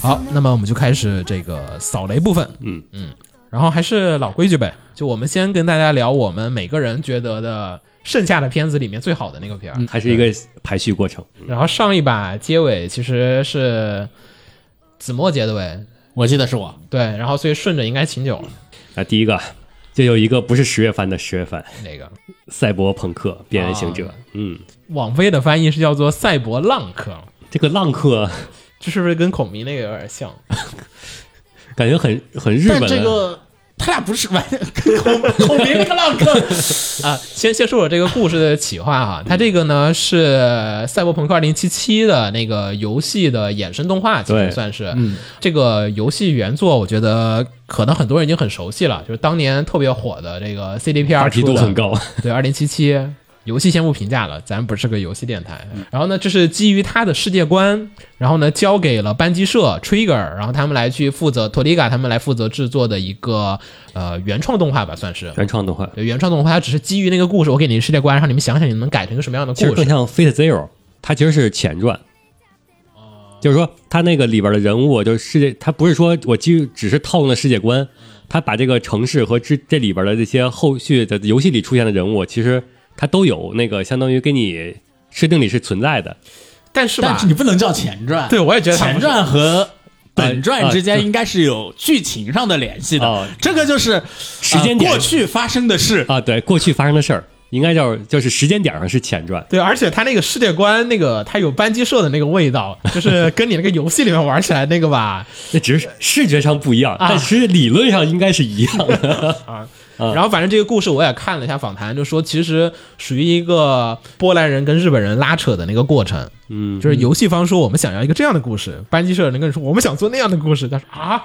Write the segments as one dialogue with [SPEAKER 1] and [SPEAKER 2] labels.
[SPEAKER 1] 好，那么我们就开始这个扫雷部分。
[SPEAKER 2] 嗯
[SPEAKER 1] 嗯，然后还是老规矩呗，就我们先跟大家聊我们每个人觉得的呃剩下的片子里面最好的那个
[SPEAKER 3] 嗯
[SPEAKER 1] 片儿。
[SPEAKER 2] 还是一个排序过程。
[SPEAKER 1] 然后上一把结尾其实是子墨结的尾，
[SPEAKER 3] 我记得是我，
[SPEAKER 1] 对，然后所以顺着应该秦九了
[SPEAKER 2] 那第一个就有一个不是十月番的十月番，
[SPEAKER 1] 那个。
[SPEAKER 2] 赛博朋克边缘行者。
[SPEAKER 1] 啊
[SPEAKER 2] 嗯，
[SPEAKER 1] 网飞的翻译是叫做赛博浪客，
[SPEAKER 2] 这个浪客
[SPEAKER 1] 这是不是跟孔明那个有点像？
[SPEAKER 2] 感觉很很日本
[SPEAKER 3] 但
[SPEAKER 2] 的。
[SPEAKER 3] 这个他俩不是完全孔孔明那个浪客，
[SPEAKER 1] 啊，先先说我这个故事的企划
[SPEAKER 2] 嗯
[SPEAKER 1] 啊，它这个呢是《赛博朋克2077》的那个游戏的衍生动画，其实
[SPEAKER 2] 对嗯
[SPEAKER 1] 算是。这个游戏原作，我觉得可能很多人已经很熟悉了，就是当年特别火的这个 CDPR
[SPEAKER 2] 话题
[SPEAKER 1] 出
[SPEAKER 2] 度
[SPEAKER 1] 的
[SPEAKER 2] 很高，
[SPEAKER 1] 对，二零七七游戏先不评价了，咱不是个游戏电台。
[SPEAKER 2] 嗯
[SPEAKER 1] 然后呢，这是基于他的世界观，然后呢交给了班级社 Trigger，然后他们来去负责 Toriga 他们来负责制作的一个呃原创动画吧，算是。
[SPEAKER 2] 原创动画
[SPEAKER 1] 对原创动画，它只是基于那个故事，我给你世界观，让你们想想你们能改成一个什么样的
[SPEAKER 2] 其实
[SPEAKER 1] 故
[SPEAKER 2] 更
[SPEAKER 1] 事。
[SPEAKER 2] 像 Fate Zero，它其实是前传。就是说，它那个里边的人物，就是世界，它不是说我基于只是套用了世界观，它把这个城市和这这里边的这些后续的游戏里出现的人物，其实它都有那个相当于给你设定里是存在的。
[SPEAKER 1] 但是吧
[SPEAKER 3] 但是，你不能叫前传。
[SPEAKER 1] 对我也觉得它不
[SPEAKER 3] 前
[SPEAKER 1] 是
[SPEAKER 3] 传和本
[SPEAKER 2] 啊
[SPEAKER 3] 传之间应该是有剧情上的联系
[SPEAKER 2] 哦
[SPEAKER 3] 的。这个就是
[SPEAKER 2] 时间
[SPEAKER 3] 呃
[SPEAKER 2] 点
[SPEAKER 3] 过去发生的事，
[SPEAKER 2] 啊，对，过去发生的事儿，应该叫就是时间点上是前传。
[SPEAKER 1] 对，而且它那个世界观，那个它有班级社的那个味道，就是跟你那个游戏里面玩起来那个 吧，
[SPEAKER 2] 那只是视觉上不一
[SPEAKER 3] 啊
[SPEAKER 2] 样，但其实理论上应该是一样 的。
[SPEAKER 1] 啊。然后反正这个故事我也看了一下访谈，就说其实属于一个波兰人跟日本人拉扯的那个过程。
[SPEAKER 2] 嗯，
[SPEAKER 1] 就是游戏方说我们想要一个这样的故事，班级社人跟你说我们想做那样的故事，他说啊，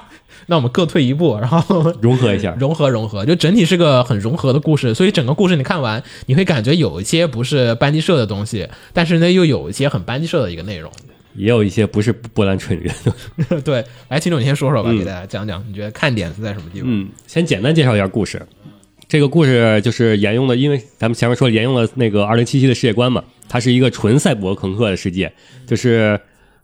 [SPEAKER 1] 那我们各退一步，然后
[SPEAKER 2] 融合一下，
[SPEAKER 1] 融合融合，就整体是个很融合的故事。所以整个故事你看完，你会感觉有一些不是班级社的东西，但是呢又有一些很班级社的一个 内容。
[SPEAKER 2] 也有一些不是波兰蠢人。
[SPEAKER 1] 对，来，哎秦总你先说说吧，给大家讲讲你觉得看点是在什么地方？
[SPEAKER 2] 嗯，先简单介绍一下故事。这个故事就是沿用了，因为咱们前面说沿用了那个二零七七的世界观嘛，它是一个纯赛博朋克的世界，就是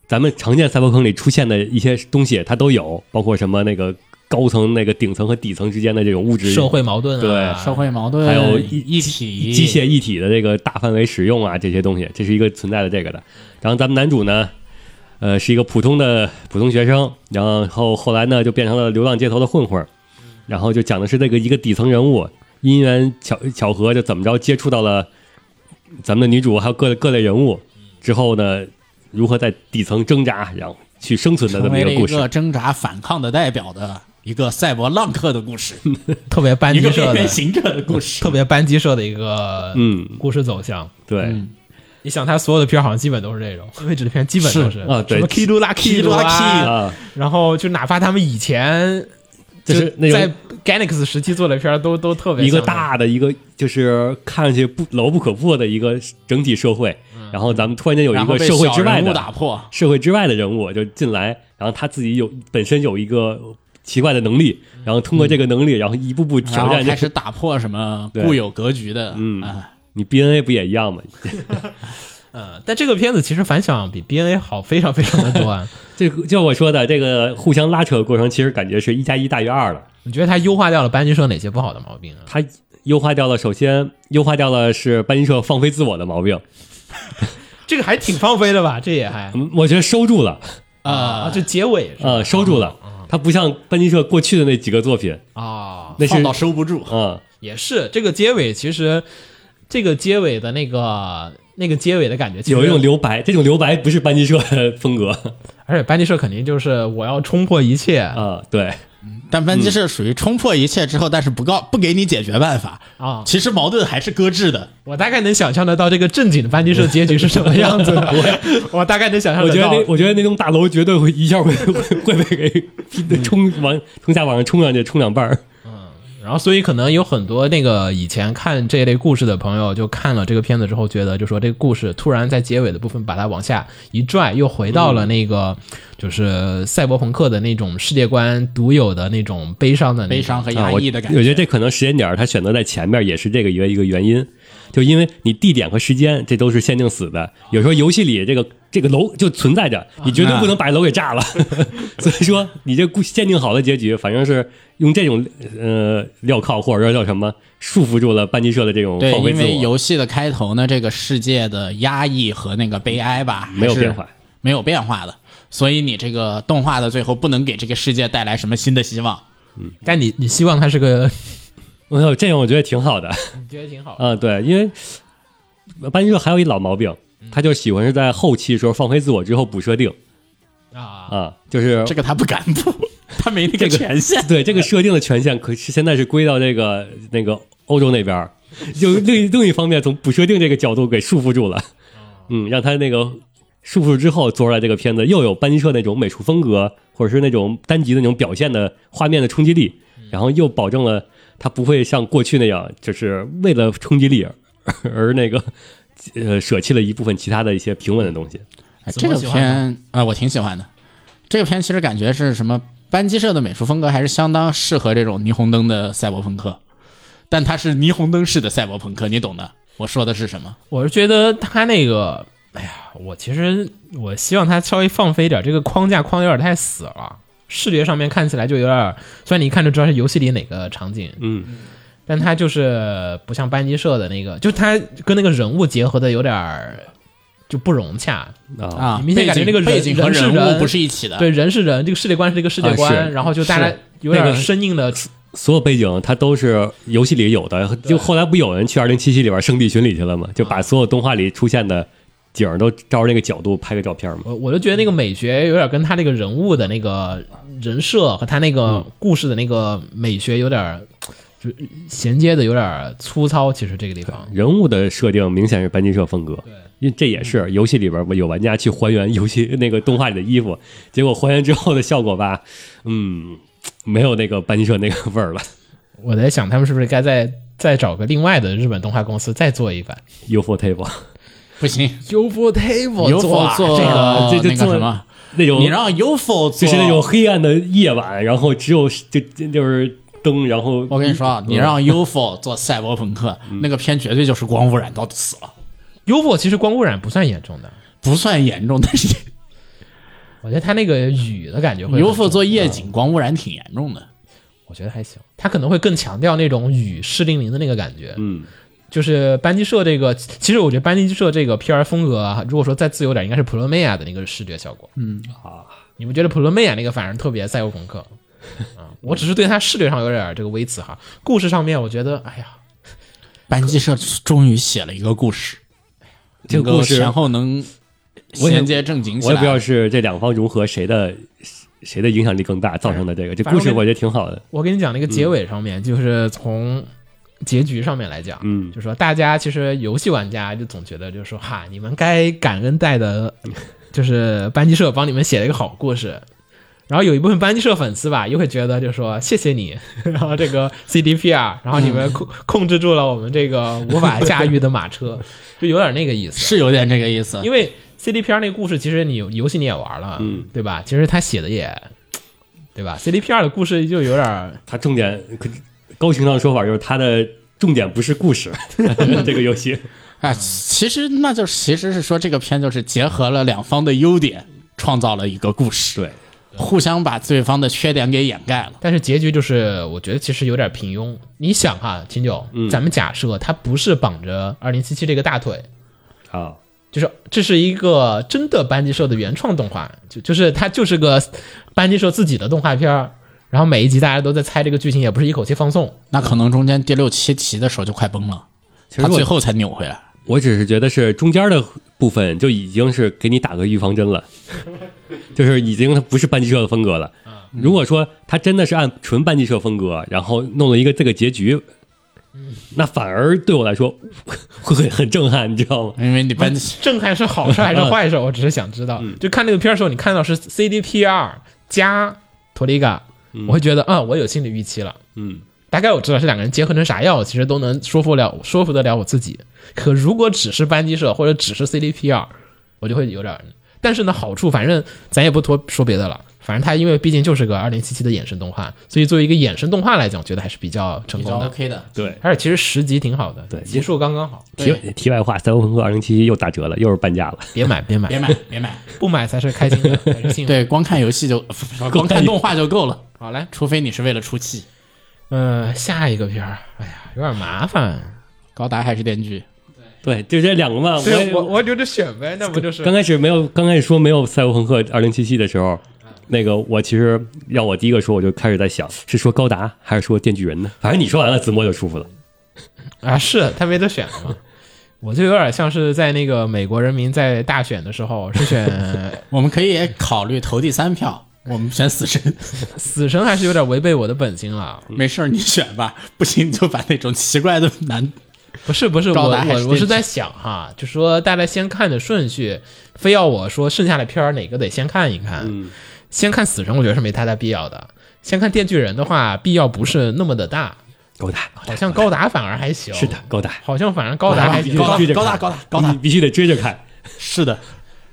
[SPEAKER 2] 咱们常见赛博朋克里出现的一些东西它都有，包括什么那个高层、那个顶层和底层之间的这种物质
[SPEAKER 1] 社会矛盾啊，
[SPEAKER 2] 对
[SPEAKER 3] 社会矛盾，
[SPEAKER 2] 还有
[SPEAKER 3] 一体
[SPEAKER 2] 机械一体的这个大范围使用啊，这些东西，这是一个存在的这个的。然后咱们男主呢，呃，是一个普通的普通学生，然后后来呢就变成了流浪街头的混混儿，然后就讲的是这个一个底层人物，因缘巧巧合就怎么着接触到了咱们的女主还有各各类人物，之后呢如何在底层挣扎，然后去生存的这
[SPEAKER 3] 成
[SPEAKER 2] 么一
[SPEAKER 3] 为了
[SPEAKER 2] 个
[SPEAKER 3] 一
[SPEAKER 2] 故事。
[SPEAKER 3] 个挣扎反抗的代表的一个赛博浪客的 故事，
[SPEAKER 1] 特别班
[SPEAKER 3] 一
[SPEAKER 1] 级
[SPEAKER 3] 个
[SPEAKER 1] 社
[SPEAKER 3] 边
[SPEAKER 1] 的
[SPEAKER 3] 缘，行者的故事，
[SPEAKER 1] 特别班级社的一个
[SPEAKER 2] 嗯，
[SPEAKER 1] 故事走向。
[SPEAKER 2] 对。
[SPEAKER 3] 嗯
[SPEAKER 1] 你想他所有的片儿好像基本都是这种，位置的片基本都是
[SPEAKER 2] 啊对
[SPEAKER 1] 什么 Key Do La Key
[SPEAKER 3] Key Do La
[SPEAKER 1] 啊，
[SPEAKER 2] 啊，
[SPEAKER 1] 然后就哪怕他们以前
[SPEAKER 2] 就是那种
[SPEAKER 1] 在 Galaxy 时期做的片儿都都特别
[SPEAKER 2] 一个
[SPEAKER 1] 像那种
[SPEAKER 2] 大的一个就是看上去不牢不可破的一个整体社会，然后咱们突然 间有一
[SPEAKER 3] 嗯然后
[SPEAKER 2] 个
[SPEAKER 3] 被
[SPEAKER 2] 社会
[SPEAKER 3] 小
[SPEAKER 2] 之外
[SPEAKER 3] 人物
[SPEAKER 2] 的
[SPEAKER 3] 打破，
[SPEAKER 2] 社会之外的人物就进来，然后他自己有本身有一个奇怪的能力，然后通过这个能力，然后一步步
[SPEAKER 3] 嗯然
[SPEAKER 2] 挑
[SPEAKER 3] 后
[SPEAKER 2] 战
[SPEAKER 3] 开
[SPEAKER 2] 这
[SPEAKER 3] 始打破什么
[SPEAKER 2] 对
[SPEAKER 3] 固有格局的，
[SPEAKER 2] 嗯
[SPEAKER 3] 啊
[SPEAKER 2] 你 BNA 不也一样吗？
[SPEAKER 1] 嗯，但这个片子其实反响比 BNA 好非常非常的多啊。
[SPEAKER 2] 这个就我说的这个互相拉扯的过程，其实感觉是一加一大于二了。
[SPEAKER 1] 你觉得它优化掉了班级社哪些不好的毛病啊？
[SPEAKER 2] 他优化掉了，首先优化掉了是班级社放飞自我的毛病，
[SPEAKER 1] 这个还挺放飞的吧？这也还
[SPEAKER 2] 嗯我觉得收住了，嗯
[SPEAKER 1] 啊，这结尾是吧
[SPEAKER 2] 呃，收住了。
[SPEAKER 3] 嗯
[SPEAKER 2] 他不像班级社过去的那几个作品，
[SPEAKER 1] 啊，
[SPEAKER 2] 那
[SPEAKER 3] 放
[SPEAKER 2] 是
[SPEAKER 3] 到收不住，
[SPEAKER 2] 嗯。
[SPEAKER 1] 也是这个结尾，其实这个结尾的那个那个结尾的感觉，
[SPEAKER 2] 有一种留白，这种留白不是班级社的风格
[SPEAKER 1] 而且班级社肯定就是我要冲破一切啊
[SPEAKER 2] 啊，对，
[SPEAKER 3] 但班级社属于冲破一切之后，但是不告不给你解决办法，啊
[SPEAKER 2] 嗯
[SPEAKER 3] 其实矛盾还是搁置的。
[SPEAKER 1] 我大概能想象得到这个正经的班级社结局是什么样子的。我我大概能想象
[SPEAKER 2] 我
[SPEAKER 1] 得
[SPEAKER 2] 觉得
[SPEAKER 1] 到。
[SPEAKER 2] 那我觉得那栋大楼绝对会一下会会会被给 劈冲往从下往上冲上去，冲两半儿。
[SPEAKER 1] 然后，所以可能有很多那个以前看这一类故事的朋友，就看了这个片子之后，觉得就说这个故事突然在结尾的部分把它往下一拽，又回到了那个就是赛博朋克的那种世界观独有的那种悲伤的那种
[SPEAKER 3] 悲伤和
[SPEAKER 2] 啊
[SPEAKER 3] 压
[SPEAKER 2] 我
[SPEAKER 3] 抑的感觉。
[SPEAKER 2] 我觉得这可能时间点儿他选择在前面也是这个一个一个原因，就因为你地点和时间这都是限定死的。有时候游戏里这个这个楼就存在着，你绝对不能把楼给炸 了。所以说，你这故限定好的结局，反正是用这种呃镣铐或者说叫什么束缚住了班级社的这种
[SPEAKER 3] 对，
[SPEAKER 2] 放飞
[SPEAKER 3] 因
[SPEAKER 2] 自
[SPEAKER 3] 为
[SPEAKER 2] 我，
[SPEAKER 3] 游戏的开头呢，这个世界的压抑和那个悲哀吧，
[SPEAKER 2] 没有
[SPEAKER 3] 还是
[SPEAKER 2] 变化，
[SPEAKER 3] 嗯没有变化的，所以你这个动画的最后不能给这个世界带来什么新的希望。
[SPEAKER 1] 但你你希望它是个，
[SPEAKER 2] 没有这样，我觉得挺好的。
[SPEAKER 1] 你觉得挺好。
[SPEAKER 2] 啊，对，因为班级社还有一老毛病，他就喜欢是在后期时候放飞自我之后补设定
[SPEAKER 1] 啊，
[SPEAKER 2] 啊，就是
[SPEAKER 3] 这个他不 敢补，他没那个权 限。
[SPEAKER 2] 对这个设定的权限，可是现在是归到这个那个欧洲那边儿，就另一另一方面从补设定这个角度给束缚住了，嗯，让他那个束缚之后做出来这个片子又有班级社那种美术风格，或者是那种单集的那种表现的画面的冲击力，然后又保证了他不会像过去那样，就是为了冲击力而 而那个。呃，舍弃了一部分其他的一些平稳的东西，
[SPEAKER 3] 哎
[SPEAKER 1] 子墨
[SPEAKER 3] 这个
[SPEAKER 1] 喜欢
[SPEAKER 3] 片啊、我挺喜欢的。这个片其实感觉是什么？班级社的美术风格还是相当适合这种霓虹灯的赛博朋克，但它是霓虹灯式的赛博朋克，你懂的。我说的是什么？
[SPEAKER 1] 我是觉得它那个，哎呀，我其实我希望它稍微放飞一点，这个框架框得有点太死了。视觉上面看起来就有点儿，虽然你一看就知道是游戏里哪个场景，
[SPEAKER 2] 嗯，
[SPEAKER 1] 但它就是不像班级社的那个，就它跟那个人物结合的有点儿就不融洽。
[SPEAKER 2] 啊，
[SPEAKER 3] 啊，
[SPEAKER 1] 你明显
[SPEAKER 3] 背
[SPEAKER 1] 感觉
[SPEAKER 3] 景
[SPEAKER 1] 那个人
[SPEAKER 3] 背景和
[SPEAKER 1] 人是
[SPEAKER 3] 人
[SPEAKER 1] 人
[SPEAKER 3] 物不是一起的。
[SPEAKER 1] 对，人是人，这个世界观是一个世界观，
[SPEAKER 2] 啊是
[SPEAKER 1] 然后就大家
[SPEAKER 2] 是
[SPEAKER 1] 有点
[SPEAKER 2] 那
[SPEAKER 1] 儿
[SPEAKER 2] 个
[SPEAKER 1] 生硬的
[SPEAKER 2] 所有背景它都是游戏里有的，就后来不有人去二零七七里边圣地巡礼去了吗？就把所有动画里出现的景儿都照着那个角度拍个照片嘛。
[SPEAKER 1] 我我就觉得那个美学有点跟他那个人物的那个人设和他那个故事的那个美学有点儿就衔接的有点儿粗糙。其实这个地方，
[SPEAKER 2] 人物的设定明显是班级社风格，因为这也是游戏里边有玩家去还原游戏那个动画里的衣服， 结果还原之后的效果吧，嗯，没有那个班级社那个味儿了。
[SPEAKER 1] 我在想他们是不是该再再找个另外的日本动画公司再做一版
[SPEAKER 2] UFO table
[SPEAKER 3] 不行
[SPEAKER 1] UFO Table
[SPEAKER 3] ，UFO
[SPEAKER 1] 做
[SPEAKER 3] 做
[SPEAKER 1] 这个
[SPEAKER 2] 这这做
[SPEAKER 3] 那啊个什么，
[SPEAKER 2] 那种
[SPEAKER 3] 你让 UFO 做
[SPEAKER 2] 就是那种黑暗的夜晚，然后只有就就就是灯，然后
[SPEAKER 3] 我跟你说啊，你让 UFO 做赛博朋克，那个片绝对就是光污染到死了，
[SPEAKER 1] UFO 其实光污染不算严重的，
[SPEAKER 3] 不算严重，但是
[SPEAKER 1] 我觉得他那个雨的感觉会很
[SPEAKER 3] UFO
[SPEAKER 1] 重
[SPEAKER 3] 做夜景光污染挺严重的。
[SPEAKER 1] 我觉得还行，他可能会更强调那种雨湿淋淋的那个感觉，
[SPEAKER 2] 嗯，
[SPEAKER 1] 就是班级社这个，其实我觉得班级社这个 PR 风格啊，如果说再自由点，应该是普罗梅亚的那个视觉效果。
[SPEAKER 2] 啊。
[SPEAKER 1] 你不觉得普罗梅亚那个反而特别赛博朋克？啊，我只是对它视觉上有点儿这个微词哈。故事上面，我觉得，哎呀，
[SPEAKER 3] 班级社终于写了一个故事，
[SPEAKER 2] 这个
[SPEAKER 3] 能够
[SPEAKER 2] 故事
[SPEAKER 3] 前后能
[SPEAKER 2] 我也
[SPEAKER 3] 衔接正经起
[SPEAKER 2] 我也
[SPEAKER 3] 来。
[SPEAKER 2] 不知道是这两方融合谁的谁的影响力更大造成的这个，这
[SPEAKER 1] 反正
[SPEAKER 2] 故事
[SPEAKER 1] 我
[SPEAKER 2] 我觉得挺好的。
[SPEAKER 1] 我跟你讲，那个结尾上面，就是从结局上面来讲，
[SPEAKER 2] 嗯
[SPEAKER 1] 就说大家其实游戏玩家就总觉得就是说哈，你们该感恩戴德，就是班级社帮你们写了一个好故事。然后有一部分班级社粉丝吧，又会觉得就说谢谢你，然后这个 CDPR，然后你们控控制住了我们这个无法驾驭的马车，就有点那个意思。
[SPEAKER 3] 是有点这个意思，
[SPEAKER 1] 因为 CDPR 那个故事，其实你游戏你也玩了，
[SPEAKER 2] 嗯，
[SPEAKER 1] 对吧？其实他写的也，对吧？CDPR 的故事就有点儿
[SPEAKER 2] 它重点可高情商的说法就是它的重点不是故事， 这个游戏
[SPEAKER 3] 啊，其实那就是其实是说这个片就是结合了两方的优点，创造了一个故事，
[SPEAKER 2] 对
[SPEAKER 3] 互相把对方的缺点给掩盖了。
[SPEAKER 1] 但是结局就是，我觉得其实有点平庸。你想哈，秦九，咱们假设他不是绑着二零七七这个大腿，
[SPEAKER 2] 啊，
[SPEAKER 1] 就是这是一个真的班级社的原创动画，就就是它就是个班级社自己的动画片儿。然后每一集大家都在猜这个剧情，也不是一口气放送。
[SPEAKER 3] 那可能中间第六七集的时候就快崩了，
[SPEAKER 2] 其
[SPEAKER 3] 他
[SPEAKER 2] 实
[SPEAKER 3] 最
[SPEAKER 2] 我
[SPEAKER 3] 后才扭回来。
[SPEAKER 2] 我只是觉得是中间的部分就已经是给你打个预防针了， 就是已经它不是班级社的风格了。如果说它真的是按纯班级社风格，然后弄了一个这个结局。那反而对我来说 会很很震撼，你知道吗？
[SPEAKER 3] 因为你班级
[SPEAKER 1] 震撼是好事还是坏事？我只是想知道。就看那个片儿的时候，你看到是 CDPR 加托利嘎，我会觉得啊、我有心理预期了。
[SPEAKER 2] 嗯，
[SPEAKER 1] 大概我知道这两个人结合成啥样，其实都能说服了说服得了我自己。可如果只是班级社或者只是 CDPR，我就会有点儿。但是呢，好处反正咱也不多说别的了，反正它因为毕竟就是个二零七七的衍生动画，所以作为一个衍生动画来讲，我觉得还是比较成
[SPEAKER 3] 比
[SPEAKER 1] 功
[SPEAKER 3] 较
[SPEAKER 1] 的。
[SPEAKER 3] OK 的。
[SPEAKER 2] 对，
[SPEAKER 1] 而且其实十集挺好的，
[SPEAKER 2] 对
[SPEAKER 1] 集数刚刚好，
[SPEAKER 2] 题
[SPEAKER 3] 对
[SPEAKER 2] 题外话，《赛博朋克2077》又打折了，又是半价了。
[SPEAKER 1] 别买别买，
[SPEAKER 3] 别 买，别买。
[SPEAKER 1] 不买才是开心的，才 是幸福。
[SPEAKER 3] 对，光看游戏就， 不是光看动画就够了，
[SPEAKER 1] 好来，
[SPEAKER 3] 除非你是为了出气。
[SPEAKER 1] 呃，下一个片儿，哎呀，有点麻烦。
[SPEAKER 3] 高达还是电锯，
[SPEAKER 2] 对，就这两个嘛。也
[SPEAKER 1] 我留着选呗，那不就
[SPEAKER 2] 刚开始没有，刚开始说没有《赛博朋克2077》的时候，那个我其实要我第一个说，我就开始在想，是说高达还是说电锯人呢？反正你说完了，子墨就舒服了。
[SPEAKER 1] 啊？是他没得选了嘛。 我就有点像是在那个美国人民在大选的时候是 选
[SPEAKER 3] 我们可以考虑投第三票，我们选死 神。
[SPEAKER 1] 死神，还是有点违背我的本心了。
[SPEAKER 3] 没事儿，你选吧，不行你就把那种奇怪的男
[SPEAKER 1] 不是不是，我
[SPEAKER 3] 高达还是
[SPEAKER 1] 我我是
[SPEAKER 3] 电
[SPEAKER 1] 在想哈，就说大家先看的顺序，非要我说剩下的片儿哪个得先看一看，先看死神，我觉得是没太大必要的。先看电锯人的话，必要不是那么的大，
[SPEAKER 2] 高达，
[SPEAKER 1] 好像高达反而还行。
[SPEAKER 2] 是的，，高达，
[SPEAKER 1] 好像反正高达还行。
[SPEAKER 2] 高达
[SPEAKER 3] 高
[SPEAKER 2] 必须得
[SPEAKER 3] 达高达
[SPEAKER 2] 看
[SPEAKER 3] 高达高达
[SPEAKER 2] 你必须得追着看。
[SPEAKER 3] 是的，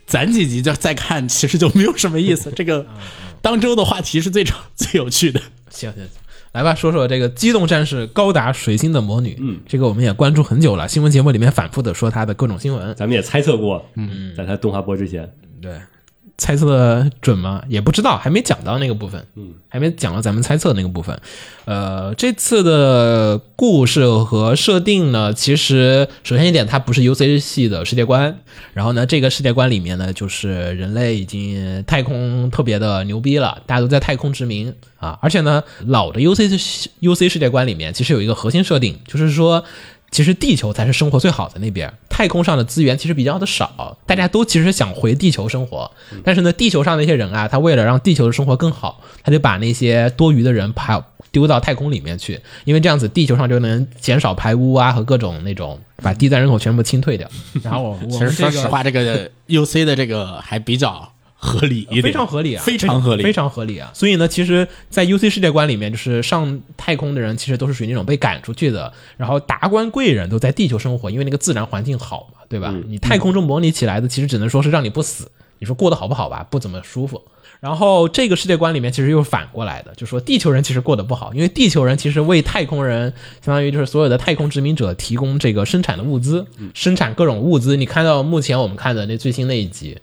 [SPEAKER 3] 攒几集就再看，其实就没有什么意思。这
[SPEAKER 1] 嗯
[SPEAKER 3] 个当周的话题是最长 最有趣的。
[SPEAKER 1] 行行行，来吧，说说这个《机动战士高达水星的魔女》。嗯，这个我们也关注很久了，新闻节目里面反复的说它的各种新闻。
[SPEAKER 2] 咱们也猜测过，嗯，在他动画播之前，
[SPEAKER 1] 对，猜测的准吗？也不知道，还没讲到那个部分。嗯，还没讲到咱们猜测的那个部分。呃，这次的故事和设定呢，其实首先一点，它不是 UC 系的世界观。然后呢，这个世界观里面呢，就是人类已经呃太空特别的牛逼了，大家都在太空殖民啊。而且呢，老的 UC UC 世界观里面，其实有一个核心设定，就是说。其实地球才是生活最好的那边，太空上的资源其实比较的少，大家都其实想回地球生活，但是呢，地球上那些人啊，他为了让地球的生活更好，他就把那些多余的人排丢到太空里面去，因为这样子地球上就能减少排污啊和各种那种把地带人口全部清退掉。然后我我们
[SPEAKER 3] 其实说
[SPEAKER 1] 这个
[SPEAKER 3] 实话，这个 UC 的这个还比较合理一点，
[SPEAKER 1] 非常合理啊，
[SPEAKER 3] 非常合理，
[SPEAKER 1] 非常合理啊。所以呢，其实，在 UC 世界观里面，就是上太空的人其实都是属于那种被赶出去的，然后达官贵人都在地球生活，因为那个自然环境好嘛，对吧？你太空中模拟起来的，其实只能说是让你不死。你说过得好不好吧？不怎么舒服。然后这个世界观里面其实又反过来的，就说地球人其实过得不好，因为地球人其实为太空人，相当于就是所有的太空殖民者提供这个生产的物资，生产各种物资。你看到目前我们看的那最新那一集，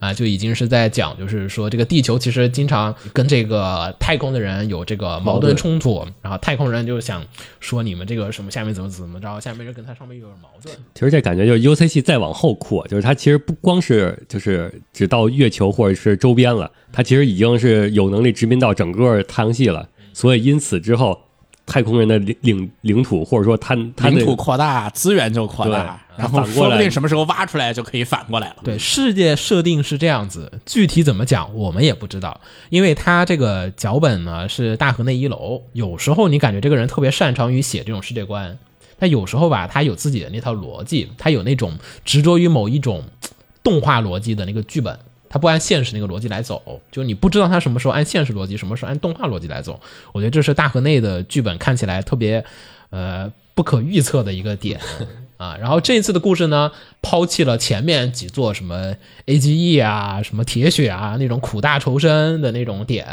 [SPEAKER 1] 啊，就已经是在讲，就是说这个地球其实经常跟这个太空的人有这个矛盾冲突，然后太空人就想说你们这个什么下面怎么怎么着，下面人跟他上面又有矛盾，
[SPEAKER 2] 其实这感觉就是 U C 系再往后扩，就是它其实不光是就是只到月球或者是周边了，它其实已经是有能力殖民到整个太阳系了。所以因此之后，太空人的领领领土或者说他他
[SPEAKER 3] 领
[SPEAKER 2] 的
[SPEAKER 3] 土扩大，资源就扩大，
[SPEAKER 2] 对
[SPEAKER 3] 然后
[SPEAKER 2] 反过
[SPEAKER 3] 说
[SPEAKER 2] 来
[SPEAKER 3] 不定什么时候挖出来就可以反过来了。
[SPEAKER 1] 对，世界设定是这样子，具体怎么讲我们也不知道，因为他这个脚本呢是大河内一楼，有时候你感觉这个人特别擅长于写这种世界观，但有时候吧，他有自己的那套逻辑，他有那种执着于某一种嘖动画逻辑的那个剧本。他不按现实那个逻辑来走，就你不知道他什么时候按现实逻辑，什么时候按动画逻辑来走。我觉得这是大河内的剧本看起来特别，呃，不可预测的一个点。 啊，然后这一次的故事呢，抛弃了前面几座什么 A G E 啊、什么铁血啊那种苦大仇深的那种点，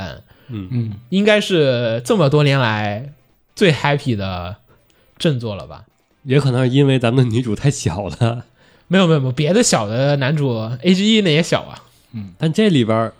[SPEAKER 2] 嗯
[SPEAKER 1] 嗯，应该是这么多年来最 happy 的振作了吧？
[SPEAKER 2] 也可能是因为咱们的女主太小了，
[SPEAKER 1] 没有没有没有，别的小的男主 A G E 那也小啊，
[SPEAKER 2] 但这里边儿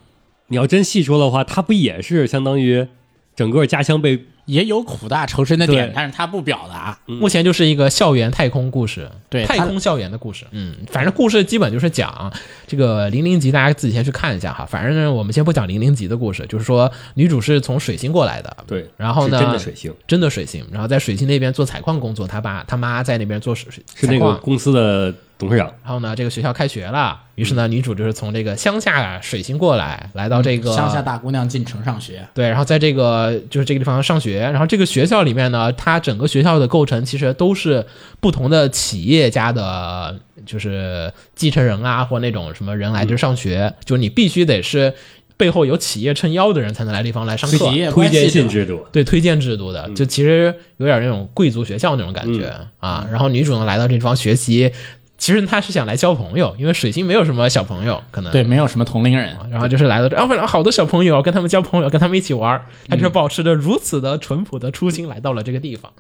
[SPEAKER 2] 你要真细说的话，他不也是相当于整个家乡被
[SPEAKER 3] 也有苦大仇深的点
[SPEAKER 2] 对，
[SPEAKER 3] 但是他不表达。
[SPEAKER 1] 目前就是一个校园太空故事，
[SPEAKER 3] 对
[SPEAKER 1] 太
[SPEAKER 3] 它
[SPEAKER 1] 空校园的故事。嗯，反正故事基本就是讲这个零零级，大家自己先去看一下哈。反正我们先不讲零零级的故事，就是说女主是从水星过来的，
[SPEAKER 2] 对
[SPEAKER 1] 然后呢，
[SPEAKER 2] 是真的水星
[SPEAKER 1] 真的水星，然后在水星那边做采矿工作，他爸他妈在那边做水
[SPEAKER 2] 是
[SPEAKER 1] 采
[SPEAKER 2] 那个
[SPEAKER 1] 矿。
[SPEAKER 2] 公司的董事长，
[SPEAKER 1] 然后呢，这个学校开学了，于是呢，女主就是从这个乡下水星过来，来到
[SPEAKER 2] 嗯
[SPEAKER 1] 这个
[SPEAKER 3] 乡下大姑娘进城上学，
[SPEAKER 1] 对，然后在这个就是这个地方上学，然后这个学校里面呢，它整个学校的构成其实都是不同的企业家的，就是继承人啊，或那种什么人来这上学，
[SPEAKER 2] 嗯
[SPEAKER 1] 就是你必须得是背后有企业撑腰的人才能来地方来上课。
[SPEAKER 3] 自己也
[SPEAKER 2] 推
[SPEAKER 3] 关系
[SPEAKER 2] 荐信
[SPEAKER 3] 者
[SPEAKER 2] 制度，
[SPEAKER 1] 对推荐制度的，就其实有点那种贵族学校那种感觉、啊。然后女主呢来到这地方学习，其实他是想来交朋友，因为水星没有什么小朋友，可能
[SPEAKER 3] 对，没有什么同龄人，
[SPEAKER 1] 然后就是来到这，啊，本来好多小朋友跟他们交朋友，跟他们一起玩儿，他就保持着如此的淳朴的初心来到了这个地方。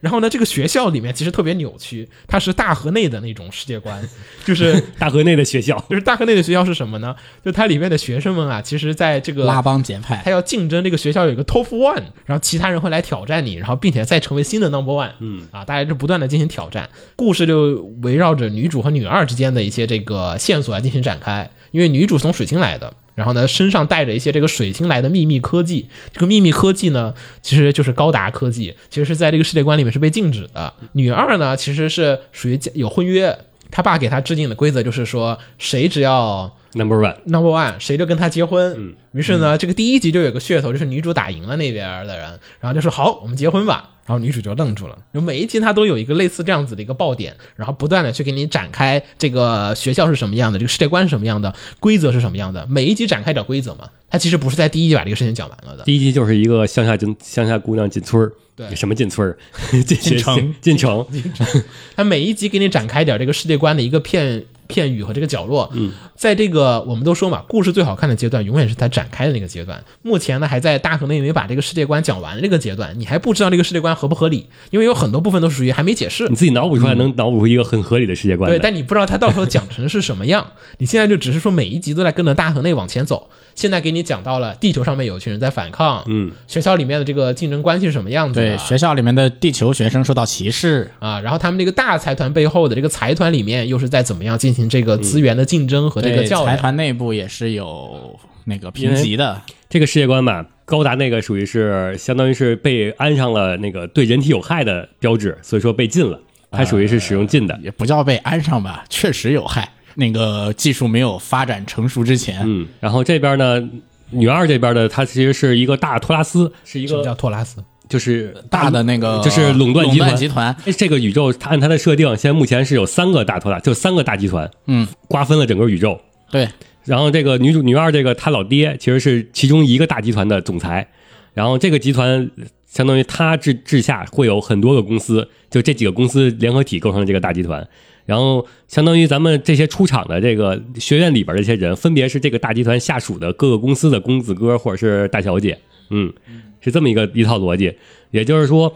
[SPEAKER 1] 然后呢，这个学校里面其实特别扭曲，它是大河内的那种世界观，就是，
[SPEAKER 2] 大河内的学校
[SPEAKER 1] 就是大河内的学校是什么呢？就它里面的学生们啊，其实在这
[SPEAKER 3] 拉
[SPEAKER 1] 个
[SPEAKER 3] 帮结派
[SPEAKER 1] 他，要竞争这个学校有一个 top one，然后其他人会来挑战你，然后并且再成为新的 number one，嗯啊，大家就不断的进行挑战。故事就围绕着女主和女二之间的一些这个线索来进行展开，因为女主是从水星来的。然后呢，身上带着一些这个水星来的秘密科技。这个秘密科技呢，其实就是高达科技，其实是在这个世界观里面是被禁止的。女二呢，其实是属于有婚约，她爸给她制定的规则就是说，谁只要
[SPEAKER 2] Number One，
[SPEAKER 1] number one，谁就跟他结婚。于是呢，这个第一集就有个噱头，就是女主打赢了那边的人，然后就说好，我们结婚吧。然后女主就愣住了。就每一集它都有一个类似这样子的一个爆点，然后不断的去给你展开这个学校是什么样的，这个世界观是什么样的，规则是什么样的。每一集展开点规则嘛，它其实不是在第一集把这个事情讲完了的。
[SPEAKER 2] 第一集就是一个乡下进乡下姑娘进村儿，
[SPEAKER 1] 对
[SPEAKER 2] 什么进村儿， 进学
[SPEAKER 4] 进城
[SPEAKER 2] 进城，
[SPEAKER 1] 它每一集给你展开点这个世界观的一个片片语和这个角落。嗯，在这个我们都说嘛，故事最好看的阶段永远是它展开的那个阶段。目前呢，还在大河内没把这个世界观讲完的这个阶段，你还不知道这个世界观合不合理，因为有很多部分都属于还没解释
[SPEAKER 2] 你。自己脑补出来能脑补出一个很合理的世界观
[SPEAKER 1] 对，
[SPEAKER 2] 来。
[SPEAKER 1] 但你不知道它到时候讲成是什么样。你现在就只是说每一集都在跟着大河内往前走。现在给你讲到了地球上面有一群人在反抗，
[SPEAKER 2] 嗯，
[SPEAKER 1] 学校里面的这个竞争关系是什么样子的？
[SPEAKER 3] 对学校里面的地球学生受到歧视，
[SPEAKER 1] 啊，然后他们这个大财团背后的这个财团里面，又是在怎么样进行这个资源的竞争和这个
[SPEAKER 3] 对
[SPEAKER 1] 较
[SPEAKER 3] 财
[SPEAKER 1] 量？
[SPEAKER 3] 团内部也是有那个
[SPEAKER 2] 因
[SPEAKER 3] 评
[SPEAKER 2] 为
[SPEAKER 3] 级的，
[SPEAKER 2] 这个世界观吧，高达那个属于是相当于是被安上了那个对人体有害的标志，所以说被禁了，它属于是使用禁的。
[SPEAKER 3] 也不叫被安上吧，确实有害。那个技术没有发展成熟之前，
[SPEAKER 2] 嗯，然后这边呢，女二这边呢，它其实是一个大托拉斯，是一
[SPEAKER 1] 什么
[SPEAKER 2] 个
[SPEAKER 1] 叫托拉斯？
[SPEAKER 2] 就是
[SPEAKER 3] 大的那个
[SPEAKER 2] 就是垄断集
[SPEAKER 3] 垄
[SPEAKER 2] 团
[SPEAKER 3] 断集团，
[SPEAKER 2] 这个宇宙，它按它的设定，现在目前是有三个大托拉，就三个大集团，
[SPEAKER 3] 嗯，
[SPEAKER 2] 瓜分了整个宇宙。
[SPEAKER 3] 对，
[SPEAKER 2] 然后这个女主女二这个她老爹其实是其中一个大集团的总裁，然后这个集团相当于他治治下会有很多个公司，就这几个公司联合体构成了这个大集团。然后相当于咱们这些出场的这个学院里边这些人，分别是这个大集团下属的各个公司的公子哥或者是大小姐，嗯，是这么一个一套逻辑。也就是说，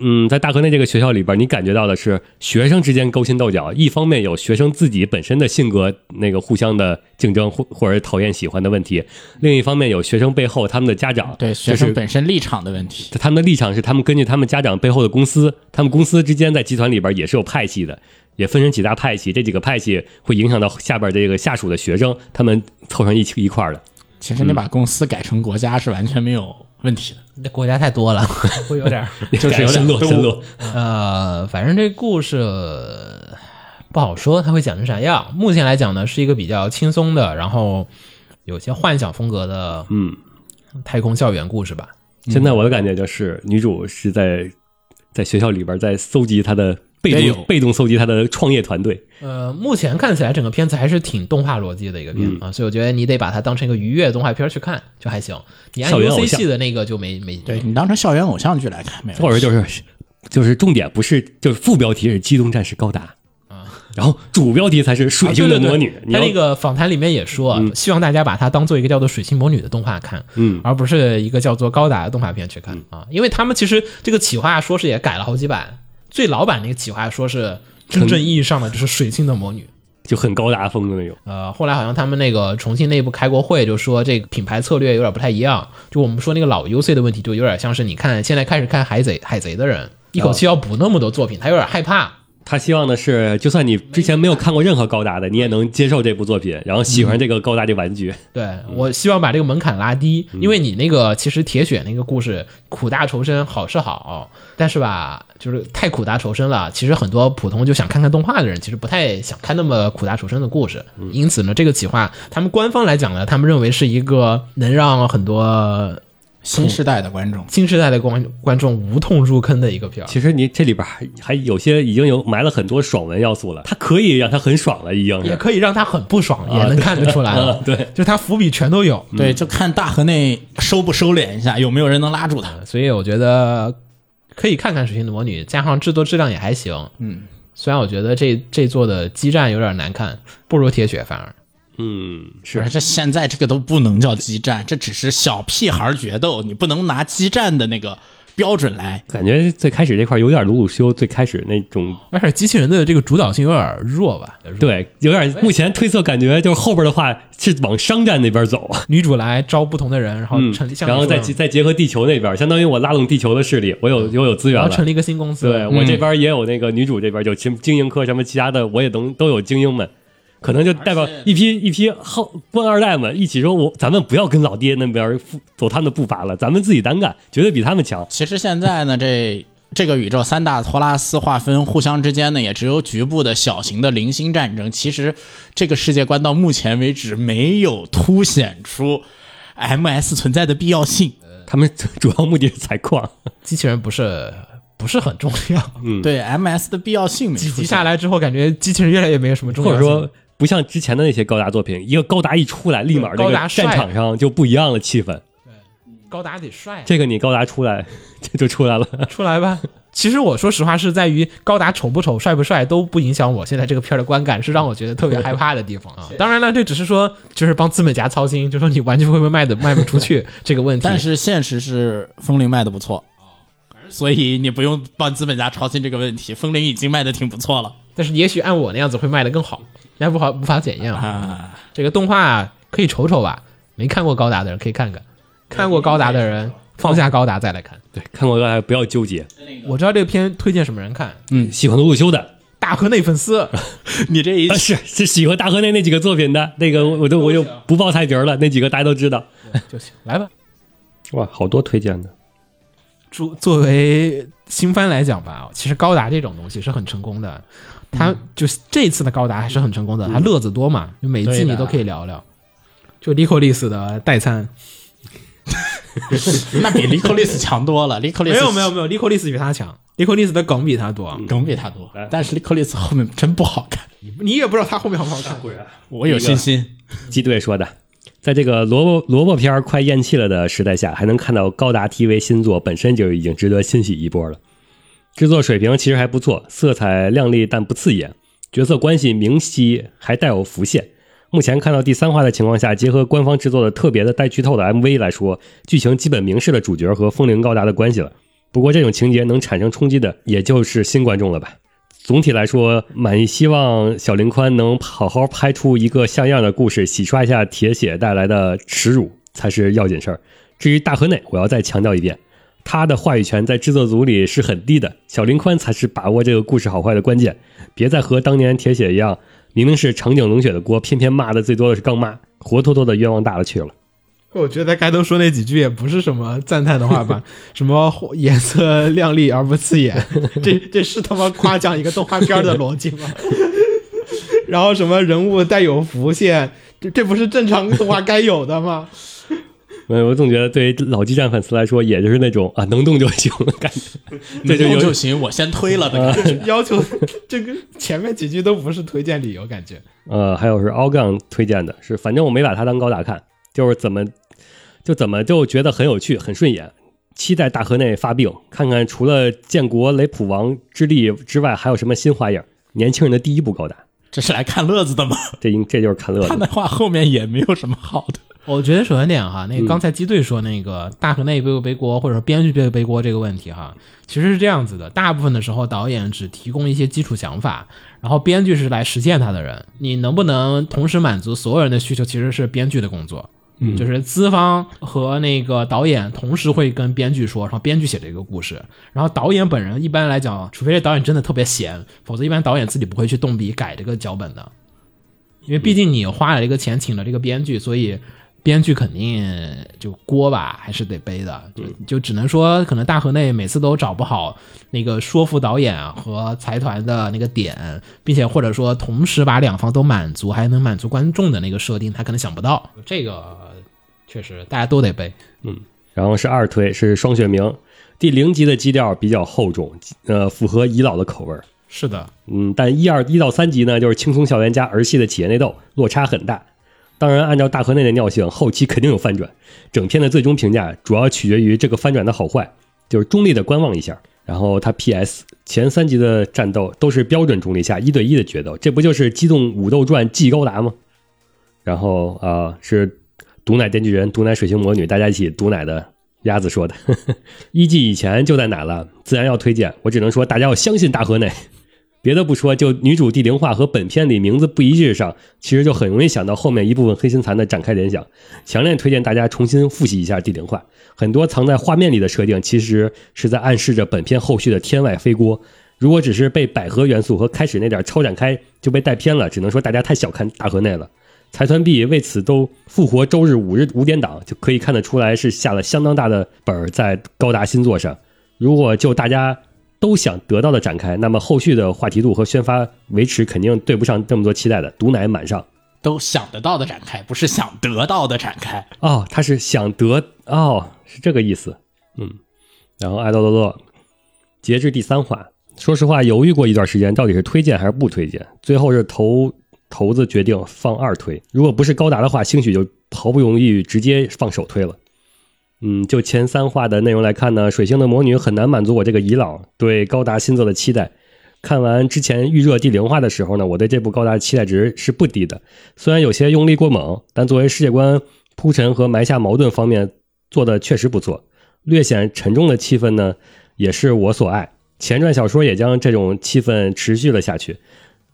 [SPEAKER 2] 嗯，在大河内这个学校里边，你感觉到的是学生之间勾心斗角，一方面有学生自己本身的性格那个互相的竞争或或者讨厌喜欢的问题，另一方面有学生背后他们的家长，
[SPEAKER 3] 对学
[SPEAKER 2] 就是
[SPEAKER 3] 生本身立场的问题，
[SPEAKER 2] 他们的立场是，他们根据他们家长背后的公司，他们公司之间在集团里边也是有派系的，也分成几大派系，这几个派系会影响到下边这个下属的学生，他们凑成一起一块儿的。
[SPEAKER 3] 其
[SPEAKER 2] 嗯
[SPEAKER 3] 实你把公司改成国家是完全没有问题的。
[SPEAKER 1] 这国家太多了，会有点儿
[SPEAKER 2] 就是有 点落深落，
[SPEAKER 1] 呃，反正这故事呃不好说，它会讲成啥样。目前来讲呢，是一个比较轻松的，然后有些幻想风格的
[SPEAKER 2] 嗯。
[SPEAKER 1] 太空校园故事吧。
[SPEAKER 2] 现在我的感觉就是，女主是在在学校里边在搜集她的
[SPEAKER 3] 也
[SPEAKER 2] 被
[SPEAKER 3] 有
[SPEAKER 2] 动被动搜集她的创业团队。
[SPEAKER 1] 呃，目前看起来整个片子还是挺动画逻辑的一个片子啊，所以我觉得你得把它当成一个愉悦动画片去看，就还行。你按
[SPEAKER 2] 校园
[SPEAKER 1] U
[SPEAKER 2] 偶
[SPEAKER 1] C
[SPEAKER 2] 像
[SPEAKER 1] 系的那个就没没
[SPEAKER 3] 对你当成校园偶像剧来看，没有
[SPEAKER 2] 或者就是就是重点不是就是副标题是《机动战士高达》啊，然后主标题才是《水晶的魔女》你
[SPEAKER 1] 他
[SPEAKER 2] 要
[SPEAKER 1] 那个访谈里面也说，啊希望大家把它当做一个叫做《水星魔女》的动画看，
[SPEAKER 2] 嗯
[SPEAKER 1] 而不是一个叫做《高达》的动画片去看、啊，因为他们其实这个企划说是也改了好几版，最老版那个企划说是真正意义上的就是水星的魔女。
[SPEAKER 2] 就很高达风的那种。
[SPEAKER 1] 呃，后来好像他们那个重庆内部开过会，就说这个品牌策略有点不太一样。就我们说那个老 UC 的问题，就有点像是你看现在开始看海贼海贼的人，一口气要补那么多作品，他有点害怕。
[SPEAKER 2] 他希望的是，就算你之前没有看过任何高达的，你也能接受这部作品，然后喜欢这个高达这玩具。
[SPEAKER 1] 对我希望把这个门槛拉低，
[SPEAKER 2] 嗯
[SPEAKER 1] 因为你那个其实铁血那个故事苦大仇深好是好，但是吧，就是太苦大仇深了。其实很多普通就想看看动画的人，其实不太想看那么苦大仇深的故事。
[SPEAKER 2] 嗯
[SPEAKER 1] 因此呢，这个企划他们官方来讲呢，他们认为是一个能让很多
[SPEAKER 3] 新时代的观众，
[SPEAKER 1] 新时代的观观众无痛入坑的一个片儿。
[SPEAKER 2] 其实你这里边还 还有些已经有埋了很多爽文要素了，它可以让它很爽了，已经
[SPEAKER 1] 也
[SPEAKER 2] 是。
[SPEAKER 1] 可以让他很不爽，也能看得出来 了。
[SPEAKER 2] 对，
[SPEAKER 1] 就他伏笔全都有。
[SPEAKER 2] 嗯
[SPEAKER 3] 对，就看大河内收不收敛一下，有没有人能拉住他。
[SPEAKER 1] 所以我觉得可以看看《水星的魔女》，加上制作质量也还行，嗯，虽然我觉得这这座的基站有点难看，不如铁血反而。
[SPEAKER 2] 嗯，
[SPEAKER 3] 不
[SPEAKER 2] 是
[SPEAKER 3] 是，这现在这个都不能叫激战，这只是小屁孩儿决斗，你不能拿激战的那个标准来。
[SPEAKER 2] 感觉最开始这块有点鲁鲁修最开始那种，
[SPEAKER 1] 而且机器人的这个主导性有点弱吧？，
[SPEAKER 2] 对，有点目前推测感觉就是后边的话是往商战那边走，
[SPEAKER 1] 女主来招不同的人，然后
[SPEAKER 2] 嗯嗯
[SPEAKER 1] 成立，，像
[SPEAKER 2] 然后
[SPEAKER 1] 你说
[SPEAKER 2] 再
[SPEAKER 1] 的
[SPEAKER 2] 结再结合地球那边，相当于我拉拢地球的势力，我有我有资源
[SPEAKER 1] 然后
[SPEAKER 2] 了
[SPEAKER 1] 成。立一个新公司，
[SPEAKER 2] 对我这边也有那个女主这边有精精英科什么其他的，我也能都有精英们，可能就代表一批一批后官二代们一起说，我咱们不要跟老爹那边复走他们的步伐了，咱们自己单干，绝对比他们强。
[SPEAKER 3] 其实现在呢，这这个宇宙三大托拉斯划分，互相之间呢也只有局部的小型的零星战争。其实这个世界观到目前为止没有凸显出 MS 存在的必要性。
[SPEAKER 2] 他们主要目的是采矿，
[SPEAKER 1] 机器人不是不是很重要。
[SPEAKER 3] 对 MS 的必要性没
[SPEAKER 1] 几
[SPEAKER 3] 出
[SPEAKER 1] 集
[SPEAKER 3] 现
[SPEAKER 1] 下来之后，感觉机器人越来越没有什么重要
[SPEAKER 2] 或者
[SPEAKER 1] 性。
[SPEAKER 2] 说不像之前的那些高达作品，一个高达一出来，立马这
[SPEAKER 1] 高
[SPEAKER 2] 个
[SPEAKER 1] 达
[SPEAKER 2] 战
[SPEAKER 1] 帅
[SPEAKER 2] 场上就不一样的气氛。
[SPEAKER 1] 高达得帅啊
[SPEAKER 2] 这个你高达出来 这就出来了，
[SPEAKER 1] 出来吧。 其实我说实话，是在于高达丑不丑、帅不帅都不影响我现在这个片儿的观感，是让我觉得特别害怕的地方啊。当然了，这只是说就是帮资本家操心，就说你玩具会不会卖的卖不出 去这个问题。
[SPEAKER 3] 但是现实是风铃卖的不错，所以你不用帮资本家操心这个问题，风铃已经卖的挺不错了
[SPEAKER 1] 但是也许按我那样子会卖的更好，人家无法无法检验啊。
[SPEAKER 3] 啊。
[SPEAKER 1] 这个动画可以瞅瞅吧，没看过高达的人可以看看，看过高达的人放下高达再来看。
[SPEAKER 2] 对，看过还不要纠结，
[SPEAKER 1] 我知道这个片推荐什么人看，
[SPEAKER 2] 喜欢鲁鲁修的。
[SPEAKER 1] 大河内粉 丝。
[SPEAKER 3] 你 这一
[SPEAKER 2] 啊，是是喜欢大河内那几个作品的那个，我我都我就不报菜名了，那几个大家都知道。
[SPEAKER 1] 就行，来吧。
[SPEAKER 2] 哇，好多推荐的，
[SPEAKER 1] 作作为新番来讲吧，其实高达这种东西是很成功的，
[SPEAKER 3] 嗯
[SPEAKER 1] 它就是这次的高达还是很成功的，它乐子多嘛，就每季
[SPEAKER 3] 对的
[SPEAKER 1] 你都可以聊聊。就 l i c o l i s 的代餐，
[SPEAKER 3] 那比 l i c o l i s 强多了 l i c o l i
[SPEAKER 1] 没
[SPEAKER 3] s
[SPEAKER 1] 有没有没有 l i c o l i s 比他强嗯 l i c o l i s 的梗比他多，
[SPEAKER 3] 梗比他多，但是 l i c o l i s 后面真不好看，
[SPEAKER 1] 你也不知道他后面好不好看。
[SPEAKER 3] 我有信心。
[SPEAKER 2] 鸡队说的，在这个萝卜萝卜片儿快咽气了的时代下，还能看到高达 TV 新作，本身就已经值得欣喜一波了。制作水平其实还不错，色彩亮丽但不刺眼，角色关系明晰还带有浮现。目前看到第三话的情况下，结合官方制作的特别的带剧透的 MV 来说，剧情基本明示了主角和风铃高达的关系了。不过这种情节能产生冲击的，也就是新观众了吧。总体来说，满意希望小林宽能好好拍出一个像样的故事，洗刷一下铁血带来的耻辱才是要紧事儿。至于大河内，我要再强调一遍，他的话语权在制作组里是很低的，小林宽才是把握这个故事好坏的关键。别再和当年铁血一样，明明是长井冷血的锅，偏偏骂的最多的是钢妈，活脱脱的冤枉大了去了。
[SPEAKER 1] 我觉得他开头说那几句也不是什么赞叹的话吧，什么颜色亮丽而不刺眼，这这是他妈夸奖一个动画片的逻辑吗？然后什么人物带有浮现，这这不是正常动画该有的吗？
[SPEAKER 2] 呃我我总觉得对于老基站粉丝来说，也就是那种啊能动就行的感觉，这就有
[SPEAKER 3] 能动就呃行，我先推了的感觉。
[SPEAKER 1] 要求这个前面几句都不是推荐理由，感觉
[SPEAKER 2] 呃，还有是奥杠推荐的，是反正我没把它当高达看，就是怎么就怎么就觉得很有趣，很顺眼。期待大河内发病，看看除了建国雷普王之力之外，还有什么新花样。年轻人的第一部高达，
[SPEAKER 3] 这是来看乐子的吗？
[SPEAKER 2] 这应这就是看乐
[SPEAKER 3] 他
[SPEAKER 2] 的。
[SPEAKER 3] 的话后面也没有什么好的。
[SPEAKER 1] 我觉得首先点哈，那个刚才鸡队说那个大河内背不背锅，或者说编剧背不背锅这个问题哈，其实是这样子的，大部分的时候导演只提供一些基础想法，然后编剧是来实践它的人。你能不能同时满足所有人的需求，其实是编剧的工作。嗯，就是资方和那个导演同时会跟编剧说，然后编剧写这个故事，然后导演本人一般来讲，除非这导演真的特别闲，否则一般导演自己不会去动笔改这个脚本的。因为毕竟你花了这个钱请了这个编剧，所以编剧肯定就锅吧还是得背的，就就只能说可能大河内每次都找不好那个说服导演和财团的那个点，并且或者说同时把两方都满足，还能满足观众的那个设定，他可能想不到这个。确实，大家都得背。
[SPEAKER 2] 然后是二推是双雪明，第零集的基调比较厚重，呃，符合遗老的口味儿。
[SPEAKER 1] 是的，
[SPEAKER 2] 嗯，但一二一到三集呢，就是轻松校园加儿戏的企业内斗，落差很大。当然，按照大河内的尿性，后期肯定有翻转。整片的最终评价主要取决于这个翻转的好坏，就是中立的观望一下。然后它 PS 前三集的战斗都是标准重力下一对一的决斗，这不就是《机动武斗传 G 高达》吗？然后啊、呃是毒奶电锯人、毒奶水星魔女，大家一起毒奶的鸭子说的。 一季以前就在奶了，自然要推荐。我只能说，大家要相信大河内。别的不说，就女主地灵化和本片里名字不一致上，其实就很容易想到后面一部分黑心残的展开联想。强烈推荐大家重新复习一下地灵化，很多藏在画面里的设定，其实是在暗示着本片后续的天外飞锅。如果只是被百合元素和开始那点超展开就被带偏了，只能说大家太小看大河内了。财团 B 为此都复活周日五日五点档，就可以看得出来是下了相当大的本儿在高达新作上。如果就大家都想得到的展开，那么后续的话题度和宣发维持肯定对不上这么多期待的。毒奶满上
[SPEAKER 3] 都想得到的展开，不是想得到的展开。
[SPEAKER 2] 哦，他是想得哦，是这个意思，嗯。然后爱豆乐乐，截至第三话，说实话犹豫过一段时间，到底是推荐还是不推荐，最后是头头子决定放二推。如果不是高达的话，兴许就毫不犹豫直接放首推了。嗯，就前三话的内容来看呢，水星的魔女很难满足我这个遗老对高达新作的期待。看完之前预热第零话的时候呢，我对这部高达的期待值是不低的，虽然有些用力过猛，但作为世界观铺陈和埋下矛盾方面做的确实不错。略显沉重的气氛呢，也是我所爱。前传小说也将这种气氛持续了下去，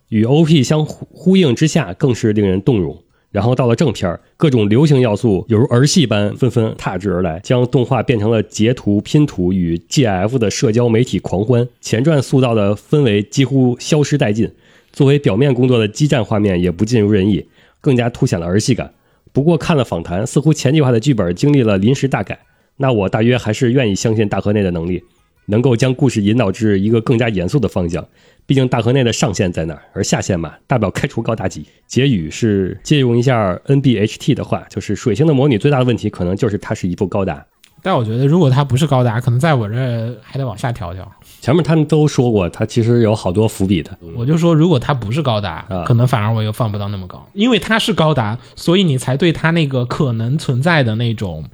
[SPEAKER 2] 与 OP 相呼呼应之下，更是令人动容。然后到了正片儿，各种流行要素犹如儿戏般纷纷踏至而来，将动画变成了截图、拼图与 GF 的社交媒体狂欢。前传塑造的氛围几乎消失殆尽，作为表面工作的激战画面也不尽如人意，更加凸显了儿戏感。不过看了访谈，似乎前计划的剧本经历了临时大改，那我大约还是愿意相信大河内的能力，能够将故事引导至一个更加严肃的方向。毕竟大河内的上限在那儿，而下限嘛，大不了开除高达级。结语是借用一下 NBHT 的话，就是水星的魔女最大的问题可能就是它是一部高达。
[SPEAKER 1] 但我觉得，如果它不是高达，可能在我这儿还得往下调调。
[SPEAKER 2] 前面他们都说过，它其实有好多伏笔的。
[SPEAKER 1] 我就说，如果它不是高达
[SPEAKER 2] 嗯啊，
[SPEAKER 1] 可能反而我又放不到那么高，因为它是高达，所以你才对它那个可能存在的那种，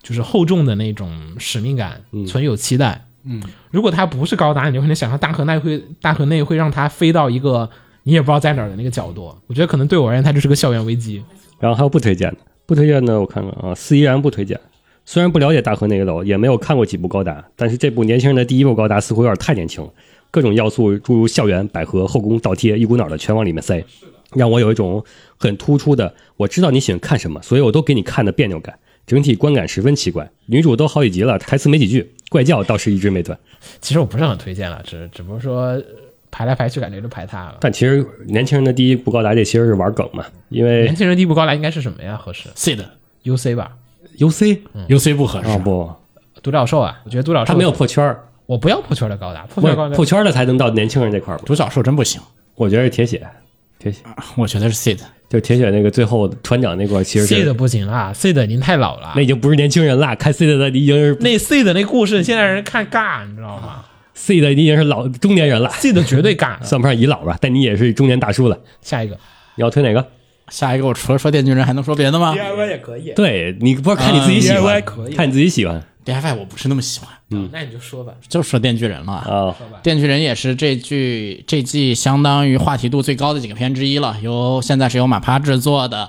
[SPEAKER 1] 就是厚重的那种使命感存有期待。
[SPEAKER 3] 嗯，
[SPEAKER 1] 如果它不是高达，你就可能想象大河内会大河内会让它飞到一个你也不知道在哪儿的那个角度。我觉得可能对我而言，它就是个校园危机。
[SPEAKER 2] 然后还有不推荐的，不推荐的我看看啊，四依然不推荐。虽然不了解大河内楼，也没有看过几部高达，但是这部年轻人的第一部高达似乎有点太年轻了，各种要素诸如校园、百合、后宫、倒贴，一股脑的全往里面塞，让我有一种很突出的我知道你喜欢看什么，所以我都给你看的别扭感，整体观感十分奇怪。女主都好几集了，台词没几句，怪叫倒是一直没断。
[SPEAKER 1] 其实我不是很推荐了，只只不过说呃排来排去，感觉就排它了。
[SPEAKER 2] 但其实年轻人的第一部高达这其实是玩梗嘛，因为
[SPEAKER 1] 年轻人第一部高达应该是什么呀？合适
[SPEAKER 3] C 的
[SPEAKER 1] UC 吧，
[SPEAKER 2] UC
[SPEAKER 3] UC 不合适，
[SPEAKER 2] 啊不，
[SPEAKER 1] 独角兽啊，我觉得独角兽
[SPEAKER 2] 他没有破圈儿，
[SPEAKER 1] 我不要破圈的高达，破
[SPEAKER 2] 不
[SPEAKER 1] 圈
[SPEAKER 2] 是
[SPEAKER 1] 的高达
[SPEAKER 2] 破圈儿的才能到年轻人这块儿吧。
[SPEAKER 3] 独角兽真不行，
[SPEAKER 2] 我觉得是铁血，铁血
[SPEAKER 3] 我觉得是 C 的。
[SPEAKER 2] 就铁血那个最后船长那块儿，其实
[SPEAKER 1] C
[SPEAKER 2] 是
[SPEAKER 1] 的不行啊，C 的已经太老了
[SPEAKER 2] 那。已经不是年轻人啦，看 C 的的已经是
[SPEAKER 1] 那 C 的那故事，现在人看尬，你知道吗
[SPEAKER 2] C 的已经是老中年人了，
[SPEAKER 1] ？C 的绝对尬。
[SPEAKER 2] 算不上遗老吧，但你也是中年大叔了。
[SPEAKER 1] 下一个
[SPEAKER 2] 你要推哪
[SPEAKER 1] 啊
[SPEAKER 2] 个？
[SPEAKER 3] 下一个我除了说电锯人还能说别的吗
[SPEAKER 1] DIY 也可以
[SPEAKER 2] 对你不是看你自己喜欢，
[SPEAKER 1] DIY 可以
[SPEAKER 2] 看你自己喜欢
[SPEAKER 3] ？DFI 我不是那么喜欢，
[SPEAKER 2] 嗯
[SPEAKER 1] 那你就说吧。
[SPEAKER 3] 就说电锯人了。啊。
[SPEAKER 2] 啊。
[SPEAKER 3] 电锯人也是这剧这季相当于话题度最高的几个片之一了，由现在是由马趴制作的，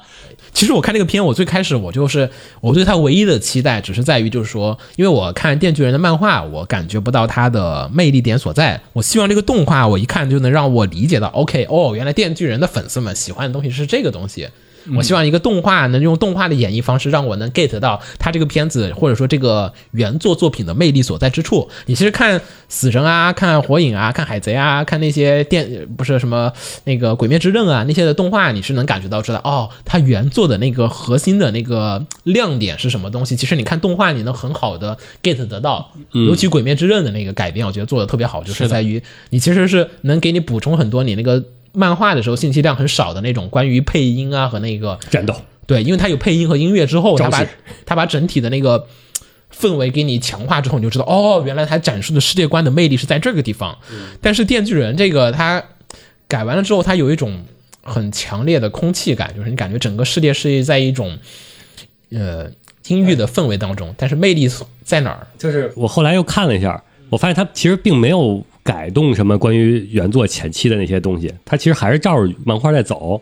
[SPEAKER 1] 其实我看这个片，我最开始我就是我对它唯一的期待，只是在于就是说，因为我看《电锯人》的漫画，我感觉不到它的魅力点所在。我希望这个动画，我一看就能让我理解到，OK，哦，原来电锯人的粉丝们喜欢的东西是这个东西。我希望一个动画能用动画的演绎方式，让我能 get 到它这个片子或者说这个原作作品的魅力所在之处。你其实看死神啊，看火影啊，看海贼啊，看那些电不是什么那个鬼灭之刃啊那些的动画，你是能感觉到知道哦，它原作的那个核心的那个呃亮点是什么东西。其实你看动画，你能很好的 get 得到，尤其鬼灭之刃的那个改编，我觉得做的特别好，就是是
[SPEAKER 3] 的
[SPEAKER 1] 在于你其实是能给你补充很多你那个。漫画的时候信息量很少的那种，关于配音啊和那个
[SPEAKER 2] 战斗
[SPEAKER 1] 对，因为它有配音和音乐之后，它
[SPEAKER 2] 招
[SPEAKER 1] 把
[SPEAKER 2] 式
[SPEAKER 1] 它把整体的那个氛围给你强化之后，你就知道哦，原来它展示的世界观的魅力是在这个地方。但是《电锯人》这个它改完了之后，它有一种很强烈的空气感，就是你感觉整个世界是在一种呃阴郁的氛围当中，但是魅力在哪儿？
[SPEAKER 2] 就是我后来又看了一下，我发现他其实并没有改动什么关于原作前期的那些东西，他其实还是照着漫画在走。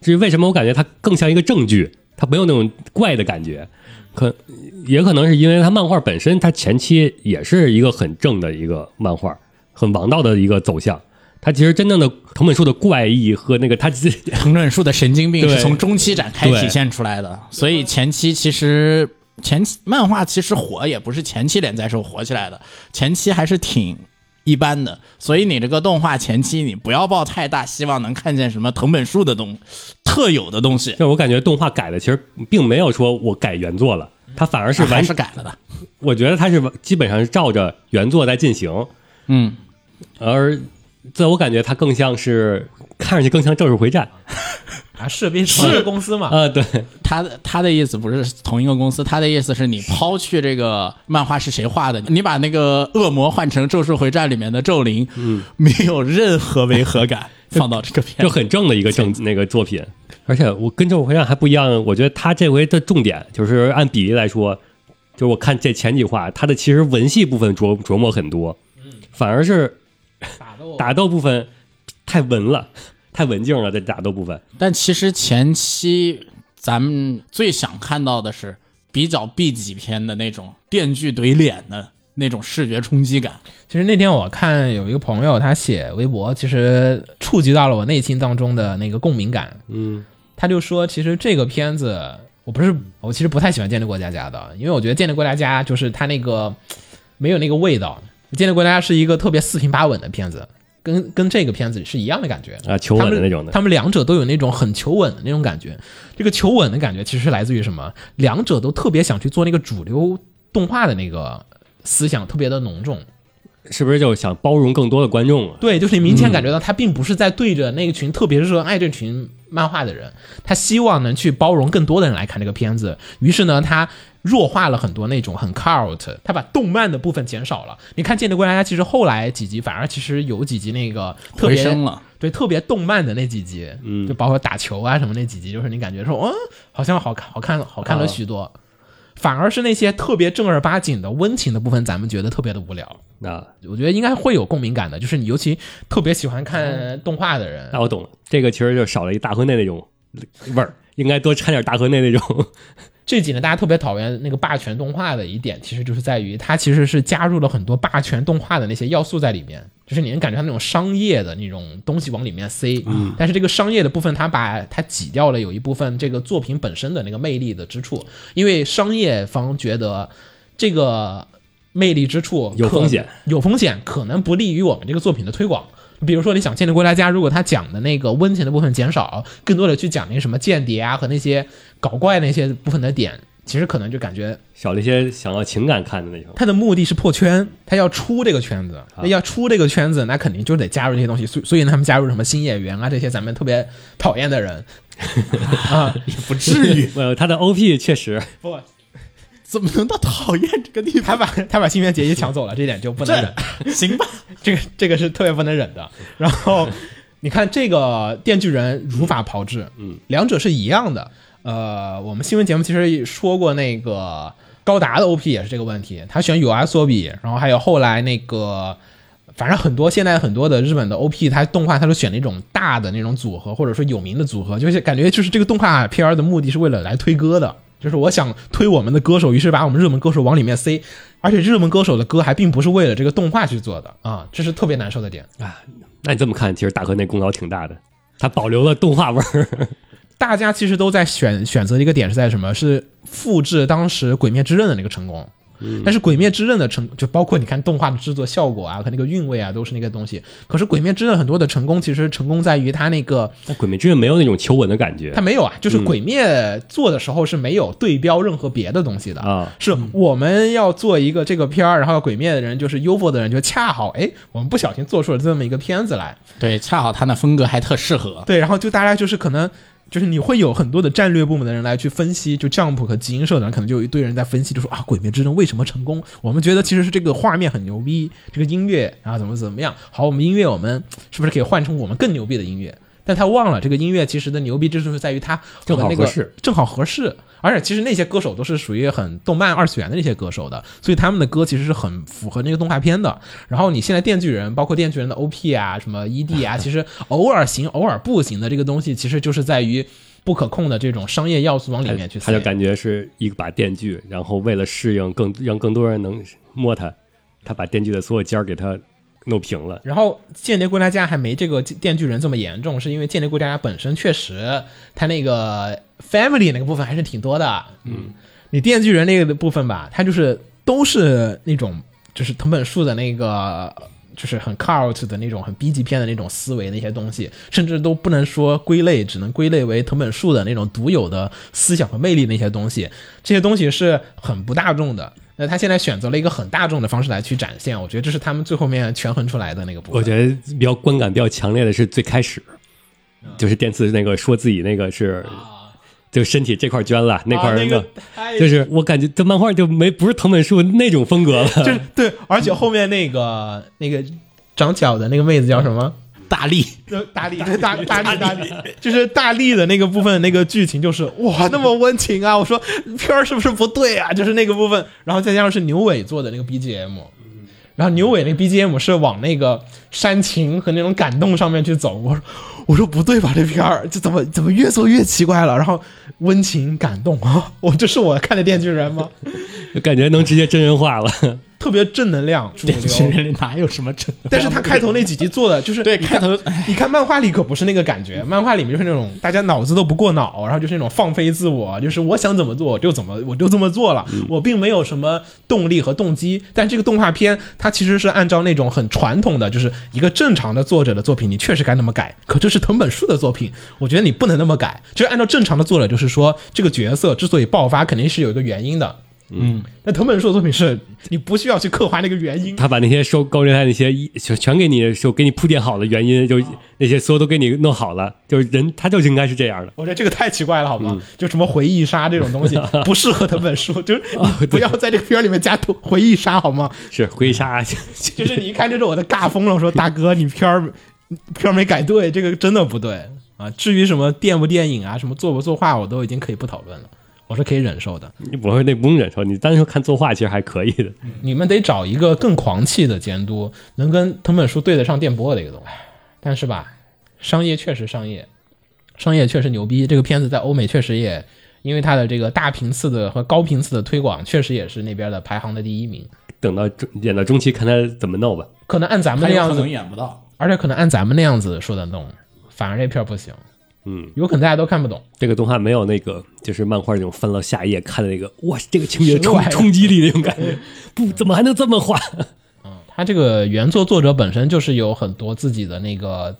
[SPEAKER 2] 至于为什么我感觉它更像一个正剧，它没有那种怪的感觉，可也可能是因为它漫画本身，它前期也是一个很正的一个漫画，很王道的一个走向。它其实真正的藤本树的怪异和那个他自己
[SPEAKER 3] 藤本树的神经病
[SPEAKER 2] 对
[SPEAKER 3] 是从中期展开
[SPEAKER 2] 对
[SPEAKER 3] 体现出来的，所以前期其实前期漫画其实火也不是前期连载时候火起来的，前期还是挺一般的，所以你这个动画前期你不要抱太大希望能看见什么藤本树的东特有的东西，
[SPEAKER 2] 但我感觉动画改的其实并没有说我改原作了，它反而是
[SPEAKER 3] 啊还
[SPEAKER 2] 完，
[SPEAKER 3] 是改了的。
[SPEAKER 2] 我觉得它是完基本上是照着原作在进行，
[SPEAKER 3] 嗯，
[SPEAKER 2] 而在我感觉它更像是看上去更像正式回战
[SPEAKER 1] 啊，士兵是呃一个公司嘛，
[SPEAKER 2] 啊， 对，
[SPEAKER 3] 他的他的意思不是同一个公司，他的意思是你抛去这个漫画是谁画的，你把那个恶魔换成《咒术回战》里面的咒灵，嗯，没有任何违和感，放到这个片
[SPEAKER 2] 就
[SPEAKER 3] 子
[SPEAKER 2] 很正的一个正那个作品。而且我跟《咒术回战》还不一样，我觉得它这回的重点就是按比例来说，就是我看这前几话，它的其实文戏部分琢琢磨很多，反而是
[SPEAKER 1] 打斗
[SPEAKER 2] 打斗部分太文了， 太文静了，在打斗部分。
[SPEAKER 3] 但其实前期咱们最想看到的是比较 B 级片的那种电锯怼脸的那种视觉冲击感。
[SPEAKER 1] 其实那天我看有一个朋友，他写微博，其实触及到了我内心当中的那个共鸣感。
[SPEAKER 2] 嗯，
[SPEAKER 1] 他就说，其实这个片子，我不是我其实不太喜欢《建立过家家》的，因为我觉得《建立过家家》就是他那个没有那个味道，《建立过家家》是一个特别四平八稳的片子，跟跟这个片子是一样的感觉
[SPEAKER 2] 啊求稳的那种
[SPEAKER 1] 他
[SPEAKER 2] 的
[SPEAKER 1] 们。他们两者都有那种很求稳的那种感觉，这个求稳的感觉其实来自于什么？两者都特别想去做那个主流动画的那个思想，特别的浓重。
[SPEAKER 2] 是不是就想包容更多的观众啊？
[SPEAKER 1] 对，就是你明显感觉到他并不是在对着那群特别热爱这群漫画的人，他希望能去包容更多的人来看这个片子。于是呢，他弱化了很多那种很 cult，他把动漫的部分减少了。你看《建立过家家》，其实后来几集反而其实有几集那个特
[SPEAKER 3] 回
[SPEAKER 1] 别
[SPEAKER 3] 升了，
[SPEAKER 1] 对特别动漫的那几集，嗯，就包括打球啊什么那几集，就是你感觉说，嗯，好像好看，好看，好看了许多。反而是那些特别正儿八经的温情的部分，咱们觉得特别的无聊。
[SPEAKER 2] 啊，
[SPEAKER 1] 我觉得应该会有共鸣感的，就是你尤其特别喜欢看动画的人，
[SPEAKER 2] 那我懂了，这个其实就少了一大河内那种味儿，应该多掺点大河内那种。
[SPEAKER 1] 这几年大家特别讨厌那个霸权动画的一点，其实就是在于它其实是加入了很多霸权动画的那些要素在里面，就是你能感觉它那种商业的那种东西往里面塞，但是这个商业的部分它把它挤掉了有一部分这个作品本身的那个魅力的之处，因为商业方觉得这个魅力之处
[SPEAKER 2] 有
[SPEAKER 1] 可
[SPEAKER 2] 风险，
[SPEAKER 1] 有风险可能不利于我们这个作品的推广。比如说，你想建立国家家，如果他讲的那个温情的部分减少，更多的去讲那个什么间谍啊和那些搞怪那些部分的点，其实可能就感觉
[SPEAKER 2] 少了一些想要情感看的那种。
[SPEAKER 1] 他的目的是破圈，他要出这个圈子，
[SPEAKER 2] 啊
[SPEAKER 1] 那要出这个圈子，那肯定就得加入这些东西。所以所以呢他们加入什么新演员啊这些咱们特别讨厌的人 啊，也不
[SPEAKER 3] 至于
[SPEAKER 2] 呃，他的 OP 确实
[SPEAKER 1] 不，
[SPEAKER 3] 怎么能到讨厌这个地
[SPEAKER 1] 他
[SPEAKER 3] 方？
[SPEAKER 1] 把他把新垣结衣抢走了，这点就不能忍。
[SPEAKER 3] 这行吧，
[SPEAKER 1] 这个这个是特别不能忍的。然后你看这个电锯人如法炮制，嗯，两者是一样的。呃，我们新闻节目其实也说过那个高达的 OP 也是这个问题，他选有阿索比，然后还有后来那个。反正很多现在很多的日本的 OP，它动画它都选那种大的那种组合，或者说有名的组合，就是感觉就是这个动画片儿的目的是为了来推歌的，就是我想推我们的歌手，于是把我们日本歌手往里面塞，而且日本歌手的歌还并不是为了这个动画去做的啊，这是特别难受的点。
[SPEAKER 2] 啊，那你这么看，其实大河内功劳挺大的，他保留了动画味儿。
[SPEAKER 1] 大家其实都在选选择一个点是在什么？是复制当时《鬼灭之刃》的那个成功。但是《鬼灭之刃》的成就包括你看动画的制作效果啊和那个韵味啊，都是那个东西。可是《鬼灭之刃》很多的成功，其实成功在于它那个
[SPEAKER 2] 但《鬼灭之刃》没有那种求稳的感觉
[SPEAKER 1] 它没有啊，就是鬼灭做的时候是没有对标任何别的东西的
[SPEAKER 2] 啊
[SPEAKER 1] 是我们要做一个这个片儿，然后鬼灭的人就是 UFO 的人，就恰好哎，我们不小心做出了这么一个片子来，
[SPEAKER 3] 对，恰好他那风格还特适合。
[SPEAKER 1] 对，然后就大家就是可能。就是你会有很多的战略部门的人来去分析，就 Jump 和集英社的人，可能就有一堆人在分析，就说啊，《鬼灭之刃》为什么成功？我们觉得其实是这个画面很牛逼，这个音乐啊怎么怎么样。好，我们音乐我们是不是可以换成我们更牛逼的音乐？但他忘了这个音乐其实的牛逼之处是在于它
[SPEAKER 2] 正好
[SPEAKER 1] 和那个
[SPEAKER 2] 合适，
[SPEAKER 1] 正好合适，而且其实那些歌手都是属于很动漫二次元的那些歌手的，所以他们的歌其实是很符合那个动画片的。然后你现在电锯人，包括电锯人的 OP 啊，什么 ED 啊，其实偶尔行偶尔不行的这个东西，其实就是在于不可控的这种商业要素往里面去塞。
[SPEAKER 2] 他就感觉是一把电锯，然后为了适应更让更多人能摸它，他把电锯的所有尖儿给它弄平了。
[SPEAKER 1] 然后《间谍过家家》还没这个《电锯人》这么严重，是因为《间谍过家家》本身确实它那个 family 那个部分还是挺多的。嗯，你《电锯人》那个部分吧，它就是都是那种就是藤本树的那个。就是很 cult 的那种，很 B 级片的那种思维的一些东西，甚至都不能说归类，只能归类为藤本树的那种独有的思想和魅力的一些东西。这些东西是很不大众的。那他现在选择了一个很大众的方式来去展现，我觉得这是他们最后面权衡出来的那个部分。
[SPEAKER 2] 我觉得比较观感比较强烈的是最开始，
[SPEAKER 1] 嗯
[SPEAKER 2] 就是电次那个说自己那个是，就身体这块捐了，那块
[SPEAKER 1] 啊
[SPEAKER 2] 儿
[SPEAKER 1] 那
[SPEAKER 2] 弄
[SPEAKER 1] 个太
[SPEAKER 2] 就是我感觉这漫画就没不是藤本树那种风格了，
[SPEAKER 1] 就是对，而且后面那个那个长脚的那个妹子叫什么？
[SPEAKER 3] 大力
[SPEAKER 1] 呃大力大大力大力，就是大力的那个部分，那个剧情就是哇，那么温情啊！我说片儿是不是不对啊？就是那个部分，然后再加上是牛尾做的那个 BGM，然后牛尾那个 BGM 是往那个煽情和那种感动上面去走。我说我说不对吧？这片儿这怎么怎么越做越奇怪了？然后温情感动啊！我这是我看的《电锯人》吗？
[SPEAKER 2] 感觉能直接真人化了。
[SPEAKER 1] 特别正能量，主流
[SPEAKER 3] 电。锯人里哪有什么真？
[SPEAKER 1] 但是他开头那几集做的就是
[SPEAKER 3] 对
[SPEAKER 1] 你看
[SPEAKER 3] 开头
[SPEAKER 1] 你看漫画里可不是那个感觉，漫画里面就是那种大家脑子都不过脑，然后就是那种放飞自我，就是我想怎么做我就怎么我就这么做了，我并没有什么动力和动机。但这个动画片它其实是按照那种很传统的，就是一个正常的作者的作品，你确实该那么改。可这是藤本树的作品，我觉得你不能那么改。就是按照正常的作者，就是说这个角色之所以爆发，肯定是有一个原因的。嗯，那藤本树的作品是你不需要去刻画那个原因，
[SPEAKER 2] 他把那些收高利贷那些一全全给你就给你铺垫好的原因，就那些所有都给你弄好了，就是人他就应该是这样的。
[SPEAKER 1] 我觉得这个太奇怪了，好吗？就什么回忆杀这种东西不适合藤本树，就是你不要在这个片儿里面加图回忆杀，好吗？
[SPEAKER 2] 是回 杀，
[SPEAKER 1] 就是你一看这种我都尬疯了，我说大哥，你片儿片儿没改对，这个真的不对啊。至于什么电不电影啊，什么作不作画，我都已经可以不讨论了，我是可以忍受的。
[SPEAKER 2] 我说那不用忍受，你单说看作画其实还可以的。
[SPEAKER 1] 你们得找一个更狂气的监督，能跟藤本树对得上电波的一个东西。但是吧，商业确实商业，商业确实牛逼。这个片子在欧美确实也，因为它的这个大频次的和高频次的推广，确实也是那边的排行的第一名。
[SPEAKER 2] 等到中演到中期看他怎么弄吧。
[SPEAKER 1] 可能按咱们
[SPEAKER 3] 他
[SPEAKER 1] 那
[SPEAKER 3] 有
[SPEAKER 1] 样
[SPEAKER 3] 可能
[SPEAKER 1] 子，
[SPEAKER 3] 演不到。
[SPEAKER 1] 而且可能按咱们那样子说的弄，反而这片儿不行。
[SPEAKER 2] 嗯，
[SPEAKER 1] 有可能大家都看不懂。
[SPEAKER 2] 这个动画没有那个就是漫画那种翻到下一页看的那个哇，这个情节
[SPEAKER 1] 什么
[SPEAKER 2] 冲
[SPEAKER 1] 玩意儿
[SPEAKER 2] 冲击力那种感觉，不怎么还能这么画？
[SPEAKER 1] 他这个原作作者本身就是有很多自己的那个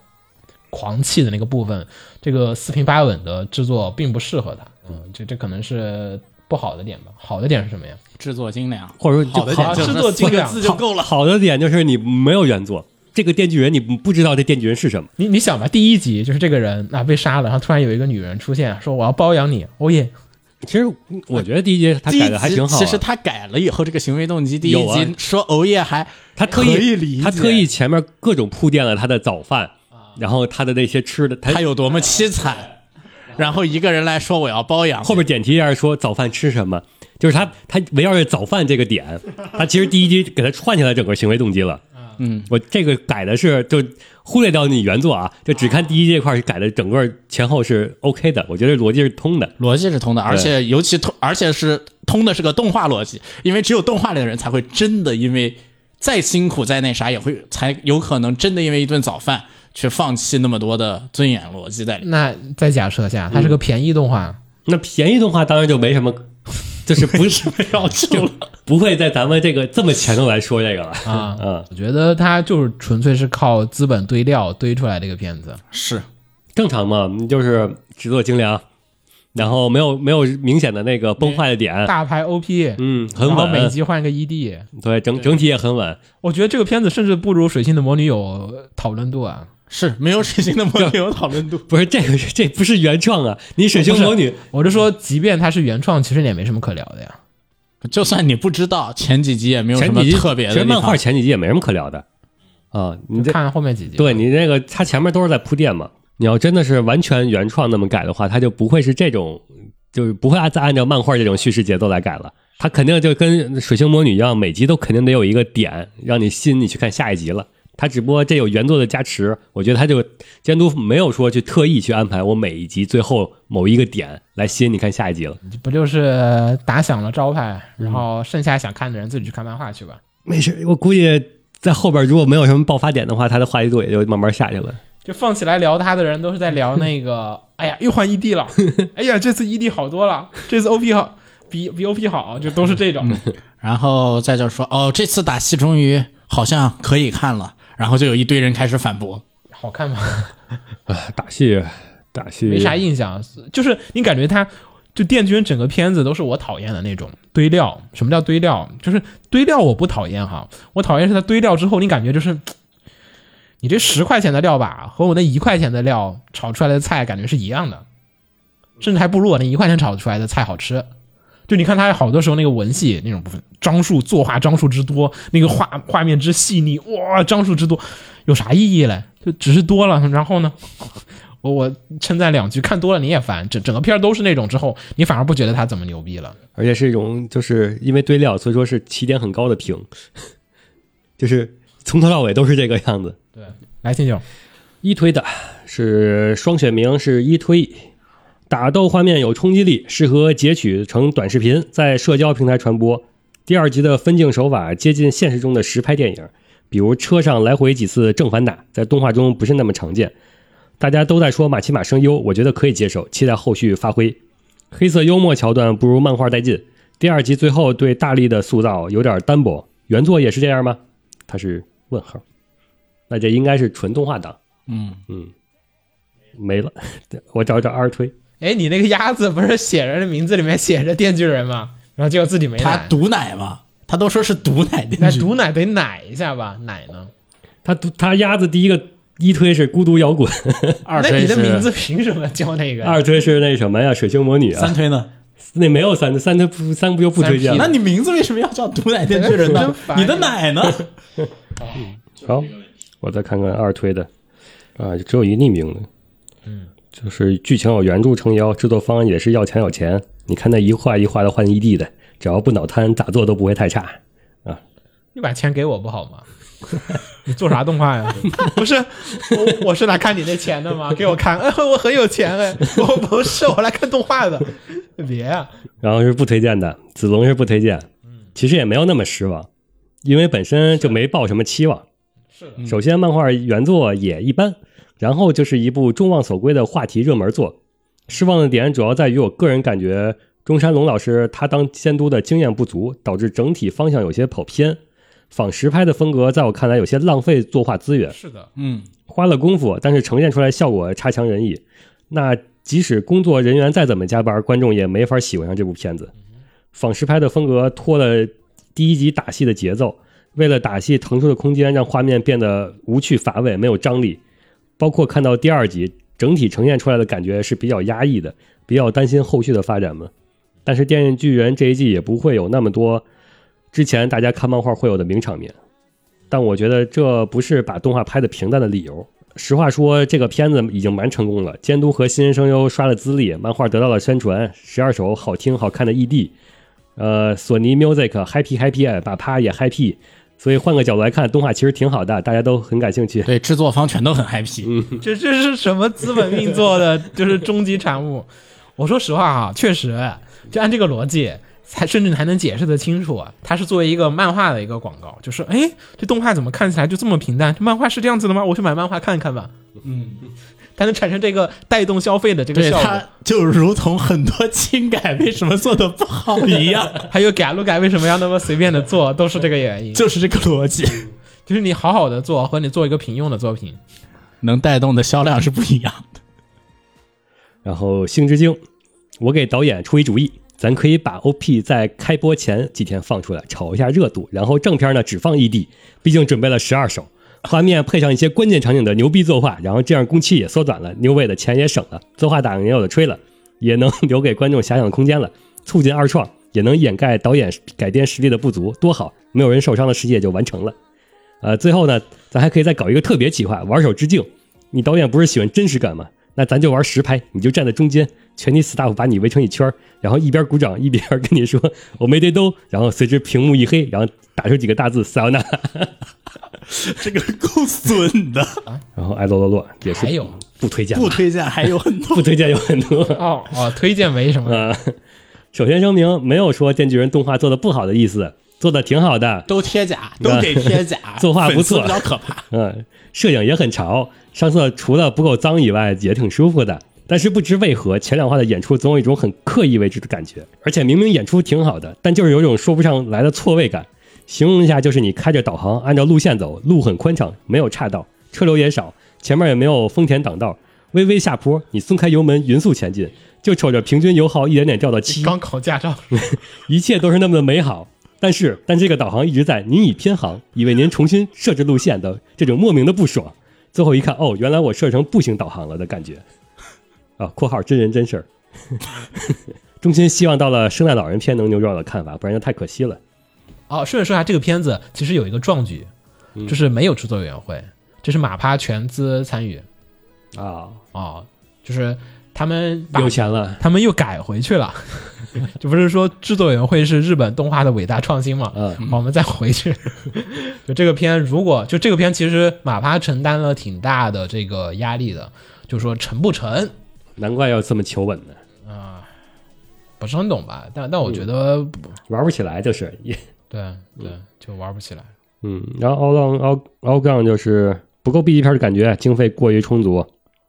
[SPEAKER 1] 狂气的那个部分，这个四平八稳的制作并不适合他。嗯，这这可能是不好的点吧。好的点是什么呀？
[SPEAKER 3] 制作精良，
[SPEAKER 2] 或者说就
[SPEAKER 3] 好的点
[SPEAKER 1] 制
[SPEAKER 3] 就
[SPEAKER 1] 作精良
[SPEAKER 3] 四个字就够了。
[SPEAKER 2] 好的点就是你没有原作，这个电锯人你不知道这电锯人是什么。
[SPEAKER 1] 你你想吧，第一集就是这个人啊被杀了，然后突然有一个女人出现，说我要包养你，哦耶！
[SPEAKER 2] 其实我觉得第一集他
[SPEAKER 3] 第一
[SPEAKER 2] 改的还
[SPEAKER 3] 集
[SPEAKER 2] 挺好啊、
[SPEAKER 3] 其实他改了以后，这个行为动机第
[SPEAKER 2] 有
[SPEAKER 3] 一
[SPEAKER 2] 啊
[SPEAKER 3] 集说熬夜还
[SPEAKER 2] 他特
[SPEAKER 3] 可以
[SPEAKER 2] 意
[SPEAKER 3] 理解
[SPEAKER 2] 他特意前面各种铺垫了他的早饭，然后他的那些吃的，
[SPEAKER 3] 他
[SPEAKER 2] 他
[SPEAKER 3] 有多么凄惨，然后一个人来说我要包养，
[SPEAKER 2] 后面点题要是说早饭吃什么，就是他他围绕着早饭这个点，他其实第一集给他串起来整个行为动机了。
[SPEAKER 3] 啊
[SPEAKER 2] 嗯，我这个改的是就忽略掉你原作啊，就只看第一集这块儿改的整个前后是 OK 的，我觉得逻辑是通的。
[SPEAKER 3] 逻辑是通的，而且尤其通，而且是通的是个动画逻辑，因为只有动画里的人才会真的因为再辛苦再那啥，也会才有可能真的因为一顿早饭去放弃那么多的尊严逻辑在里面。
[SPEAKER 1] 那再假设下，它是
[SPEAKER 2] 嗯
[SPEAKER 1] 个便宜动画，
[SPEAKER 2] 那便宜动画当然就没什么，就是 不是
[SPEAKER 3] 绕住了，
[SPEAKER 2] 不会在咱们这个这么前头来说这个了
[SPEAKER 1] 啊
[SPEAKER 2] 嗯，
[SPEAKER 1] 我觉得它就是纯粹是靠资本堆料堆出来的一个片子。
[SPEAKER 3] 是
[SPEAKER 2] 正常嘛，你就是制作精良，然后没有没有明显的那个崩坏的点，
[SPEAKER 1] 大牌 OP，
[SPEAKER 2] 嗯，哎很
[SPEAKER 1] 然后每
[SPEAKER 2] 稳，
[SPEAKER 1] 集换一个 E ED，
[SPEAKER 2] 对，整整体也很稳。
[SPEAKER 1] 我觉得这个片子甚至不如《水星的魔女》有讨论度啊！
[SPEAKER 3] 是，没有水星的魔女有讨论度。
[SPEAKER 2] 不是这个是，这不是原创啊！你水星魔女
[SPEAKER 1] 我就说，即便它是原创，其实也没什么可聊的呀。
[SPEAKER 3] 就算你不知道，前几集也没有什
[SPEAKER 2] 前
[SPEAKER 3] 么
[SPEAKER 2] 几集
[SPEAKER 3] 特别的
[SPEAKER 2] 其
[SPEAKER 3] 地
[SPEAKER 2] 实
[SPEAKER 3] 方。
[SPEAKER 2] 漫画前几集也没什么可聊的啊。你这
[SPEAKER 1] 看后面几集，
[SPEAKER 2] 对你这个，它前面都是在铺垫嘛。你要真的是完全原创那么改的话，它就不会是这种就是不会按再按照漫画这种叙事节奏来改了。它肯定就跟《水星魔女》一样，每集都肯定得有一个点让你吸引你去看下一集了。它只不过这有原作的加持，我觉得它就监督没有说去特意去安排我每一集最后某一个点来吸引你看下一集了。
[SPEAKER 1] 不就是打响了招牌，然后剩下想看的人自己去看漫画去吧。
[SPEAKER 2] 没事，我估计在后边如果没有什么爆发点的话，它的话题度也就慢慢下去了。
[SPEAKER 1] 就放起来聊他的人都是在聊那 个，哎呀，又换 ED 了，哎呀，这次 ED 好多了，这次 OP 好，比比 OP 好，就都是这 种。
[SPEAKER 3] 然后再就是说，哦，这次打戏终于好像可以看了，然后就有一堆人开始反驳。
[SPEAKER 1] 好看吗？
[SPEAKER 2] 啊，打戏，打戏
[SPEAKER 1] 没啥印象，就是你感觉他。就《电锯人》整个片子都是我讨厌的那种堆料。什么叫堆料？就是堆料我不讨厌哈，我讨厌是它堆料之后，你感觉就是，你这十块钱的料吧，和我那一块钱的料炒出来的菜感觉是一样的，甚至还不如我那一块钱炒出来的菜好吃。就你看他好多时候那个文戏那种部分，张数作画张数之多，那个画画面之细腻，哇，张数之多有啥意义嘞？就只是多了，然后呢？ 我我称赞两句，看多了你也烦。整整个片儿都是那种之后，你反而不觉得他怎么牛逼了。
[SPEAKER 2] 而且是一种就是因为堆料，所以说是起点很高的评， 就是从头到尾都是这个样子。
[SPEAKER 1] 对，来秦九，
[SPEAKER 2] 一推的是双选名是一推，打斗画面有冲击力，适合截取成短视频，在社交平台传播。第二集的分镜手法接近现实中的实拍电影，比如车上来回几次正反打，在动画中不是那么常见。大家都在说马奇马声优，我觉得可以接受，期待后续发挥。黑色幽默桥段不如漫画带劲，第二集最后对大力的塑造有点单薄。原作也是这样吗？他是问号。那这应该是纯动画党，
[SPEAKER 3] 嗯，
[SPEAKER 2] 嗯，没了。我找找二推，
[SPEAKER 1] 哎，你那个鸭子不是写着名字里面写着电锯人吗？然后结果自己没
[SPEAKER 3] 他
[SPEAKER 1] 奶，
[SPEAKER 3] 毒奶嘛，他都说是毒奶
[SPEAKER 1] 那
[SPEAKER 3] 电锯，
[SPEAKER 1] 毒奶得奶一下吧？奶呢？
[SPEAKER 2] 他他鸭子第一个一推是孤独摇滚，
[SPEAKER 3] 二
[SPEAKER 1] 那
[SPEAKER 3] 推
[SPEAKER 1] 你的
[SPEAKER 3] 是
[SPEAKER 1] 名字凭什么叫那个？
[SPEAKER 2] 二推是那什么呀，水星魔女
[SPEAKER 3] 三
[SPEAKER 2] 啊，
[SPEAKER 3] 推呢？
[SPEAKER 2] 那没有三推，三推不三不就不推荐
[SPEAKER 3] 那
[SPEAKER 2] 了？
[SPEAKER 3] 你名字为什么要叫毒奶电 锯人
[SPEAKER 1] 真
[SPEAKER 3] 呢
[SPEAKER 1] 烦？
[SPEAKER 3] 你的奶呢？
[SPEAKER 2] 好，我再看看二推的，啊，只有一匿名的，嗯，就是剧情有原著撑腰，制作方也是要钱要钱，你看那一画一画的换一地的，只要不脑瘫，咋做都不会太差。
[SPEAKER 1] 你把钱给我不好吗？ 你做啥动画呀？ 不是，我我是来看你那钱的吗？给我看，哎， 我很有钱哎，我不是，我来看动画的。别啊，
[SPEAKER 2] 然后是不推荐的，子龙是不推荐。
[SPEAKER 1] 嗯
[SPEAKER 2] 其实也没有那么失望，因为本身就没抱什么期望。
[SPEAKER 1] 是的，
[SPEAKER 2] 首先，漫画原作也一般，然后就是一部众望所归的话题热门作。失望的点主要在于我个人感觉中山龙老师他当监督的经验不足，导致整体方向有些跑偏。仿实拍的风格在我看来有些浪费作画资源，
[SPEAKER 1] 是的，
[SPEAKER 3] 嗯，
[SPEAKER 2] 花了功夫，但是呈现出来效果差强人意。那即使工作人员再怎么加班，观众也没法喜欢上这部片子。仿实拍的风格拖了第一集打戏的节奏，为了打戏腾出的空间，让画面变得无趣乏味，没有张力。包括看到第二集，整体呈现出来的感觉是比较压抑的，比较担心后续的发展嘛。但是《电锯人》这一季也不会有那么多之前大家看漫画会有的名场面。但我觉得这不是把动画拍的平淡的理由。实话说，这个片子已经蛮成功了，监督和新人声优刷了资历，漫画得到了宣传，十二首好听好看的 ED，呃，索尼 Music Happy Happy 把啪也 Happy，所以换个角度来看，动画其实挺好的，大家都很感兴趣。
[SPEAKER 3] 对，制作方全都很 happy。
[SPEAKER 1] 这这是什么资本运作的？就是终极产物。我说实话啊，确实，就按这个逻辑，才甚至还能解释得清楚。啊它是作为一个漫画的一个广告，就是哎，这动画怎么看起来就这么平淡？这漫画是这样子的吗？我去买漫画看看吧。
[SPEAKER 3] 嗯，
[SPEAKER 1] 它能产生这个带动消费的这个
[SPEAKER 3] 对，
[SPEAKER 1] 效
[SPEAKER 3] 他
[SPEAKER 1] 果。
[SPEAKER 3] 就如同很多轻改为什么做的不好一 样，
[SPEAKER 1] 还有改路改为什么要那么随便的做，都是这个原因。
[SPEAKER 3] 就是这个逻辑，
[SPEAKER 1] 就是你好好的做和你做一个平庸的作品，
[SPEAKER 3] 能带动的销量是不一 样的。
[SPEAKER 2] 然后《星之镜》，我给导演出一主意，咱可以把 OP 在开播前几天放出来，炒一下热度，然后正片呢只放 ED，毕竟准备了十二首，画面配上一些关键场景的牛逼作画，然后这样工期也缩短了，牛尾的钱也省了，作画党也有的吹了，也能留给观众遐想的空间了，促进二创，也能掩盖导演改编实力的不足，多好！没有人受伤的世界就完成了。呃，最后呢，咱还可以再搞一个特别企划，玩手致敬。你导演不是喜欢真实感吗？那咱就玩实拍，你就站在中间，全体 staff 把你围成一圈儿，然后一边鼓掌一边跟你说我没得兜，然后随之屏幕一黑，然后打出几个大字塞奥纳，
[SPEAKER 4] 这个够损的，
[SPEAKER 2] 然后爱洛洛洛也是
[SPEAKER 1] 还有
[SPEAKER 2] 不推荐了，
[SPEAKER 4] 不推荐，还有很多
[SPEAKER 2] 不推荐有很多。
[SPEAKER 1] 哦哦，推荐没什么，
[SPEAKER 2] 呃，首先声明，没有说《电锯人》动画做的不好的意思，做的挺好的。，
[SPEAKER 3] 都贴假， 都给贴假
[SPEAKER 2] 作画不错
[SPEAKER 3] 粉丝比较可怕。
[SPEAKER 2] 嗯，摄影也很潮，上色除了不够脏以外，也挺舒服的。但是不知为何，前两话的演出总有一种很刻意为之的感觉，而且明明演出挺好的，但就是有种说不上来的错位感。形容一下，就是你开着导航，按照路线走，路很宽敞，没有岔道，车流也少，前面也没有丰田挡道，微微下坡，你松开油门，匀速前进，就瞅着平均油耗一点点掉 到七，
[SPEAKER 1] 刚考驾照，
[SPEAKER 2] 一切都是那么的美好。但是，但这个导航一直在您已偏航，以为您重新设置路线的这种莫名的不爽。最后一看，哦，原来我设成步行导航了的感觉。啊， 括号真人真事儿。衷心希望到了圣诞老人篇能扭转我的看法，不然就太可惜了。
[SPEAKER 1] 哦，顺便说一下，这个片子其实有一个壮举，
[SPEAKER 2] 嗯
[SPEAKER 1] 就是没有制作委员会，这是马趴全资参与
[SPEAKER 2] 啊，
[SPEAKER 1] 哦，就是他们把
[SPEAKER 2] 有钱了
[SPEAKER 1] 他们又改回去 了，就不是说制作委员会是日本动画的伟大创新嘛？
[SPEAKER 2] 嗯，
[SPEAKER 1] 我们再回去，就这个片，如果就这个片，其实马趴承担了挺大的这个压力的，就说成不成
[SPEAKER 2] 难怪要这么求稳呢，
[SPEAKER 1] 不是很懂吧？但但我
[SPEAKER 2] 嗯
[SPEAKER 1] 觉得不
[SPEAKER 2] 玩不起来就是也
[SPEAKER 1] 对对，就玩不起来。
[SPEAKER 2] 嗯。然后 all on all all gone 就是不够 B 级片的感觉，经费过于充足，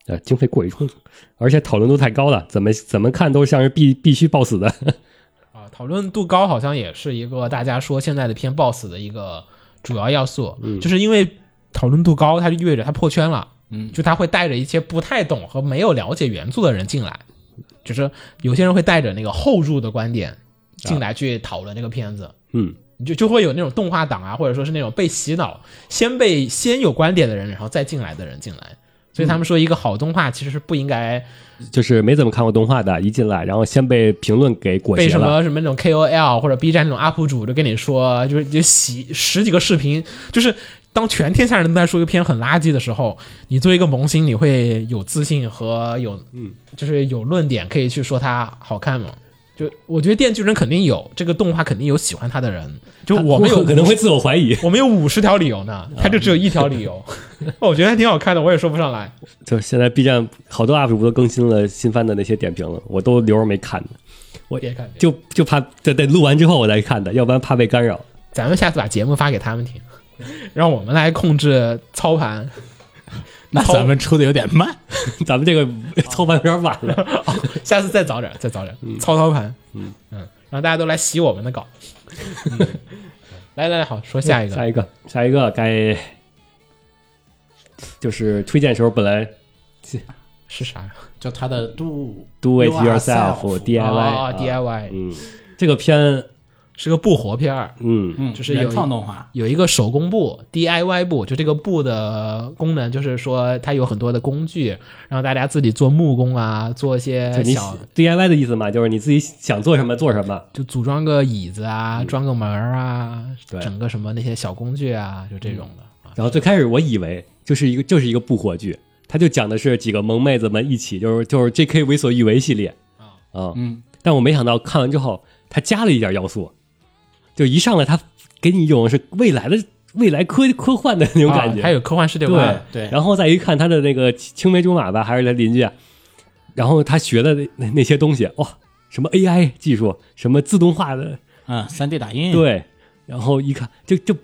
[SPEAKER 2] 呃，经费过于充足，而且讨论度太高了，怎么怎么看都像是必必须爆死的。
[SPEAKER 1] 啊，讨论度高好像也是一个大家说现在的偏 BOSS 的一个主要要素，就是因为讨论度高，它就意味着它破圈了，嗯，就它会带着一些不太懂和没有了解原著的人进来，就是有些人会带着那个后入的观点进来去讨论这个片子，
[SPEAKER 2] 嗯，
[SPEAKER 1] 你就就会有那种动画党啊，或者说是那种被洗脑，先被先有观点的人，然后再进来的人进来，所以他们说一个好动画其实是不应该
[SPEAKER 2] 就是没怎么看过动画的，一进来然后先被评论给裹
[SPEAKER 1] 被
[SPEAKER 2] 挟
[SPEAKER 1] 什
[SPEAKER 2] 了。
[SPEAKER 1] 么什么那种 KOL 或者 B 站那种 UP 主就跟你说，就是就洗十几个视频，就是当全天下人都在说一个片很垃圾的时候，你作为一个萌新，你会有自信和有嗯，就是有论点可以去说它好看吗？就我觉得《电锯人》肯定有这个动画，肯定有喜欢它的人。就我们有
[SPEAKER 2] 可能会自我怀疑，
[SPEAKER 1] 我们有五十条理由呢，它就只有一条理由。 哦我觉得还挺好看的，我也说不上来。
[SPEAKER 2] 就是现在 B 站好多 UP 主都更新了新番的那些点评了，我都留着没看呢，我
[SPEAKER 1] 别看别看
[SPEAKER 2] 就就怕得得录完之后我再看的，要不然怕被干扰。
[SPEAKER 1] 咱们下次把节目发给他们听，让我们来控制操盘。
[SPEAKER 3] 那咱们出的有点慢，
[SPEAKER 2] 咱们这个操盘有点晚了，
[SPEAKER 1] 下次再早点，再早点，操操盘，嗯嗯，让大家都来洗我们的稿。 来来来，好，说下一个，
[SPEAKER 2] 嗯下一个，下一个该就是推荐时候本来
[SPEAKER 1] 是啥呀？
[SPEAKER 3] 就他的度
[SPEAKER 2] do it
[SPEAKER 3] You are
[SPEAKER 2] yourself
[SPEAKER 3] self
[SPEAKER 2] DIY 啊
[SPEAKER 1] 哦 DIY
[SPEAKER 2] 嗯，这个片
[SPEAKER 1] 是个不活片儿，
[SPEAKER 2] 嗯
[SPEAKER 3] 嗯，
[SPEAKER 1] 就是有
[SPEAKER 3] 原创动画，
[SPEAKER 1] 有一个手工布 DIY 布，就这个布的功能就是说它有很多的工具，让大家自己做木工啊，做一
[SPEAKER 2] 就
[SPEAKER 1] 些
[SPEAKER 2] 你
[SPEAKER 1] 小
[SPEAKER 2] DIY 的意思嘛，就是你自己想做什么做什么。
[SPEAKER 1] 就组装个椅子啊，装个门儿啊，
[SPEAKER 2] 嗯对嗯
[SPEAKER 1] 整个什么那些小工具啊，就这种的。
[SPEAKER 2] 然后最开始我以为就是一个就是一个不火剧，它就讲的是几个萌妹子们一起就是就是 J.K. 为所欲为系列啊
[SPEAKER 3] 嗯，
[SPEAKER 2] 但我没想到看完之后，它加了一点要素，就一上来它给你一种是未来的未来科科幻的那种感觉，
[SPEAKER 1] 啊还有科幻世界观
[SPEAKER 2] 对
[SPEAKER 3] 啊，对
[SPEAKER 2] 然后再一看他的那个青梅竹马吧，还是他邻居啊，然后他学的那那那些东西，哇、什么 AI 技术，什么自动化的
[SPEAKER 3] 嗯，三 D 打印，，
[SPEAKER 2] 对，然后一看就就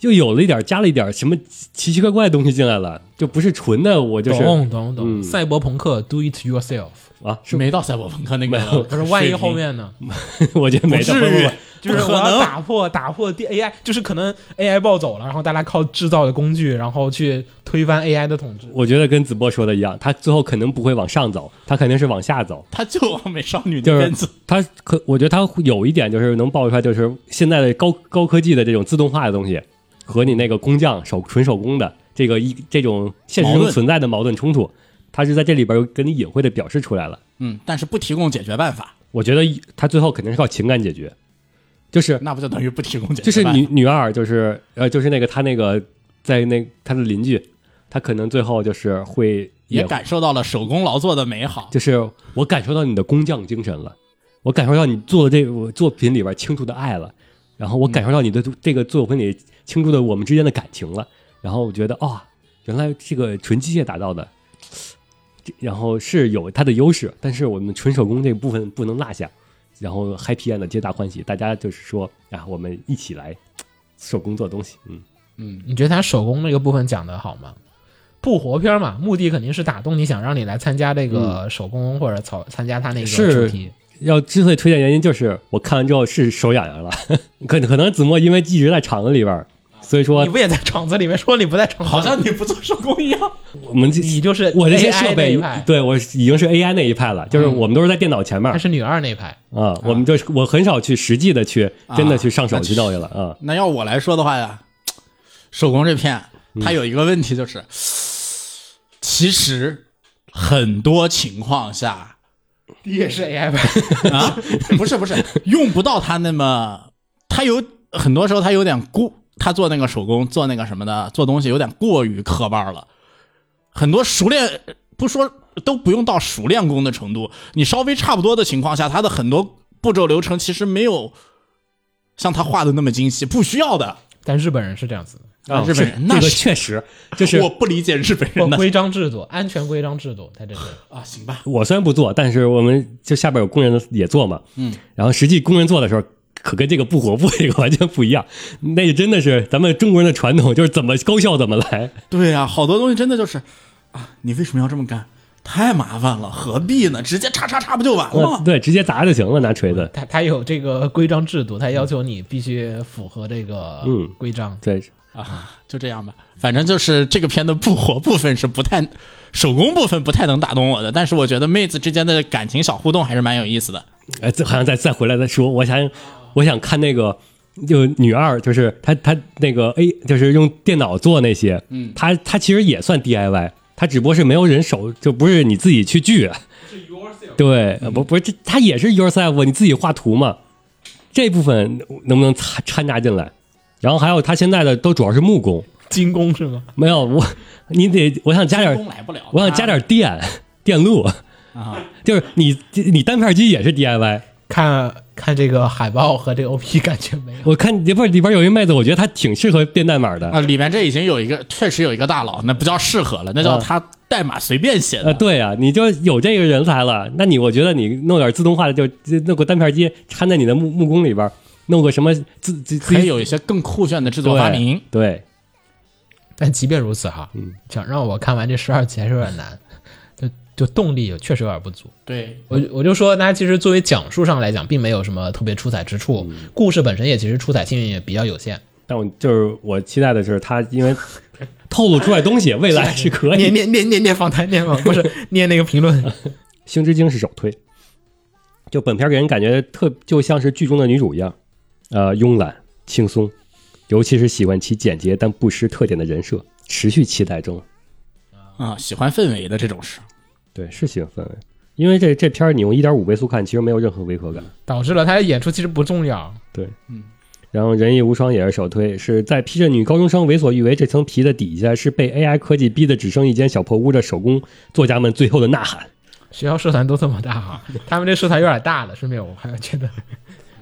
[SPEAKER 2] 又有了一点，加了一点什么奇奇怪怪的东西进来了，就不是纯的我就是
[SPEAKER 1] 懂懂懂，
[SPEAKER 2] 嗯
[SPEAKER 1] 赛博朋克 Do It Yourself。
[SPEAKER 2] 啊，
[SPEAKER 3] 是
[SPEAKER 2] 是
[SPEAKER 3] 没到赛博朋克那个
[SPEAKER 2] 没有
[SPEAKER 1] 可是万一后面呢？
[SPEAKER 2] 我觉得没
[SPEAKER 4] 不
[SPEAKER 2] 的，
[SPEAKER 4] 至
[SPEAKER 2] 不
[SPEAKER 4] 于
[SPEAKER 2] 不
[SPEAKER 1] 就是我要打破打破 D AI，就是可能 AI 暴走了，然后大家靠制造的工具，然后去推翻 AI 的统治
[SPEAKER 2] 不，。我觉得跟子波说的一样，他最后可能不会往上走，他肯定是往下走。
[SPEAKER 3] 他就往美少女的
[SPEAKER 2] 就
[SPEAKER 3] 边走
[SPEAKER 2] 是，他可，我觉得他有一点就是能爆出来，就是现在的高高科技的这种自动化的东西，和你那个工匠手纯手工的这个一这种现实
[SPEAKER 3] 矛
[SPEAKER 2] 中
[SPEAKER 3] 盾
[SPEAKER 2] 存在的矛盾冲突，他是在这里边给你隐晦的表示出来了。
[SPEAKER 3] 嗯，但是不提供解决办法，
[SPEAKER 2] 我觉得他最后肯定是靠情感解决，就是
[SPEAKER 3] 那不就等于不提供解
[SPEAKER 2] 就
[SPEAKER 3] 决
[SPEAKER 2] 是
[SPEAKER 3] 办法？
[SPEAKER 2] 女女二就是呃就是那个他那个在那他的邻居，他可能最后就是会
[SPEAKER 3] 也感受到了手工劳作的美好。
[SPEAKER 2] 就是我感受到你的工匠精神了，我感受到你做的这个作品里边倾注的爱了，然后我感受到你的这个作品里倾注的我们之间的感情了，然后我觉得啊、原来这个纯机械打造的，这然后是有它的优势，但是我们纯手工这部分不能落下，然后 happy end 皆大欢喜，大家就是说啊，我们一起来手工做东西，嗯，
[SPEAKER 1] 你觉得他手工那个部分讲的好吗？不活片嘛，目的肯定是打动你，想让你来参加这个手工或者草参加他那个
[SPEAKER 2] 是
[SPEAKER 1] 主题。
[SPEAKER 2] 要之所以推荐原因就是我看完之后是手痒痒了， 可可能子墨因为一直在厂子里边儿，所以说
[SPEAKER 1] 你不也在厂子里面说你不在厂子？
[SPEAKER 3] 好像你不做手工一样，
[SPEAKER 2] 我们这
[SPEAKER 1] 你就是
[SPEAKER 2] 我这些
[SPEAKER 1] AI
[SPEAKER 2] 设
[SPEAKER 1] 那一
[SPEAKER 2] 备
[SPEAKER 1] 派，
[SPEAKER 2] 对我已经是 AI 那一派了，就是我们都是在电脑前面
[SPEAKER 1] 他
[SPEAKER 2] 啊、
[SPEAKER 1] 是女二那一派。
[SPEAKER 2] 我们就是我很少去实际的去真的去上手
[SPEAKER 3] 啊
[SPEAKER 2] 去弄去了啊。
[SPEAKER 3] 那要我来说的话呀，手工这片
[SPEAKER 2] 嗯
[SPEAKER 3] 它有一个问题就是，其实很多情况下
[SPEAKER 1] 你也是 AI 派，
[SPEAKER 3] 啊， 不是不是，用不到它那么，它有很多时候它有点过，它做那个手工做那个什么的做东西有点过于科班了，很多熟练不说都不用到熟练工的程度，你稍微差不多的情况下，它的很多步骤流程其实没有像他画的那么精细，不需要的。
[SPEAKER 1] 但日本人是这样子的。
[SPEAKER 2] 啊
[SPEAKER 3] 日本人
[SPEAKER 2] 是
[SPEAKER 3] 那
[SPEAKER 2] 这个
[SPEAKER 3] 是
[SPEAKER 2] 确实就是
[SPEAKER 3] 我不理解日本人
[SPEAKER 1] 或
[SPEAKER 3] 的
[SPEAKER 1] 规章制度，安全规章制度，他这是
[SPEAKER 3] 啊，行吧，
[SPEAKER 2] 我虽然不做，但是我们就下边有工人也做嘛，嗯，然后实际工人做的时候。可跟这个不火不这个完全不一样， 那真的是咱们中国人的传统，就是怎么高效怎么来。
[SPEAKER 3] 对呀、好多东西真的就是啊，你为什么要这么干？太麻烦了，何必呢？直接叉叉叉不就完了吗？
[SPEAKER 2] 啊对，直接砸就行了，拿锤子。
[SPEAKER 1] 他他有这个规章制度，他要求你必须符合这个
[SPEAKER 2] 嗯
[SPEAKER 1] 规章。
[SPEAKER 2] 对，
[SPEAKER 3] 啊， 就这样吧。反正就是这个片的不火部分是不太，手工部分不太能打动我的，但是我觉得妹子之间的感情小互动还是蛮有意思的。
[SPEAKER 2] 哎，这好像再再回来再说，我想我想看那个。就女二，就是她，她那个 A，就是用电脑做那些，嗯，她她其实也算 DIY，她只不过是没有人手，就不是你自己去锯，对，呃不不是，这她也是 yourself，你自己画图嘛，这部分能不能掺掺杂进来？然后还有她现在的都主要是木工，
[SPEAKER 1] 精工是吗？
[SPEAKER 2] 没有我，你得我想加点
[SPEAKER 3] 工啊来不了，
[SPEAKER 2] 我想加点电电路
[SPEAKER 3] 啊，
[SPEAKER 2] 就是你你单片机也是 DIY，
[SPEAKER 1] 看看这个海报和这个 OP 感觉没有。
[SPEAKER 2] 我看里边里边有一妹子，我觉得她挺适合变代码的。
[SPEAKER 3] 啊，里面这已经有一个，确实有一个大佬，那不叫适合了，那叫
[SPEAKER 2] 啊
[SPEAKER 3] 他代码随便写的。
[SPEAKER 2] 呃，对啊，你就有这个人才了，那你我觉得你弄点自动化的，就就弄个单片机掺在你的木木工里边，弄个什么自自自
[SPEAKER 3] 可以
[SPEAKER 2] 己
[SPEAKER 3] 有一些更酷炫的制
[SPEAKER 2] 对
[SPEAKER 3] 作发明，
[SPEAKER 2] 对，
[SPEAKER 1] 但即便如此哈，想让我看完这十二集还是有点难，就就动力确实有点不足。
[SPEAKER 3] 对，
[SPEAKER 1] 我我就说，它其实作为讲述上来讲，并没有什么特别出彩之处，故事本身也其实出彩性也比较有限。
[SPEAKER 2] 但我就是我期待的是他，因为透露出来东西，未来是可
[SPEAKER 1] 念
[SPEAKER 2] 以。
[SPEAKER 1] 念念念念访谈念吗？不 是念那个评论。
[SPEAKER 2] 星之晶是首推，就本片给人感觉特就像是剧中的女主一样，呃，慵懒轻松，尤其是喜欢其简洁但不失特点的人设，持续期待中。
[SPEAKER 3] 啊、喜欢氛围的这种事，
[SPEAKER 2] 对，是喜欢氛围，因为这这片儿你用一点五倍速看，其实没有任何违和感。
[SPEAKER 1] 导致了他的演出其实不重要。
[SPEAKER 2] 对，嗯。然后《仁义无双》也是首推，是在披着女高中生为所欲为这层皮的底下，是被 AI 科技逼得只剩一间小破屋的手工作家们最后的呐喊。
[SPEAKER 1] 学校社团都这么大 哈，他们这社团有点大了。顺便我还觉得，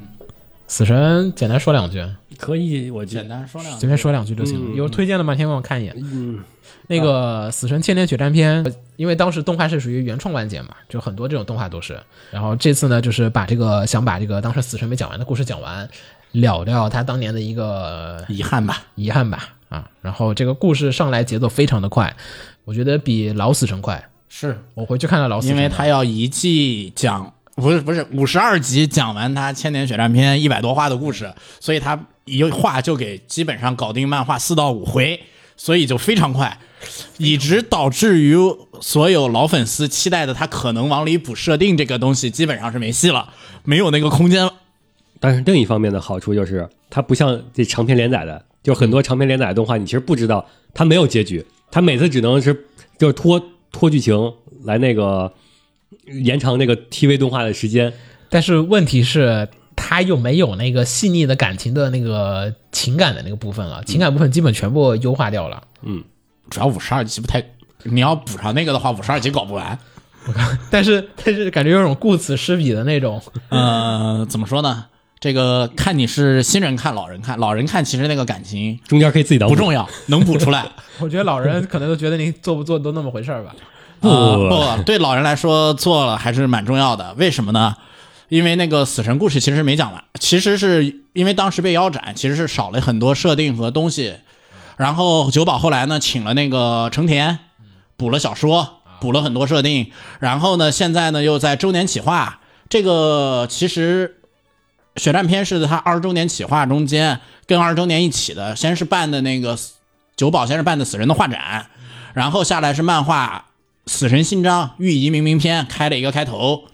[SPEAKER 3] 嗯
[SPEAKER 1] 死神简单说两句，
[SPEAKER 3] 啊
[SPEAKER 2] 可以，我觉
[SPEAKER 3] 简单说两
[SPEAKER 1] 随
[SPEAKER 3] 句。
[SPEAKER 1] 便说两句就
[SPEAKER 3] 嗯
[SPEAKER 1] 行了。有推荐的吗？天帮我看一眼。那个《死神千年血战篇》，因为当时动画是属于原创完结嘛，就很多这种动画都是。然后这次呢，就是把这个想把这个当时死神没讲完的故事讲完，了掉他当年的一个
[SPEAKER 3] 遗憾吧，
[SPEAKER 1] 遗憾吧啊。然后这个故事上来节奏非常的快，我觉得比老死神快。
[SPEAKER 3] 是
[SPEAKER 1] 我回去看了老死
[SPEAKER 3] 因
[SPEAKER 1] 神了，
[SPEAKER 3] 为他要一季讲，不是不是五十二集讲完他《千年血战篇》一百多话的故事，所以他一话就给基本上搞定漫画四到五回，所以就非常快，以直导致于所有老粉丝期待的他可能往里补设定这个东西基本上是没戏了，没有那个空间。
[SPEAKER 2] 但是另一方面的好处就是，它不像这长篇连载的，就很多长篇连载的动画，你其实不知道它没有结局，它每次只能是就是拖拖剧情来那个延长那个 TV 动画的时间。
[SPEAKER 1] 但是问题是，他有没有那个细腻的感情的那个啊嗯情感的那个部分了？情感部分基本全部优化掉了。
[SPEAKER 3] 主要五十二集不太你要补上那个的话，五十二集搞不完。
[SPEAKER 1] 但 是但是感觉有种顾此失彼的那种，
[SPEAKER 3] 呃，怎么说呢？这个看你是新人看老人看，老人看其实那个感情
[SPEAKER 2] 中间可以自己捣
[SPEAKER 3] 不
[SPEAKER 2] 鼓
[SPEAKER 3] 重要，能补出来。
[SPEAKER 1] 我觉得老人可能都觉得你做不做都那么回事儿吧。
[SPEAKER 2] 不
[SPEAKER 3] 呃不，对老人来说做了还是蛮重要的。为什么呢？因为那个死神故事其实没讲完，其实是因为当时被腰斩，其实是少了很多设定和东西。然后九保后来呢，请了那个成田，补了小说，补了很多设定。然后呢，现在呢又在周年企划，这个其实血战篇是他二十周年企划中间跟二十周年一起的，先是办的那个九保，先是办的死神的画展，然后下来是漫画《死神新章》《御移明明篇》开了一个开头，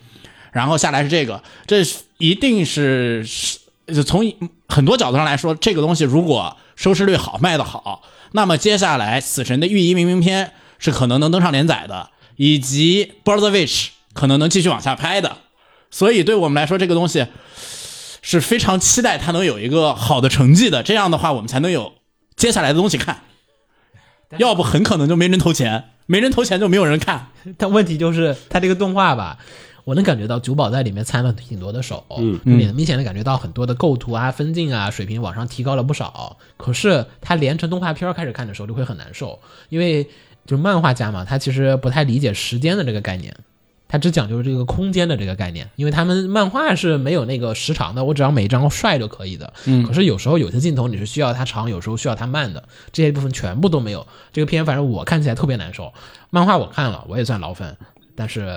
[SPEAKER 3] 然后下来是这个，这是一定是是就从一很多角度上来说，这个东西如果收视率好，卖得好，那么接下来《死神》的《御移明明篇》是可能能登上连载的，以及《b i r d Witch》可能能继续往下拍的。所以对我们来说，这个东西是非常期待它能有一个好的成绩的。这样的话，我们才能有接下来的东西看，要不很可能就没人投钱，没人投钱就没有人看。
[SPEAKER 1] 但问题就是他这个动画吧，我能感觉到九保在里面参了挺多的手，嗯，你能明显的感觉到很多的构图啊、分镜啊水平往上提高了不少。可是他连成动画片儿开始看的时候就会很难受，因为就漫画家嘛，他其实不太理解时间的这个概念。他只讲究这个空间的这个概念，因为他们漫画是没有那个时长的，我只要每一张帅就可以的。嗯，可是有时候有些镜头你是需要它长，有时候需要它慢的，这些部分全部都没有。这个片反正我看起来特别难受，漫画我看了，我也算老粉，但是，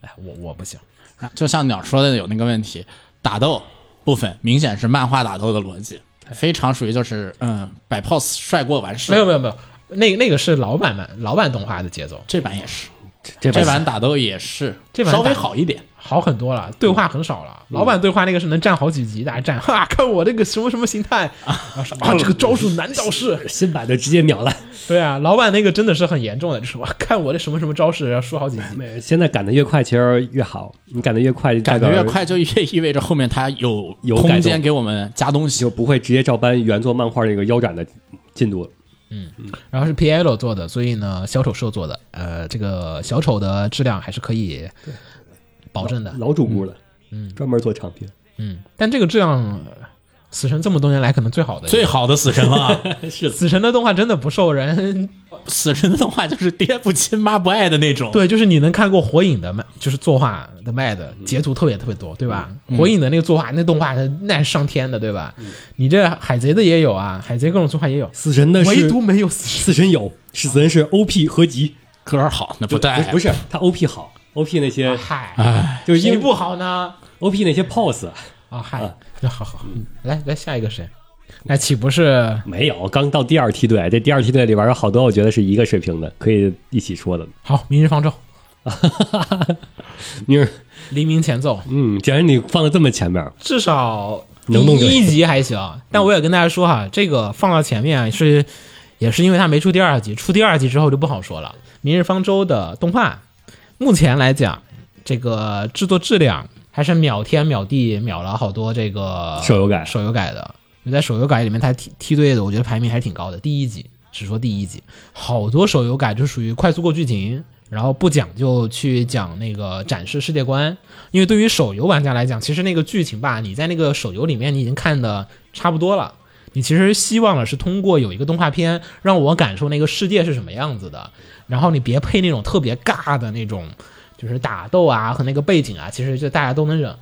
[SPEAKER 1] 哎，我我不行，
[SPEAKER 3] 啊就像鸟说的有那个问题，打斗部分明显是漫画打斗的逻辑，非常属于就是嗯摆 pose 帅过完事。
[SPEAKER 1] 没有没有没有，那那个是老版漫老版动画的节奏，
[SPEAKER 3] 这版也是，
[SPEAKER 2] 这
[SPEAKER 3] 这
[SPEAKER 2] 把
[SPEAKER 3] 版打斗也是，
[SPEAKER 1] 这版打
[SPEAKER 3] 稍微好一点。
[SPEAKER 1] 好很多了，对话很少了。老版对话那个是能占好几集，大家占，哈、看我这个什么什么形态啊什么啊，这个招数难道是？
[SPEAKER 2] 新版的直接秒了。
[SPEAKER 1] 对啊，老板那个真的是很严重的，就是我看我的什么什么招式，然后输好几集。
[SPEAKER 2] 没呃现在赶得越快其实越好，你赶得越快，
[SPEAKER 3] 感觉越快就越意味着后面它有
[SPEAKER 2] 有改
[SPEAKER 3] 空
[SPEAKER 2] 动
[SPEAKER 3] 间给我们加东西
[SPEAKER 2] 就。不会直接照搬原作漫画这个腰斩的进度了。
[SPEAKER 1] 然后是 P L 做的，所以呢，小丑社做的，呃，这个小丑的质量还是可以保证的。
[SPEAKER 2] 老主顾了，嗯，专门做长篇，
[SPEAKER 1] 嗯，但这个质量，呃死神这么多年来可能最好的。
[SPEAKER 3] 最好的死神了，
[SPEAKER 1] 死神的动画真的不受人，
[SPEAKER 3] 死神的动画就是爹不亲妈不爱的那种。
[SPEAKER 1] 对，就是你能看过火影的卖，就是作画的卖的
[SPEAKER 2] 嗯
[SPEAKER 1] 截图特别特别多，对吧？火影的那个作画，那动画那是上天的，对吧？
[SPEAKER 2] 嗯
[SPEAKER 1] 你这海贼的也有啊，海贼各种作画也有，
[SPEAKER 2] 死神的
[SPEAKER 1] 唯
[SPEAKER 2] 是
[SPEAKER 1] 独没有死神。
[SPEAKER 2] 死神有，死神是 OP 合集，
[SPEAKER 3] 歌好，那不带
[SPEAKER 2] 不是他 OP 好，OP 那些
[SPEAKER 1] 啊嗨，
[SPEAKER 2] 就是呃啊
[SPEAKER 1] 哎谁
[SPEAKER 2] 因为
[SPEAKER 1] 不好呢？
[SPEAKER 2] OP 那些 pose
[SPEAKER 1] 啊，
[SPEAKER 2] 啊
[SPEAKER 1] 嗨，那好好，来来下一个谁？那岂不是
[SPEAKER 2] 没有，刚到第二梯队，这第二梯队里边有好多我觉得是一个水平的，可以一起说的。
[SPEAKER 1] 好？明日方舟，
[SPEAKER 2] 你是
[SPEAKER 1] 黎明前奏，
[SPEAKER 2] 嗯，既然你放到这么前面，
[SPEAKER 1] 至少
[SPEAKER 2] 能弄
[SPEAKER 1] 第
[SPEAKER 2] 对
[SPEAKER 1] 一集还行。但我也跟大家说哈，这个放到前面啊是也是因为它没出第二集，出第二集之后就不好说了。明日方舟的动画，目前来讲，这个制作质量还是秒天秒地秒了好多这个
[SPEAKER 2] 手游改
[SPEAKER 1] 手游改的。就在手游改里面，它梯梯队的，我觉得排名还是挺高的。第一集只说第一集，好多手游改就属于快速过剧情，然后不讲究去讲那个展示世界观。因为对于手游玩家来讲，其实那个剧情吧，你在那个手游里面你已经看的差不多了。你其实希望的是通过有一个动画片，让我感受那个世界是什么样子的，然后你别配那种特别尬的那种，就是打斗啊和那个背景啊，其实就大家都能忍。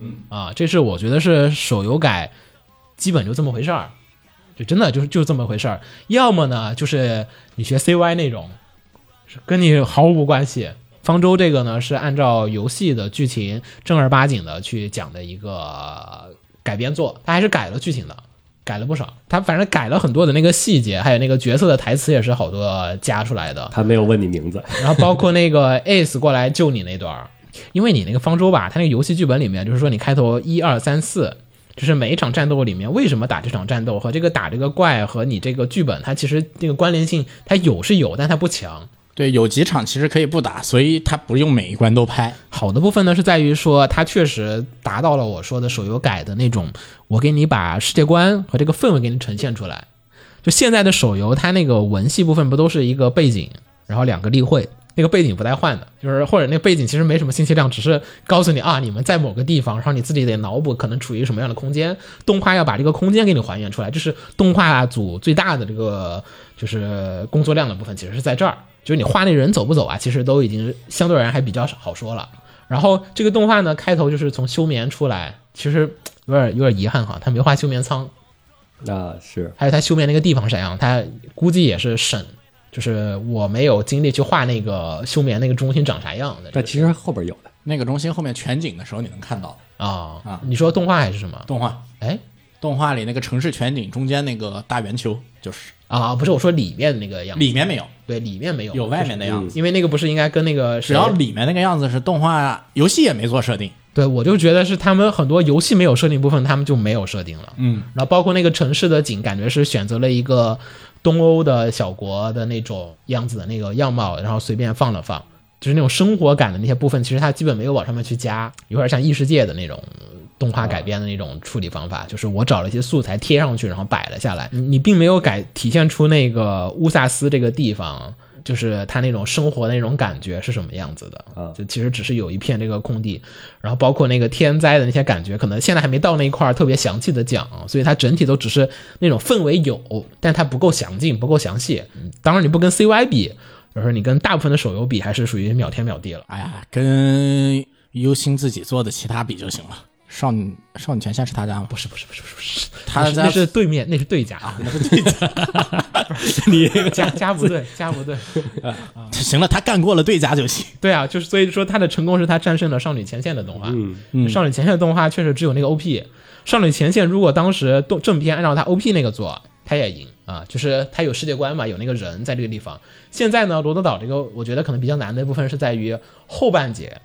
[SPEAKER 1] 嗯啊，这是我觉得是手游改，基本就这么回事儿，就真的就是就是这么回事儿。要么呢，就是你学 CY 那种，是跟你毫无关系。方舟这个呢是按照游戏的剧情正儿八经的去讲的一个改编作，它还是改了剧情的，改了不少。它反正改了很多的那个细节，还有那个角色的台词也是好多加出来的。
[SPEAKER 2] 他没有问你名字，
[SPEAKER 1] 然后包括那个 Ace 过来救你那段儿，因为你那个方舟吧，它那个游戏剧本里面就是说你开头一二三四，就是每一场战斗里面为什么打这场战斗和这个打这个怪和你这个剧本它其实那个关联性它有是有，但它不强。
[SPEAKER 3] 对，有几场其实可以不打，所以他不用每一关都拍。
[SPEAKER 1] 好的部分呢，是在于说它确实达到了我说的手游改的那种，我给你把世界观和这个氛围给你呈现出来。就现在的手游，它那个文戏部分不都是一个背景，然后两个例会，那个背景不带换的，就是或者那个背景其实没什么信息量，只是告诉你啊，你们在某个地方，然后你自己得脑补可能处于什么样的空间，动画要把这个空间给你还原出来，这是动画啊组最大的这个就是工作量的部分，其实是在这儿，就是你画那人走不走啊，其实都已经相对而言还比较好说了。然后这个动画呢，开头就是从休眠出来，其实有点有点遗憾哈，他没画休眠舱，
[SPEAKER 2] 那是
[SPEAKER 1] 还有他休眠那个地方是啥样，他估计也是省，就是我没有精力去画那个休眠那个中心长啥样的
[SPEAKER 2] 但其实后边有的，
[SPEAKER 3] 那个中心后面全景的时候，你能看到
[SPEAKER 1] 啊、
[SPEAKER 3] 啊
[SPEAKER 1] 你说动画还是什么？
[SPEAKER 3] 动画，
[SPEAKER 1] 哎
[SPEAKER 3] 动画里那个城市全景中间那个大圆球，就是
[SPEAKER 1] 啊，不是我说里面那个样子，
[SPEAKER 3] 里面没有，
[SPEAKER 1] 对里面没有，
[SPEAKER 3] 有外面的样子。
[SPEAKER 1] 因为那个不是应该跟那个
[SPEAKER 3] 只
[SPEAKER 1] 谁
[SPEAKER 3] 要里面那个样子是动画，游戏也没做设定。
[SPEAKER 1] 对，我就觉得是他们很多游戏没有设定部分，他们就没有设定了。嗯，然后包括那个城市的景，感觉是选择了一个东欧的小国的那种样子的那个样貌，然后随便放了放，就是那种生活感的那些部分，其实它基本没有往上面去加，有点像异世界的那种动画改编的那种处理方法，就是我找了一些素材贴上去，然后摆了下来，你你并没有改体现出那个乌萨斯这个地方。就是他那种生活的那种感觉是什么样子的
[SPEAKER 2] 啊，
[SPEAKER 1] 就其实只是有一片这个空地，然后包括那个天灾的那些感觉，可能现在还没到那一块儿特别详细的讲，所以它整体都只是那种氛围有，但它不够详尽，不够详细。嗯当然你不跟 CY 比，就是你跟大部分的手游比，还是属于秒天秒地了。
[SPEAKER 3] 哎呀，跟优星自己做的其他比就行了。少女少女泉下是他家吗？
[SPEAKER 1] 不是不是不是不是，
[SPEAKER 3] 他
[SPEAKER 1] 那是
[SPEAKER 3] 家
[SPEAKER 1] 那是对面，那是对家，那是对家，你 家家不 对，家不对。
[SPEAKER 3] 行了，他干过了对家就行。
[SPEAKER 1] 对啊，就是所以说他的成功是他战胜了少女前线的动画。嗯少女前线的动画确实只有那个 OP。少女前线如果当时动正片按照他 OP 那个做，他也赢啊，就是他有世界观嘛，有那个人在这个地方。现在呢，罗德岛这个我觉得可能比较难的部分是在于后半截，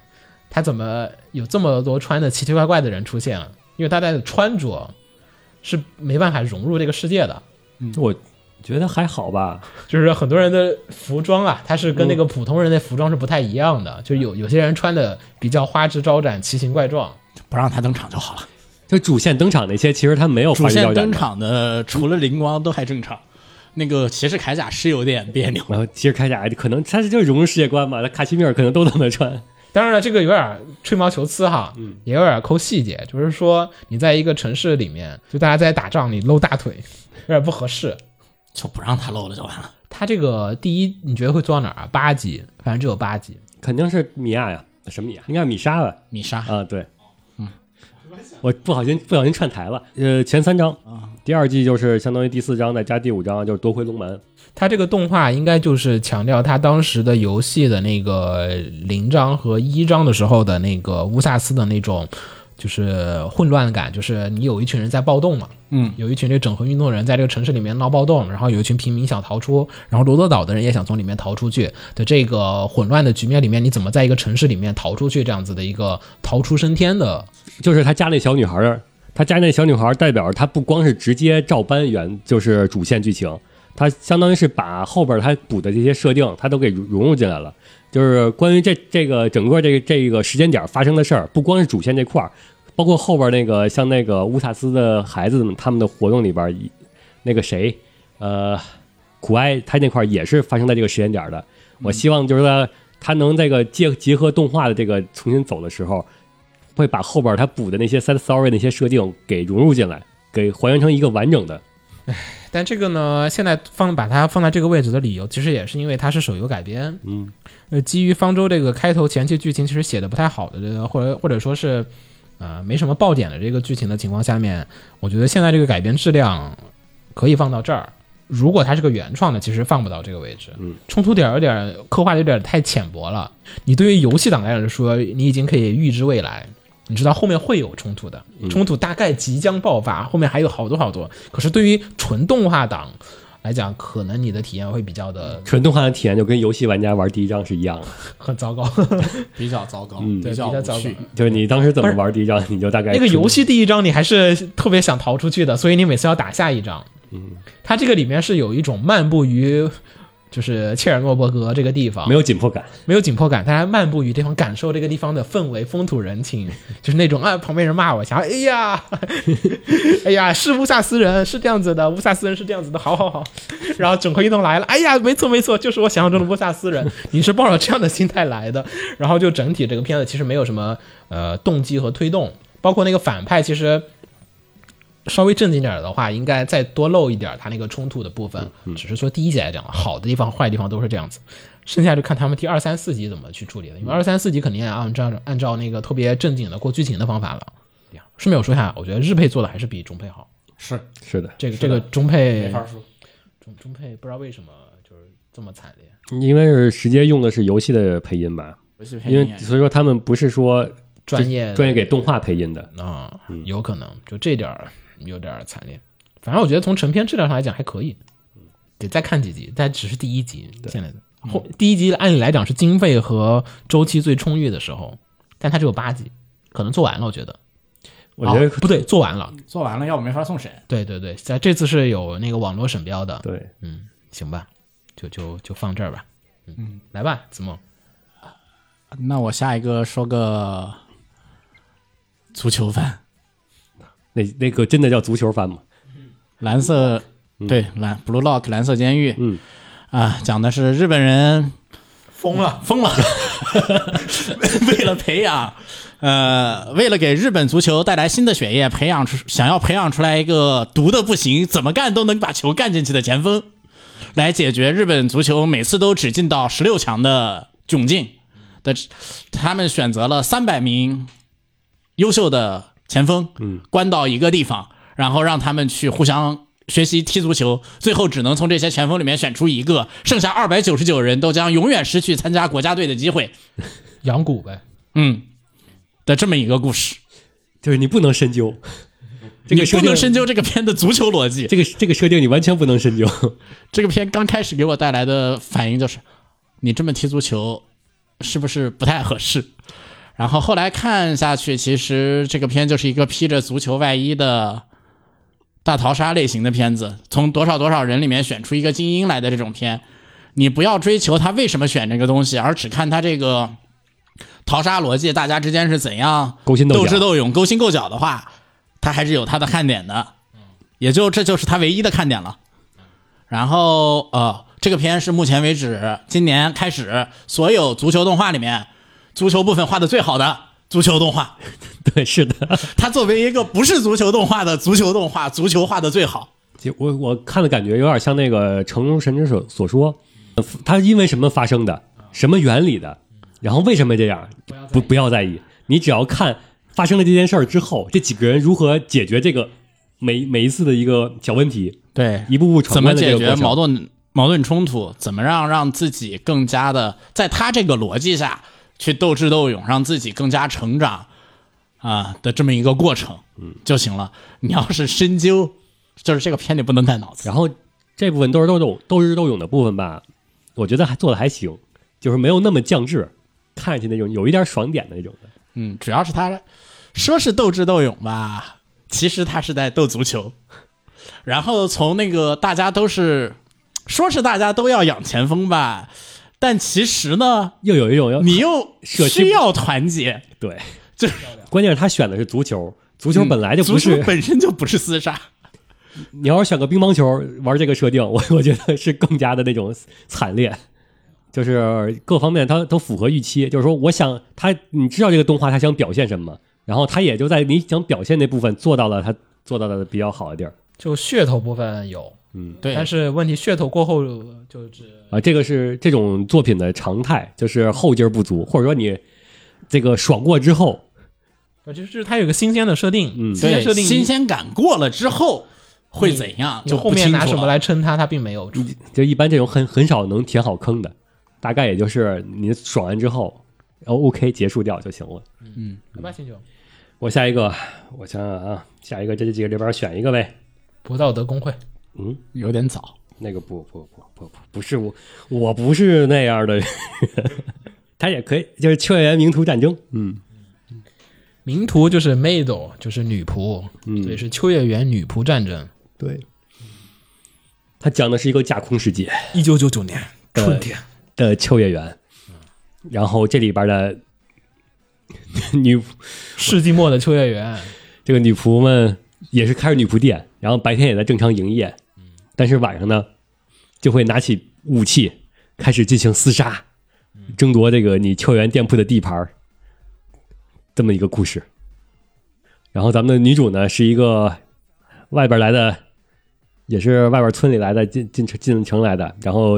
[SPEAKER 1] 他怎么有这么多穿的奇奇怪怪的人出现啊？因为他的穿着是没办法融入这个世界的。
[SPEAKER 3] 嗯
[SPEAKER 2] 我觉得还好吧，
[SPEAKER 1] 就是很多人的服装啊，它是跟那个普通人的服装是不太一样的，就有有些人穿的比较花枝招展、奇形怪状。
[SPEAKER 3] 不让他登场就好了。
[SPEAKER 2] 就主线登场那些，其实他没有
[SPEAKER 3] 主
[SPEAKER 2] 发
[SPEAKER 3] 线
[SPEAKER 2] 现
[SPEAKER 3] 登，场的除了灵光都还正常，那个骑士铠甲是有点别扭。
[SPEAKER 2] 然后其实铠甲可能他就是融入世界观嘛，他卡西米尔可能都这么穿，
[SPEAKER 1] 当然了，这个有点吹毛求疵哈，也有点抠细节。就是说，你在一个城市里面，就大家在打仗，你露大腿，有点不合适。
[SPEAKER 3] 就不让他露了就完了。
[SPEAKER 1] 它这个第一，你觉得会做到哪儿啊？八集，反正只有八集。
[SPEAKER 2] 肯定是米娅呀，什么米娅？应该是米莎吧？
[SPEAKER 3] 米莎，
[SPEAKER 2] 啊，对，嗯，我不小心不小心串台了。呃，前三章，
[SPEAKER 3] 啊
[SPEAKER 2] 第二季就是相当于第四章再加第五章，就是夺回龙门。
[SPEAKER 1] 它这个动画应该就是强调它当时的游戏的那个零章和一章的时候的那个乌萨斯的那种。就是混乱感，就是你有一群人在暴动嘛，嗯，有一群这整合运动人在这个城市里面闹暴动，然后有一群平民想逃出，然后罗德岛的人也想从里面逃出去的这个混乱的局面里面，你怎么在一个城市里面逃出去这样子的一个逃出升天的
[SPEAKER 2] 就是他家那小女孩儿，他家那小女孩儿代表着他不光是直接照搬原就是主线剧情，他相当于是把后边他补的这些设定，他都给融入进来了。就是关于这这个整个这个这个时间点发生的事儿，不光是主线这块儿，包括后边那个像那个乌萨斯的孩子们他们的活动里边儿，那个谁，呃，苦艾他那块儿也是发生在这个时间点儿的。我希望就是说他能这个结结合动画的这个重新走的时候，会把后边他补的那些 sad story 那些设定给融入进来，给还原成一个完整的。
[SPEAKER 1] 但这个呢，现在放把它放在这个位置的理由，其实也是因为它是手游改编。
[SPEAKER 2] 嗯，
[SPEAKER 1] 呃，基于方舟这个开头前期剧情其实写的不太好的这个，或者或者说是，呃，没什么爆点的这个剧情的情况下面，我觉得现在这个改编质量可以放到这儿。如果它是个原创的，其实放不到这个位置。
[SPEAKER 2] 嗯，
[SPEAKER 1] 冲突点有点刻画的有点太浅薄了。你对于游戏党来说，你已经可以预知未来，你知道后面会有冲突的，冲突大概即将爆发，后面还有好多好多。可是对于纯动画党来讲，可能你的体验会比较的
[SPEAKER 2] 纯动画的体验就跟游戏玩家玩第一章是一样的，
[SPEAKER 1] 很糟糕，
[SPEAKER 3] 比较糟糕，
[SPEAKER 2] 嗯
[SPEAKER 1] 对，比
[SPEAKER 3] 较
[SPEAKER 1] 较
[SPEAKER 3] 无
[SPEAKER 1] 糟糕
[SPEAKER 3] 趣。。
[SPEAKER 2] 就是你当时怎么
[SPEAKER 1] 不是
[SPEAKER 2] 玩第一章，你就大概
[SPEAKER 1] 那个游戏第一章你还是特别想逃出去的，所以你每次要打下一章。嗯，它这个里面是有一种漫步于就是切尔诺伯格这个地方，
[SPEAKER 2] 没有紧迫感。
[SPEAKER 1] 没有紧迫感，大家漫步于地方，感受这个地方的氛围、风土人情，就是那种啊，旁边人骂我，想哎呀， 哎呀，是乌萨斯人是这样子的，乌萨斯人是这样子的，好好好， 然后整个运动来了，哎呀，没错没错，就是我想象中的乌萨斯人， 你是抱着这样的心态来的，然后就整体这个片子其实没有什么呃动机和推动，包括那个反派其实。稍微正经点儿的话，应该再多露一点儿他那个冲突的部分。只是说第一集来讲，好的地方、坏地方都是这样子，剩下就看他们第二三四集怎么去处理了。因为二三四集肯定也按照按照那个特别正经的过剧情的方法了。对呀顺便我说一下，我觉得日配做的还是比中配好。
[SPEAKER 3] 是
[SPEAKER 2] 是的，
[SPEAKER 1] 这个这个中配
[SPEAKER 3] 没法说，
[SPEAKER 1] 中中配不知道为什么就是这么惨烈。
[SPEAKER 2] 因为是直接用的是游戏的配音吧，
[SPEAKER 3] 游戏配
[SPEAKER 2] 因
[SPEAKER 3] 音
[SPEAKER 2] 为
[SPEAKER 3] 演员
[SPEAKER 2] 所以说他们不是说
[SPEAKER 1] 专业的
[SPEAKER 2] 专业给动画配音的，
[SPEAKER 1] 啊、有可能就这点儿有点儿惨烈。反正我觉得从成片质量上来讲还可以，得再看几集，但只是第一集现在的后第一集按理来讲是经费和周期最充裕的时候，但它只有八集，可能做完了，我觉得。
[SPEAKER 2] 我觉得
[SPEAKER 1] 哦不对，做完了。
[SPEAKER 3] 做完了，要不没法送审。
[SPEAKER 1] 对对对，在这次是有那个网络审标的。
[SPEAKER 2] 对，
[SPEAKER 1] 嗯，行吧，就就就放这儿吧。嗯，来吧，子墨。
[SPEAKER 3] 那我下一个说个足球番，
[SPEAKER 2] 那那个真的叫足球番吗？
[SPEAKER 3] 蓝色对蓝 Blue Lock 蓝色监狱，
[SPEAKER 2] 嗯
[SPEAKER 3] 啊，讲的是日本人
[SPEAKER 4] 疯了，
[SPEAKER 3] 疯了， 为了培养，呃，为了给日本足球带来新的血液，培养出想要培养出来一个毒的不行，怎么干都能把球干进去的前锋，来解决日本足球每次都只进到十六强的窘境的，他们选择了三百名优秀的前锋，嗯，关到一个地方，然后让他们去互相学习踢足球，最后只能从这些前锋里面选出一个，剩下二百九十九人都将永远失去参加国家队的机会。
[SPEAKER 1] 养蛊呗，
[SPEAKER 3] 嗯，的这么一个故事，
[SPEAKER 2] 就是你不能深究，这个
[SPEAKER 3] 你
[SPEAKER 2] 设
[SPEAKER 3] 不
[SPEAKER 2] 定
[SPEAKER 3] 能深究这个片的足球逻辑。
[SPEAKER 2] 这个这个设定你完全不能深究，
[SPEAKER 3] 这个片刚开始给我带来的反应就是，你这么踢足球是不是不太合适？然后后来看下去，其实这个片就是一个披着足球外衣的大逃杀类型的片子，从多少多少人里面选出一个精英来的这种片，你不要追求他为什么选这个东西，而只看他这个逃杀逻辑，大家之间是怎样
[SPEAKER 2] 勾心斗角
[SPEAKER 3] 斗智斗勇、勾心斗角的话，他还是有他的看点的，也就这就是他唯一的看点了。然后呃，这个片是目前为止今年开始所有足球动画里面，足球部分画的最好的足球动画。
[SPEAKER 2] 对，是的，
[SPEAKER 3] 它作为一个不是足球动画的足球动画，足球画的最好。
[SPEAKER 2] 就我我看的感觉有点像那个《城中神之所所说》，呃它因为什么发生的，什么原理的，然后为什么这样，不不要在意，你只要看发生了这件事儿之后，这几个人如何解决这个每每一次的一个小问题，
[SPEAKER 3] 对
[SPEAKER 2] 一步步
[SPEAKER 3] 怎
[SPEAKER 2] 闯
[SPEAKER 3] 么
[SPEAKER 2] 关的这
[SPEAKER 3] 解
[SPEAKER 2] 个
[SPEAKER 3] 决
[SPEAKER 2] 过程
[SPEAKER 3] 矛盾矛盾冲突？怎么让让自己更加的在他这个逻辑下去斗智斗勇，让自己更加成长啊、的这么一个过程，嗯，就行了。你要是深究，就是这个片里不能带脑子。
[SPEAKER 2] 然后这部分斗智斗勇、斗智斗勇的部分吧，我觉得还做的还行，就是没有那么降智，看上去那种有一点爽点的那种的。
[SPEAKER 3] 嗯，主要是他说是斗智斗勇吧，其实他是在斗足球。然后从那个大家都是说是大家都要养前锋吧，但其实呢，
[SPEAKER 2] 又有一种要
[SPEAKER 3] 你又
[SPEAKER 2] 舍弃不
[SPEAKER 3] 需要团结，
[SPEAKER 2] 对，
[SPEAKER 3] 就是
[SPEAKER 2] 关键是他选的是足球，足球本来就不
[SPEAKER 3] 嗯足球
[SPEAKER 2] 是。
[SPEAKER 3] 本身就不是厮杀。
[SPEAKER 2] 你要是选个乒乓球玩这个设定，我 我觉得是更加的那种惨烈，就是各方面它都符合预期。就是说，我想他，你知道这个动画他想表现什么，然后他也就在你想表现那部分做到了他做到的比较好的地儿。
[SPEAKER 1] 就噱头部分有，
[SPEAKER 3] 对，
[SPEAKER 1] 但是问题噱头过后就只
[SPEAKER 2] 啊，这个是这种作品的常态，就是后劲儿不足，或者说你这个爽过之后，
[SPEAKER 1] 呃，就是就是它有个新鲜的设定，
[SPEAKER 2] 嗯
[SPEAKER 1] 新
[SPEAKER 3] 对
[SPEAKER 1] 鲜设定，
[SPEAKER 3] 新鲜感过了之后会怎样？
[SPEAKER 1] 就
[SPEAKER 3] 就
[SPEAKER 1] 后
[SPEAKER 3] 不
[SPEAKER 1] 面
[SPEAKER 3] 清
[SPEAKER 1] 拿
[SPEAKER 3] 楚
[SPEAKER 1] 什么
[SPEAKER 3] 了
[SPEAKER 1] 来撑它，它并没有出。
[SPEAKER 2] 就一般这种很很少能填好坑的，大概也就是你爽完之后，然后 OK 结束掉就行了。
[SPEAKER 1] 来吧，星球，
[SPEAKER 2] 我下一个，我想想啊，下一个这几个里边选一个呗。
[SPEAKER 1] 不道德工会，
[SPEAKER 3] 有点早。
[SPEAKER 2] 那个不不不不不不是我，我不是那样的人， 他也可以，就是确原名图战争，嗯，
[SPEAKER 1] 名图就是 maid，就是女仆，
[SPEAKER 2] 嗯
[SPEAKER 1] 所以是秋叶原女仆战争，
[SPEAKER 2] 对，他讲的是一个架空世界，
[SPEAKER 1] 一九九九年
[SPEAKER 2] 春天的秋叶原，然后这里边的女
[SPEAKER 1] 世纪末的秋叶原，
[SPEAKER 2] 这个女仆们也是开着女仆店，然后白天也在正常营业，但是晚上呢，就会拿起武器开始进行厮杀，争夺这个你秋园店铺的地盘儿这么一个故事。然后咱们的女主呢是一个外边来的，也是外边村里来的，进进城进城来的，然后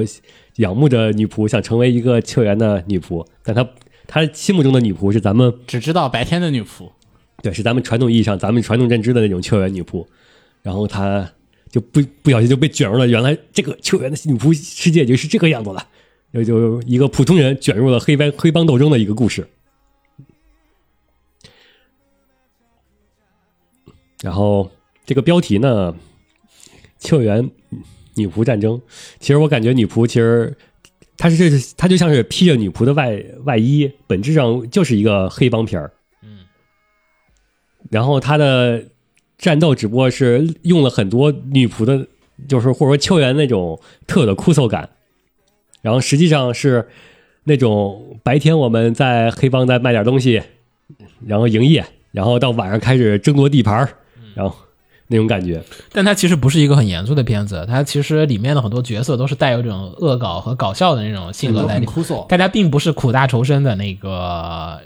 [SPEAKER 2] 仰慕着女仆，想成为一个秋园的女仆，但她她心目中的女仆是咱们
[SPEAKER 3] 只知道白天的女仆，
[SPEAKER 2] 对，是咱们传统意义上咱们传统认知的那种秋园女仆，然后她就不不小心就被卷入了原来这个秋园的女仆世界已经是这个样子了，就就一个普通人卷入了黑帮黑帮斗争的一个故事。然后这个标题呢，秋园女仆战争，其实我感觉女仆其实。她是这，她就像是披着女仆的外外衣，本质上就是一个黑帮片儿。然后他的战斗只不过是用了很多女仆的，就是或者说秋园那种特有的枯燥感，然后实际上是那种白天我们在黑帮再卖点东西，然后营业，然后到晚上开始争夺地盘儿，
[SPEAKER 1] 嗯
[SPEAKER 2] 然后那种感觉。
[SPEAKER 1] 但它其实不是一个很严肃的片子，它其实里面的很多角色都是带有这种恶搞和搞笑的那种性格在里面，
[SPEAKER 3] 枯燥。
[SPEAKER 1] 大家并不是苦大仇深的那个，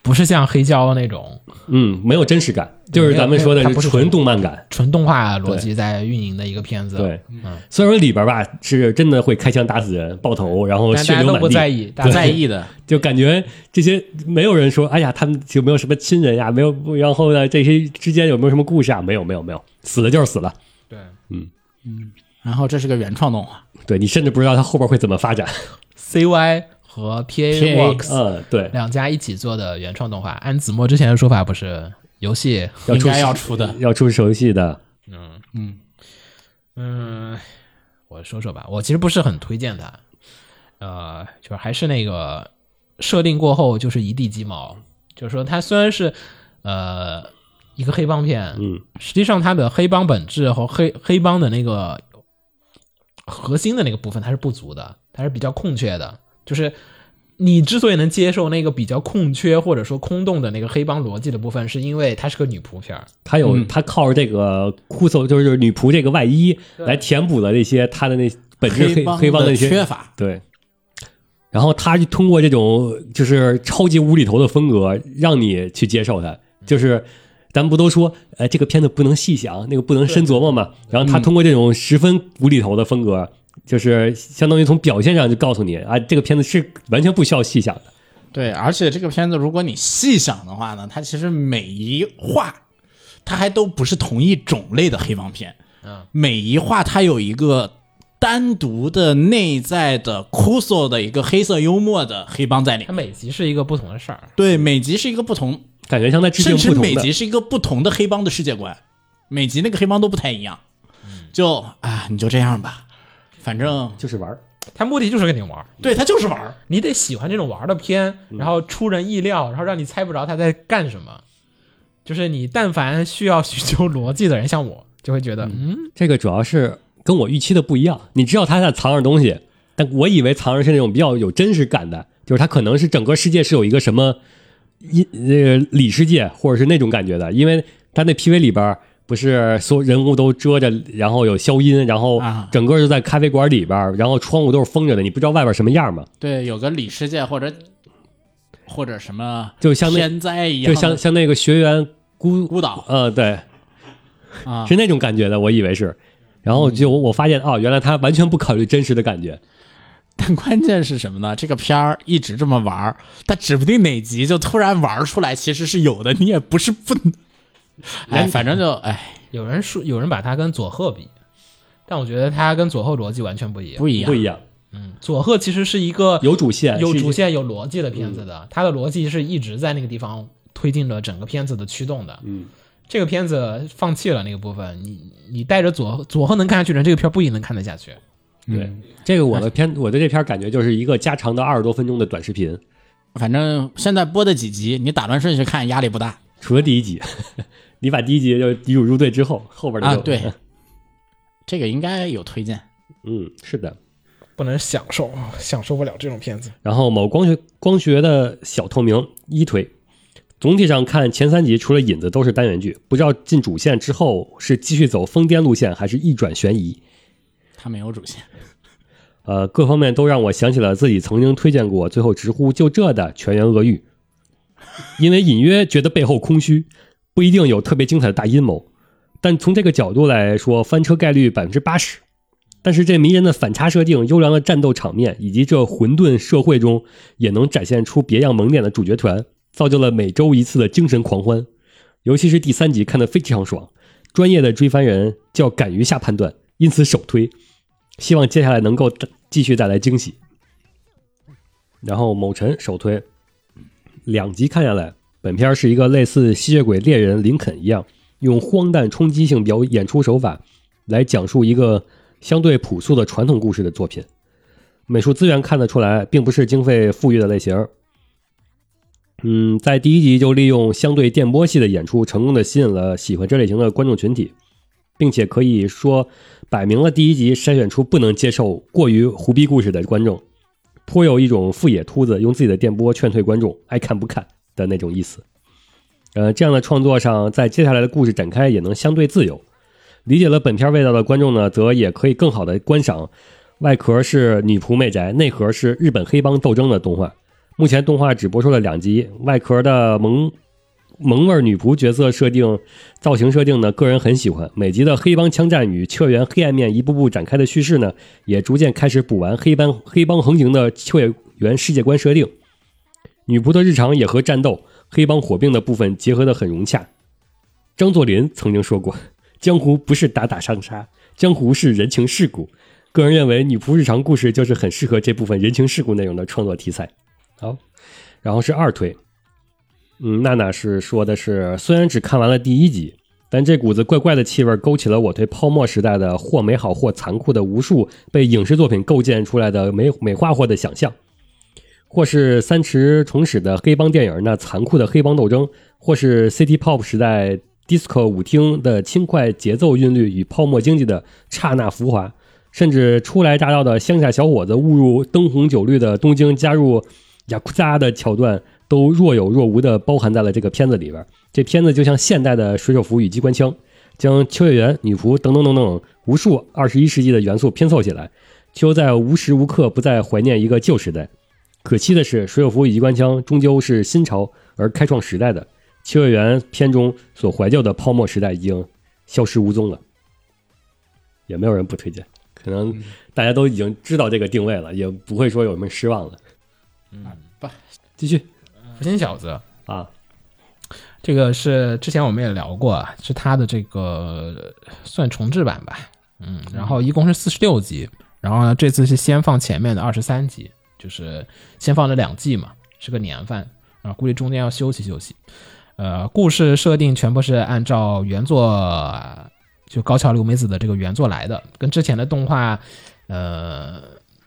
[SPEAKER 1] 不是像黑胶那种
[SPEAKER 2] 嗯，没有真实感，就是咱们说的
[SPEAKER 1] 它不是
[SPEAKER 2] 纯动漫感。
[SPEAKER 1] 纯动画逻辑在运营的一个片子。
[SPEAKER 2] 对，虽然说里边吧是真的会开枪打死人、爆头，然后
[SPEAKER 1] 但
[SPEAKER 2] 血
[SPEAKER 1] 大家
[SPEAKER 2] 流
[SPEAKER 1] 都
[SPEAKER 2] 满
[SPEAKER 1] 不
[SPEAKER 2] 地
[SPEAKER 1] 在，意，大
[SPEAKER 3] 打
[SPEAKER 1] 家
[SPEAKER 3] 在意的，
[SPEAKER 2] 就感觉这些没有人说，哎呀，他们有没有什么亲人呀？没有，然后呢，这些之间有没有什么故事啊？没有，没有，没有，死了就是死了。
[SPEAKER 1] 对，
[SPEAKER 3] 然后这是个原创动画，
[SPEAKER 2] 对你甚至不知道他后边会怎么发展。
[SPEAKER 1] CY 和 PA
[SPEAKER 3] PA
[SPEAKER 1] Works
[SPEAKER 2] 嗯，对，
[SPEAKER 1] 两家一起做的原创动画，按子墨之前的说法，不是游戏，
[SPEAKER 2] 要
[SPEAKER 3] 应
[SPEAKER 2] 出
[SPEAKER 3] 该要 出的。
[SPEAKER 2] 要出手游戏的，
[SPEAKER 1] 嗯，我说说吧，我其实不是很推荐它，呃，就是还是那个设定过后就是一地鸡毛，就是说它虽然是呃一个黑帮片，
[SPEAKER 2] 嗯，
[SPEAKER 1] 实际上它的黑帮本质和黑黑帮的那个核心的那个部分它是不足的，它是比较空缺的，就是。你之所以能接受那个比较空缺或者说空洞的那个黑帮逻辑的部分，是因为它是个女仆片儿，
[SPEAKER 2] 他有、他靠着这个枯燥，就是女仆这个外衣来填补了那些他的那本质黑
[SPEAKER 3] 帮
[SPEAKER 2] 黑帮的
[SPEAKER 3] 的
[SPEAKER 2] 那些
[SPEAKER 3] 缺乏，
[SPEAKER 2] 对。然后他就通过这种就是超级无厘头的风格，让你去接受它。就是咱们不都说，呃，这个片子不能细想，那个不能深琢磨嘛。然后他通过这种十分无厘头的风格，就是相当于从表现上就告诉你啊，这个片子是完全不需要细想的。
[SPEAKER 3] 对，而且这个片子如果你细想的话呢，它其实每一话，它还都不是同一种类的黑帮片，
[SPEAKER 1] 嗯，
[SPEAKER 3] 每一话它有一个单独的内在的哭诉的一个黑色幽默的黑帮在里
[SPEAKER 1] 它
[SPEAKER 3] 面。
[SPEAKER 1] 每集是一个不同的事儿，
[SPEAKER 3] 对，每集是一个不同，
[SPEAKER 2] 感觉像在致敬
[SPEAKER 3] 甚至
[SPEAKER 2] 不同
[SPEAKER 3] 每
[SPEAKER 2] 的
[SPEAKER 3] 集。是一个不同的黑帮的世界观，每集那个黑帮都不太一样。
[SPEAKER 2] 嗯
[SPEAKER 3] 就啊，你就这样吧，反正
[SPEAKER 2] 就是玩儿，
[SPEAKER 1] 它目的就是跟你玩儿。
[SPEAKER 3] 对他就是玩儿。
[SPEAKER 2] 嗯
[SPEAKER 1] 你得喜欢这种玩儿的片，
[SPEAKER 5] 嗯
[SPEAKER 1] 然后出人意料，然后让你猜不着他在干什么。就是你但凡需要寻求逻辑的人，像我就会觉得，嗯，
[SPEAKER 2] 这个主要是跟我预期的不一样。你知道他在藏着东西，但我以为藏着是那种比较有真实感的，就是他可能是整个世界是有一个什么一呃里世界或者是那种感觉的，因为他那 PV 里边儿不是所有人物都遮着，然后有消音，然后
[SPEAKER 3] 啊
[SPEAKER 2] 整个就在咖啡馆里边儿，然后窗户都是封着的，你不知道外边什么样嘛。
[SPEAKER 3] 对，有个里世界或者或者什么，
[SPEAKER 2] 就像那
[SPEAKER 3] 天灾一样
[SPEAKER 2] 就
[SPEAKER 3] 的，
[SPEAKER 2] 像像那个学员孤
[SPEAKER 3] 孤岛
[SPEAKER 2] 呃对，
[SPEAKER 3] 啊
[SPEAKER 2] 是，那种感觉的，我以为是。然后就我发现哦，原来他完全不考虑真实的感觉，
[SPEAKER 3] 但关键是什么呢？这个片儿一直这么玩儿，但指不定哪集就突然玩儿出来，其实是有的，你也不是不能。哎，反正就哎
[SPEAKER 1] 有人说有人把它跟佐贺比，但我觉得它跟佐贺逻辑完全不一样。
[SPEAKER 3] 不一样，
[SPEAKER 2] 不一样，
[SPEAKER 1] 嗯，佐贺其实是一个
[SPEAKER 2] 有主线，
[SPEAKER 1] 有
[SPEAKER 2] 是一
[SPEAKER 1] 主线、有逻辑的片子
[SPEAKER 5] 嗯
[SPEAKER 1] 的，它的逻辑是一直在那个地方推进着整个片子的驱动的。
[SPEAKER 2] 嗯，
[SPEAKER 1] 这个片子放弃了那个部分，你你带着佐佐贺能看下去的人，这个片儿不一定能看得下去。
[SPEAKER 2] 对，
[SPEAKER 1] 嗯
[SPEAKER 2] 这个我的
[SPEAKER 1] 哎
[SPEAKER 2] 片，我对这片儿感觉就是一个加长的二十多分钟的短视频，
[SPEAKER 3] 反正现在播的几集，你打乱顺序看，压力不大
[SPEAKER 2] 除了第一集， 你把第一集就女主入队之后，后边的
[SPEAKER 3] 啊。
[SPEAKER 2] 就
[SPEAKER 3] 对，这个应该有推荐。
[SPEAKER 2] 嗯，是的，
[SPEAKER 5] 不能享受，享受不了这种片子。
[SPEAKER 2] 然后某光学光学的小透明一推。总体上看，前三集除了引子都是单元剧，不知道进主线之后是继续走疯癫路线，还是一转悬疑。
[SPEAKER 3] 他没有主线，
[SPEAKER 2] 呃，各方面都让我想起了自己曾经推荐过，最后直呼就这的全员俄语，因为隐约觉得背后空虚，不一定有特别精彩的大阴谋，但从这个角度来说，翻车概率百分之八十。但是这迷人的反差设定、优良的战斗场面，以及这混沌社会中也能展现出别样萌点的主角团，造就了每周一次的精神狂欢。尤其是第三集看得非常爽，专业的追番人就要敢于下判断，因此首推。希望接下来能够带继续带来惊喜。然后某晨首推两集看下来，本片是一个类似《吸血鬼猎人》林肯一样，用荒诞冲击性表演出手法来讲述一个相对朴素的传统故事的作品。美术资源看得出来，并不是经费富裕的类型。嗯，在第一集就利用相对电波系的演出，成功的吸引了喜欢这类型的观众群体，并且可以说摆明了第一集筛选出不能接受过于胡逼故事的观众，颇有一种富野秃子用自己的电波劝退观众爱看不看的那种意思。呃，这样的创作上，在接下来的故事展开也能相对自由。理解了本片味道的观众呢，则也可以更好的观赏外壳是女仆媚宅，内核是日本黑帮斗争的动画。目前动画只播出了两集，外壳的萌萌味儿女仆角色设定造型设定呢，个人很喜欢。每集的黑帮枪战与策源黑暗面一步步展开的叙事呢，也逐渐开始补完黑帮黑帮横行的策源世界观设定。女仆的日常也和战斗、黑帮火并的部分结合得很融洽。张作霖曾经说过：“江湖不是打打杀杀，江湖是人情世故。”个人认为，女仆日常故事就是很适合这部分人情世故内容的创作题材。好，然后是二推，嗯，娜娜是说的是，虽然只看完了第一集，但这股子怪怪的气味勾起了我对泡沫时代的或美好或残酷的无数被影视作品构建出来的美美化或的想象，或是三池崇史的黑帮电影那残酷的黑帮斗争，或是 City Pop 时代 Disco 舞厅的轻快节奏韵律与泡沫经济的刹那浮华，甚至初来乍到的乡下小伙子误入灯红酒绿的东京，加入。雅库扎的桥段都若有若无的包含在了这个片子里边。这片子就像现代的水手服与机关枪，将秋叶原、女仆等等等等无数二十一世纪的元素拼凑起来，就在无时无刻不在怀念一个旧时代。可惜的是，水手服与机关枪终究是新潮而开创时代的，秋叶原片中所怀旧的泡沫时代已经消失无踪了。也没有人不推荐，可能大家都已经知道这个定位了，也不会说有什么失望了。啊继续
[SPEAKER 1] 福星小子，
[SPEAKER 2] 啊，
[SPEAKER 1] 这个是之前我们也聊过啊，是他的这个呃算重制版吧，嗯，然后一共是四十六集，然后呢这次是先放前面的二十三集，就是先放了两季嘛，是个年番啊，估计中间要休息休息。呃，故事设定全部是按照原作呃就高桥留美子的这个原作来的，跟之前的动画呃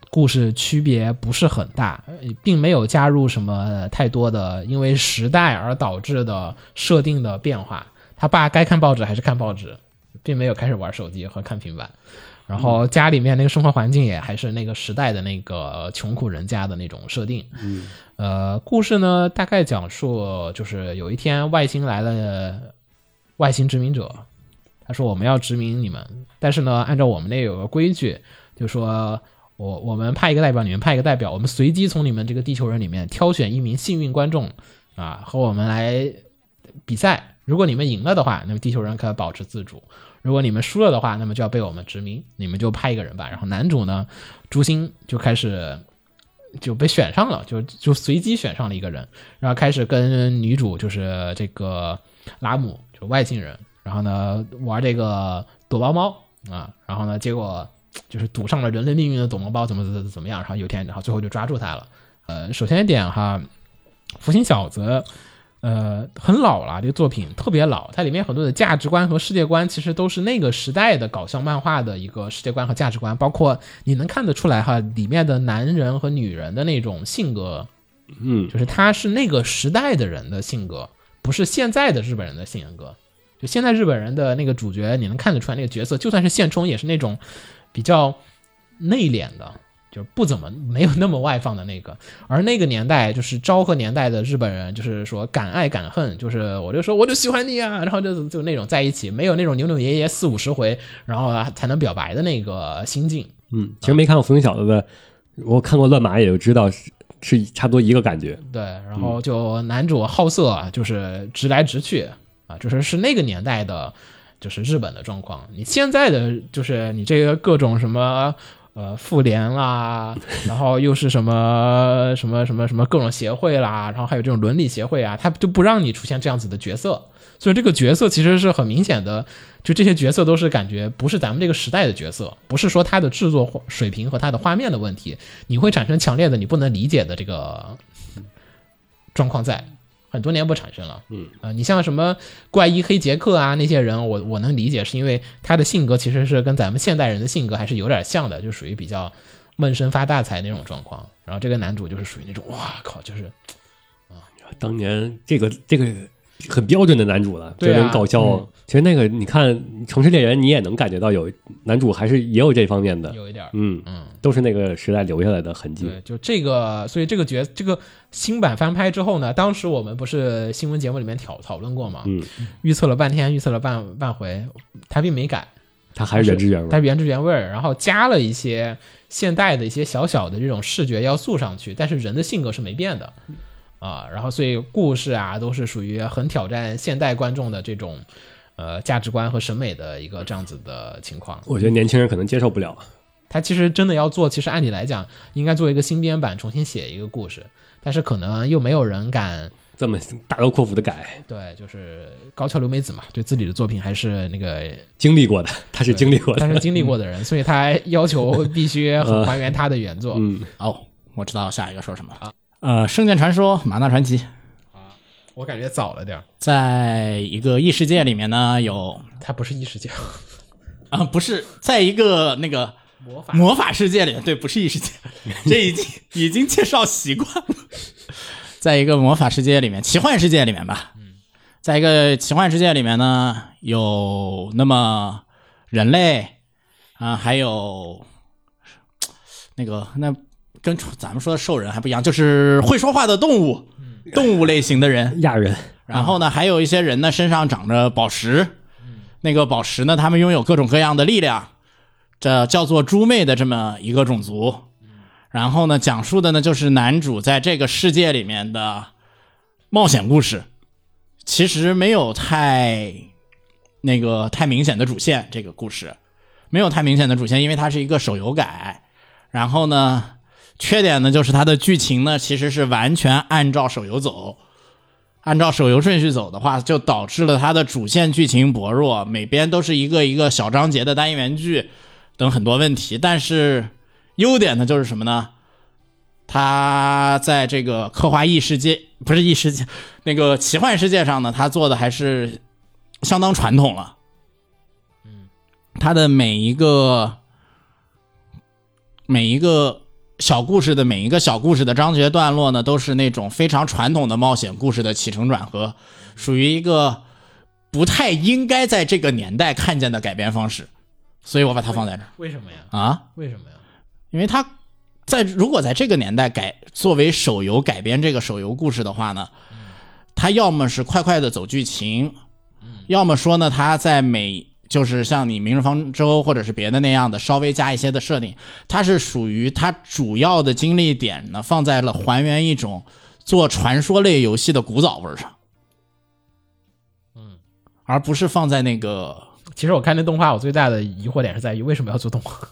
[SPEAKER 1] 故事区别不是很大，呃并没有加入什么太多的因为时代而导致的设定的变化。他爸该看报纸还是看报纸，并没有开始玩手机和看平板。然后家里面那个生活环境也还是那个时代的那个穷苦人家的那种设定。嗯，呃，故事呢大概讲述就是有一天外星来了外星殖民者，他说我们要殖民你们，但是呢，按照我们那有个规矩，就说我我们派一个代表，你们派一个代表，我们随机从你们这个地球人里面挑选一名幸运观众啊，和我们来比赛。如果你们赢了的话，那么地球人可保持自主；如果你们输了的话，那么就要被我们殖民。你们就派一个人吧。然后男主呢，朱星就开始就被选上了，就就随机选上了一个人，然后开始跟女主就是这个拉姆，就外星人，然后呢玩这个躲猫猫啊，然后呢结果就是赌上了人类命运的躲猫猫怎么怎么怎么样，然后有一天，然后最后就抓住他了。呃，首先一点哈，福星小子。呃，很老了，这个作品特别老，它里面很多的价值观和世界观其实都是那个时代的搞笑漫画的一个世界观和价值观，包括你能看得出来哈，里面的男人和女人的那种性格，
[SPEAKER 2] 嗯，
[SPEAKER 1] 就是他是那个时代的人的性格，不是现在的日本人的性格。就现在日本人的那个主角，你能看得出来那个角色，就算是现充，也是那种比较内敛的，就是不怎么没有那么外放的那个。而那个年代就是昭和年代的日本人，就是说敢爱敢恨，就是我就说我就喜欢你啊，然后就就那种在一起，没有那种扭扭捏捏四五十回，然后啊才能表白的那个心境。
[SPEAKER 2] 嗯，其实没看过《福星小子》的，我看过《乱马》也就知道是是差不多一个感觉。
[SPEAKER 1] 对，然后就男主好色啊，就是直来直去啊，就是是那个年代的，就是日本的状况。你现在的就是你这个各种什么。呃，妇联啦，然后又是什么什么什么什么各种协会啦，然后还有这种伦理协会啊，他就不让你出现这样子的角色，所以这个角色其实是很明显的，就这些角色都是感觉不是咱们这个时代的角色，不是说它的制作水平和它的画面的问题，你会产生强烈的你不能理解的这个状况在，很多年不产生了。嗯，啊，你像什么怪医黑杰克啊那些人，我我能理解，是因为他的性格其实是跟咱们现代人的性格还是有点像的，就属于比较闷声发大财那种状况。然后这个男主就是属于那种哇靠，就是
[SPEAKER 2] 当年这个这个很标准的男主了，
[SPEAKER 1] 对啊
[SPEAKER 2] 这种搞笑。
[SPEAKER 1] 嗯
[SPEAKER 2] 其实那个你看《城市猎人》，你也能感觉到有男主还是也有这方面的，
[SPEAKER 1] 有一点儿，
[SPEAKER 2] 嗯，
[SPEAKER 1] 嗯，
[SPEAKER 2] 都是那个时代留下来的痕迹。
[SPEAKER 1] 对，就这个，所以这个角这个新版翻拍之后呢，当时我们不是新闻节目里面讨讨论过嘛，
[SPEAKER 2] 嗯，
[SPEAKER 1] 预测了半天，预测了半半回，他并没改，
[SPEAKER 2] 他还是原汁原味
[SPEAKER 1] 它
[SPEAKER 2] 儿。
[SPEAKER 1] 原汁原味儿，然后加了一些现代的一些小小的这种视觉要素上去，但是人的性格是没变的啊。然后所以故事啊都是属于很挑战现代观众的这种呃价值观和审美的一个这样子的情况。
[SPEAKER 2] 我觉得年轻人可能接受不了，
[SPEAKER 1] 他其实真的要做，其实按理来讲应该做一个新编版，重新写一个故事，但是可能又没有人敢。
[SPEAKER 2] 这么大刀阔斧的改，
[SPEAKER 1] 对，就是高桥留美子嘛，对自己的作品还是那个
[SPEAKER 2] 经历过的，他是经历过
[SPEAKER 1] 但
[SPEAKER 2] 的。
[SPEAKER 1] 是经历过的人，所以他要求必须很还原他的原作。
[SPEAKER 2] 嗯，
[SPEAKER 3] 哦，我知道下一个说什么了。呃，《圣剑传说》《马纳传奇》
[SPEAKER 1] 我感觉早了点儿。
[SPEAKER 3] 在一个异世界里面呢，有
[SPEAKER 1] 它不是异世界，
[SPEAKER 3] 啊、不是在一个那个
[SPEAKER 1] 魔法
[SPEAKER 3] 魔法世界里，对，不是异世界，这已经已经介绍习惯了。在一个魔法世界里面，奇幻世界里面吧，在一个奇幻世界里面呢，有那么人类啊、还有那个那跟咱们说的兽人还不一样，就是会说话的动物，动物类型的人，
[SPEAKER 2] 亚人
[SPEAKER 3] 然后呢，还有一些人呢身上长着宝石，那个宝石呢，他们拥有各种各样的力量，这叫做猪妹的这么一个种族。然后呢，讲述的呢就是男主在这个世界里面的冒险故事，其实没有太那个太明显的主线，这个故事没有太明显的主线，因为它是一个手游改。然后呢，缺点呢就是它的剧情呢其实是完全按照手游走，按照手游顺序走的话，就导致了它的主线剧情薄弱，每边都是一个一个小章节的单元剧等很多问题。但是优点呢，就是什么呢？它在这个刻画异世界，不是异世界，那个奇幻世界上呢，它做的还是相当传统了。嗯，它的每一个每一个小故事的每一个小故事的章节段落呢，都是那种非常传统的冒险故事的起承转合，属于一个不太应该在这个年代看见的改编方式，所以我把它放在这儿
[SPEAKER 1] 为什么呀？
[SPEAKER 3] 啊。
[SPEAKER 1] 为什么呀？
[SPEAKER 3] 因为它在如果在这个年代改作为手游改编这个手游故事的话呢，
[SPEAKER 1] 嗯
[SPEAKER 3] 它要么是快快的走剧情，
[SPEAKER 1] 嗯
[SPEAKER 3] 要么说呢它在每就是像你《明日方舟》或者是别的那样的稍微加一些的设定，它是属于它主要的精力点呢放在了还原一种做传说类游戏的古早味儿上，嗯，而不是放在那个
[SPEAKER 1] 其实我看那动画，我最大的疑惑点是在于为什么要做动画，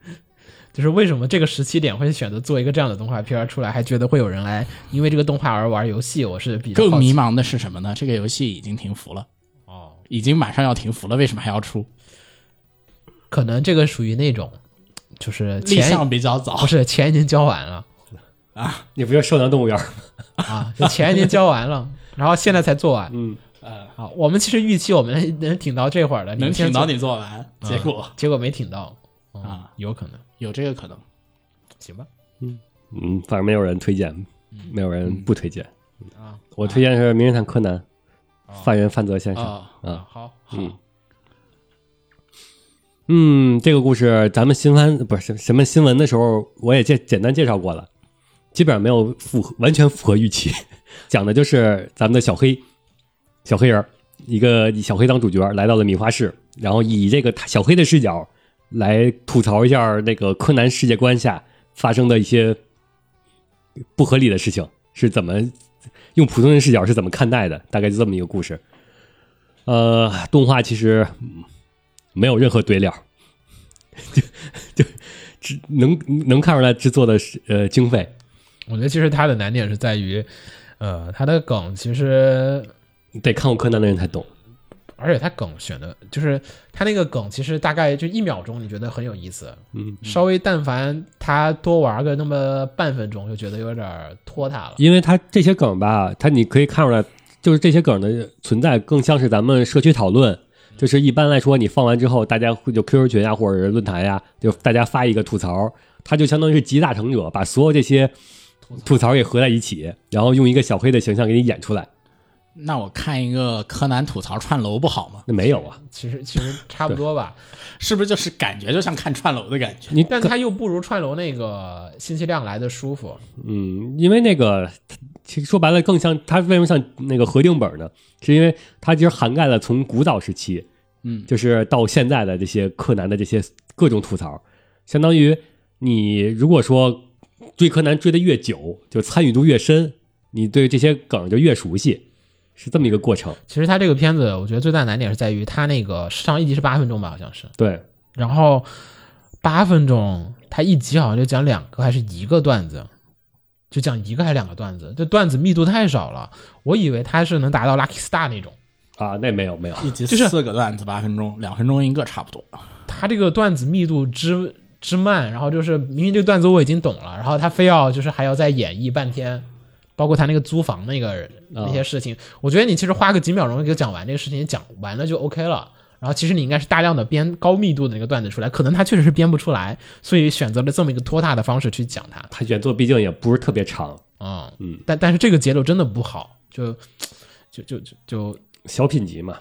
[SPEAKER 1] 就是为什么这个时期点会选择做一个这样的动画片儿出来，还觉得会有人来因为这个动画而玩游戏，我是比较
[SPEAKER 3] 更
[SPEAKER 1] 好奇
[SPEAKER 3] 迷茫的是什么呢？这个游戏已经停服了。
[SPEAKER 1] 哦。
[SPEAKER 3] 已经马上要停服了，为什么还要出？
[SPEAKER 1] 可能这个属于那种，就是
[SPEAKER 3] 立项
[SPEAKER 1] 钱
[SPEAKER 3] 比较
[SPEAKER 1] 不
[SPEAKER 3] 早，
[SPEAKER 1] 是钱已经交完了
[SPEAKER 2] 你不就兽娘动物园儿吗？
[SPEAKER 1] 啊，就钱已经交完了，然后现在才做完。
[SPEAKER 2] 嗯，
[SPEAKER 1] 啊，我们其实预期我们能能挺到这会儿的，
[SPEAKER 3] 能
[SPEAKER 1] 们先
[SPEAKER 3] 挺到
[SPEAKER 1] 做
[SPEAKER 3] 你做完，结果
[SPEAKER 1] 结果没挺到嗯
[SPEAKER 3] 啊
[SPEAKER 1] 有可能
[SPEAKER 3] 有这个可能。
[SPEAKER 1] 行吧。
[SPEAKER 2] 嗯，反正没有人推荐，没有人不推荐。
[SPEAKER 1] 啊
[SPEAKER 2] 我推荐是《名侦探柯南》，
[SPEAKER 3] 哦
[SPEAKER 2] 犯人范泽先生。
[SPEAKER 3] 啊
[SPEAKER 2] 啊，
[SPEAKER 1] 好，
[SPEAKER 2] 嗯，嗯，这个故事咱们新番不是什么新闻的时候，我也介简单介绍过了，基本上没有符合完全符合预期， 讲的就是咱们的小黑，小黑人儿，一个以小黑当主角来到了米花市，然后以这个他小黑的视角来吐槽一下那个柯南世界观下发生的一些不合理的事情是怎么用普通人视角是怎么看待的，大概就这么一个故事。呃，动画其实嗯没有任何堆料， 就就 只能能看出来制作的是呃经费，
[SPEAKER 1] 我觉得其实它的难点是在于，呃，它的梗其实，
[SPEAKER 2] 得看过柯南的人才懂。
[SPEAKER 1] 而且它梗选的就是它那个梗，其实大概就一秒钟，你觉得很有意思，
[SPEAKER 2] 嗯，
[SPEAKER 1] 稍微但凡他多玩个那么半分钟，就觉得有点儿拖沓了。
[SPEAKER 2] 因为它这些梗吧，它你可以看出来，就是这些梗的存在更像是咱们社区讨论。就是一般来说，你放完之后，大家会就 QQ 群啊，或者是论坛呀、就大家发一个吐槽，它就相当于是集大成者，把所有这些吐槽也合在一起，然后用一个小黑的形象给你演出来。
[SPEAKER 3] 那我看一个柯南吐槽串楼不好吗？
[SPEAKER 2] 那没有啊，
[SPEAKER 1] 其实其实差不多吧，
[SPEAKER 3] 是不是就是感觉就像看串楼的感觉？
[SPEAKER 2] 你
[SPEAKER 1] 但它又不如串流那个信息量来的舒服。
[SPEAKER 2] 嗯，因为那个，它其实说白了更像它为什么像那个核定本呢？是因为它其实涵盖了从古早时期，
[SPEAKER 3] 嗯
[SPEAKER 2] 就是到现在的这些柯南的这些各种吐槽，相当于你如果说追柯南追的越久，就参与度越深，你对这些梗就越熟悉，是这么一个过程。
[SPEAKER 1] 其实它这个片子，我觉得最大难点是在于它那个上一集是八分钟吧，好像是，
[SPEAKER 2] 对，
[SPEAKER 1] 然后八分钟，它一集好像就讲两个还是一个段子，就讲一个还是两个段子，这段子密度太少了，我以为它是能达到 Lucky Star 那种。
[SPEAKER 2] 啊，那没有没有，
[SPEAKER 3] 一集
[SPEAKER 1] 就是
[SPEAKER 3] 四个段子，八分钟，两分钟一个，差不多。
[SPEAKER 1] 他这个段子密度之之慢，然后就是明明这个段子我已经懂了，然后他非要就是还要再演绎半天，包括他那个租房那个人
[SPEAKER 2] 啊
[SPEAKER 1] 那些事情，我觉得你其实花个几秒钟给讲完这个事情，讲完了就 OK 了。然后其实你应该是大量的编高密度的那个段子出来，可能他确实是编不出来，所以选择了这么一个拖沓的方式去讲它。
[SPEAKER 2] 它原作毕竟也不是特别长，
[SPEAKER 1] 嗯
[SPEAKER 2] 嗯，
[SPEAKER 1] 但但是这个节奏真的不好，就就就就就
[SPEAKER 2] 小品集嘛。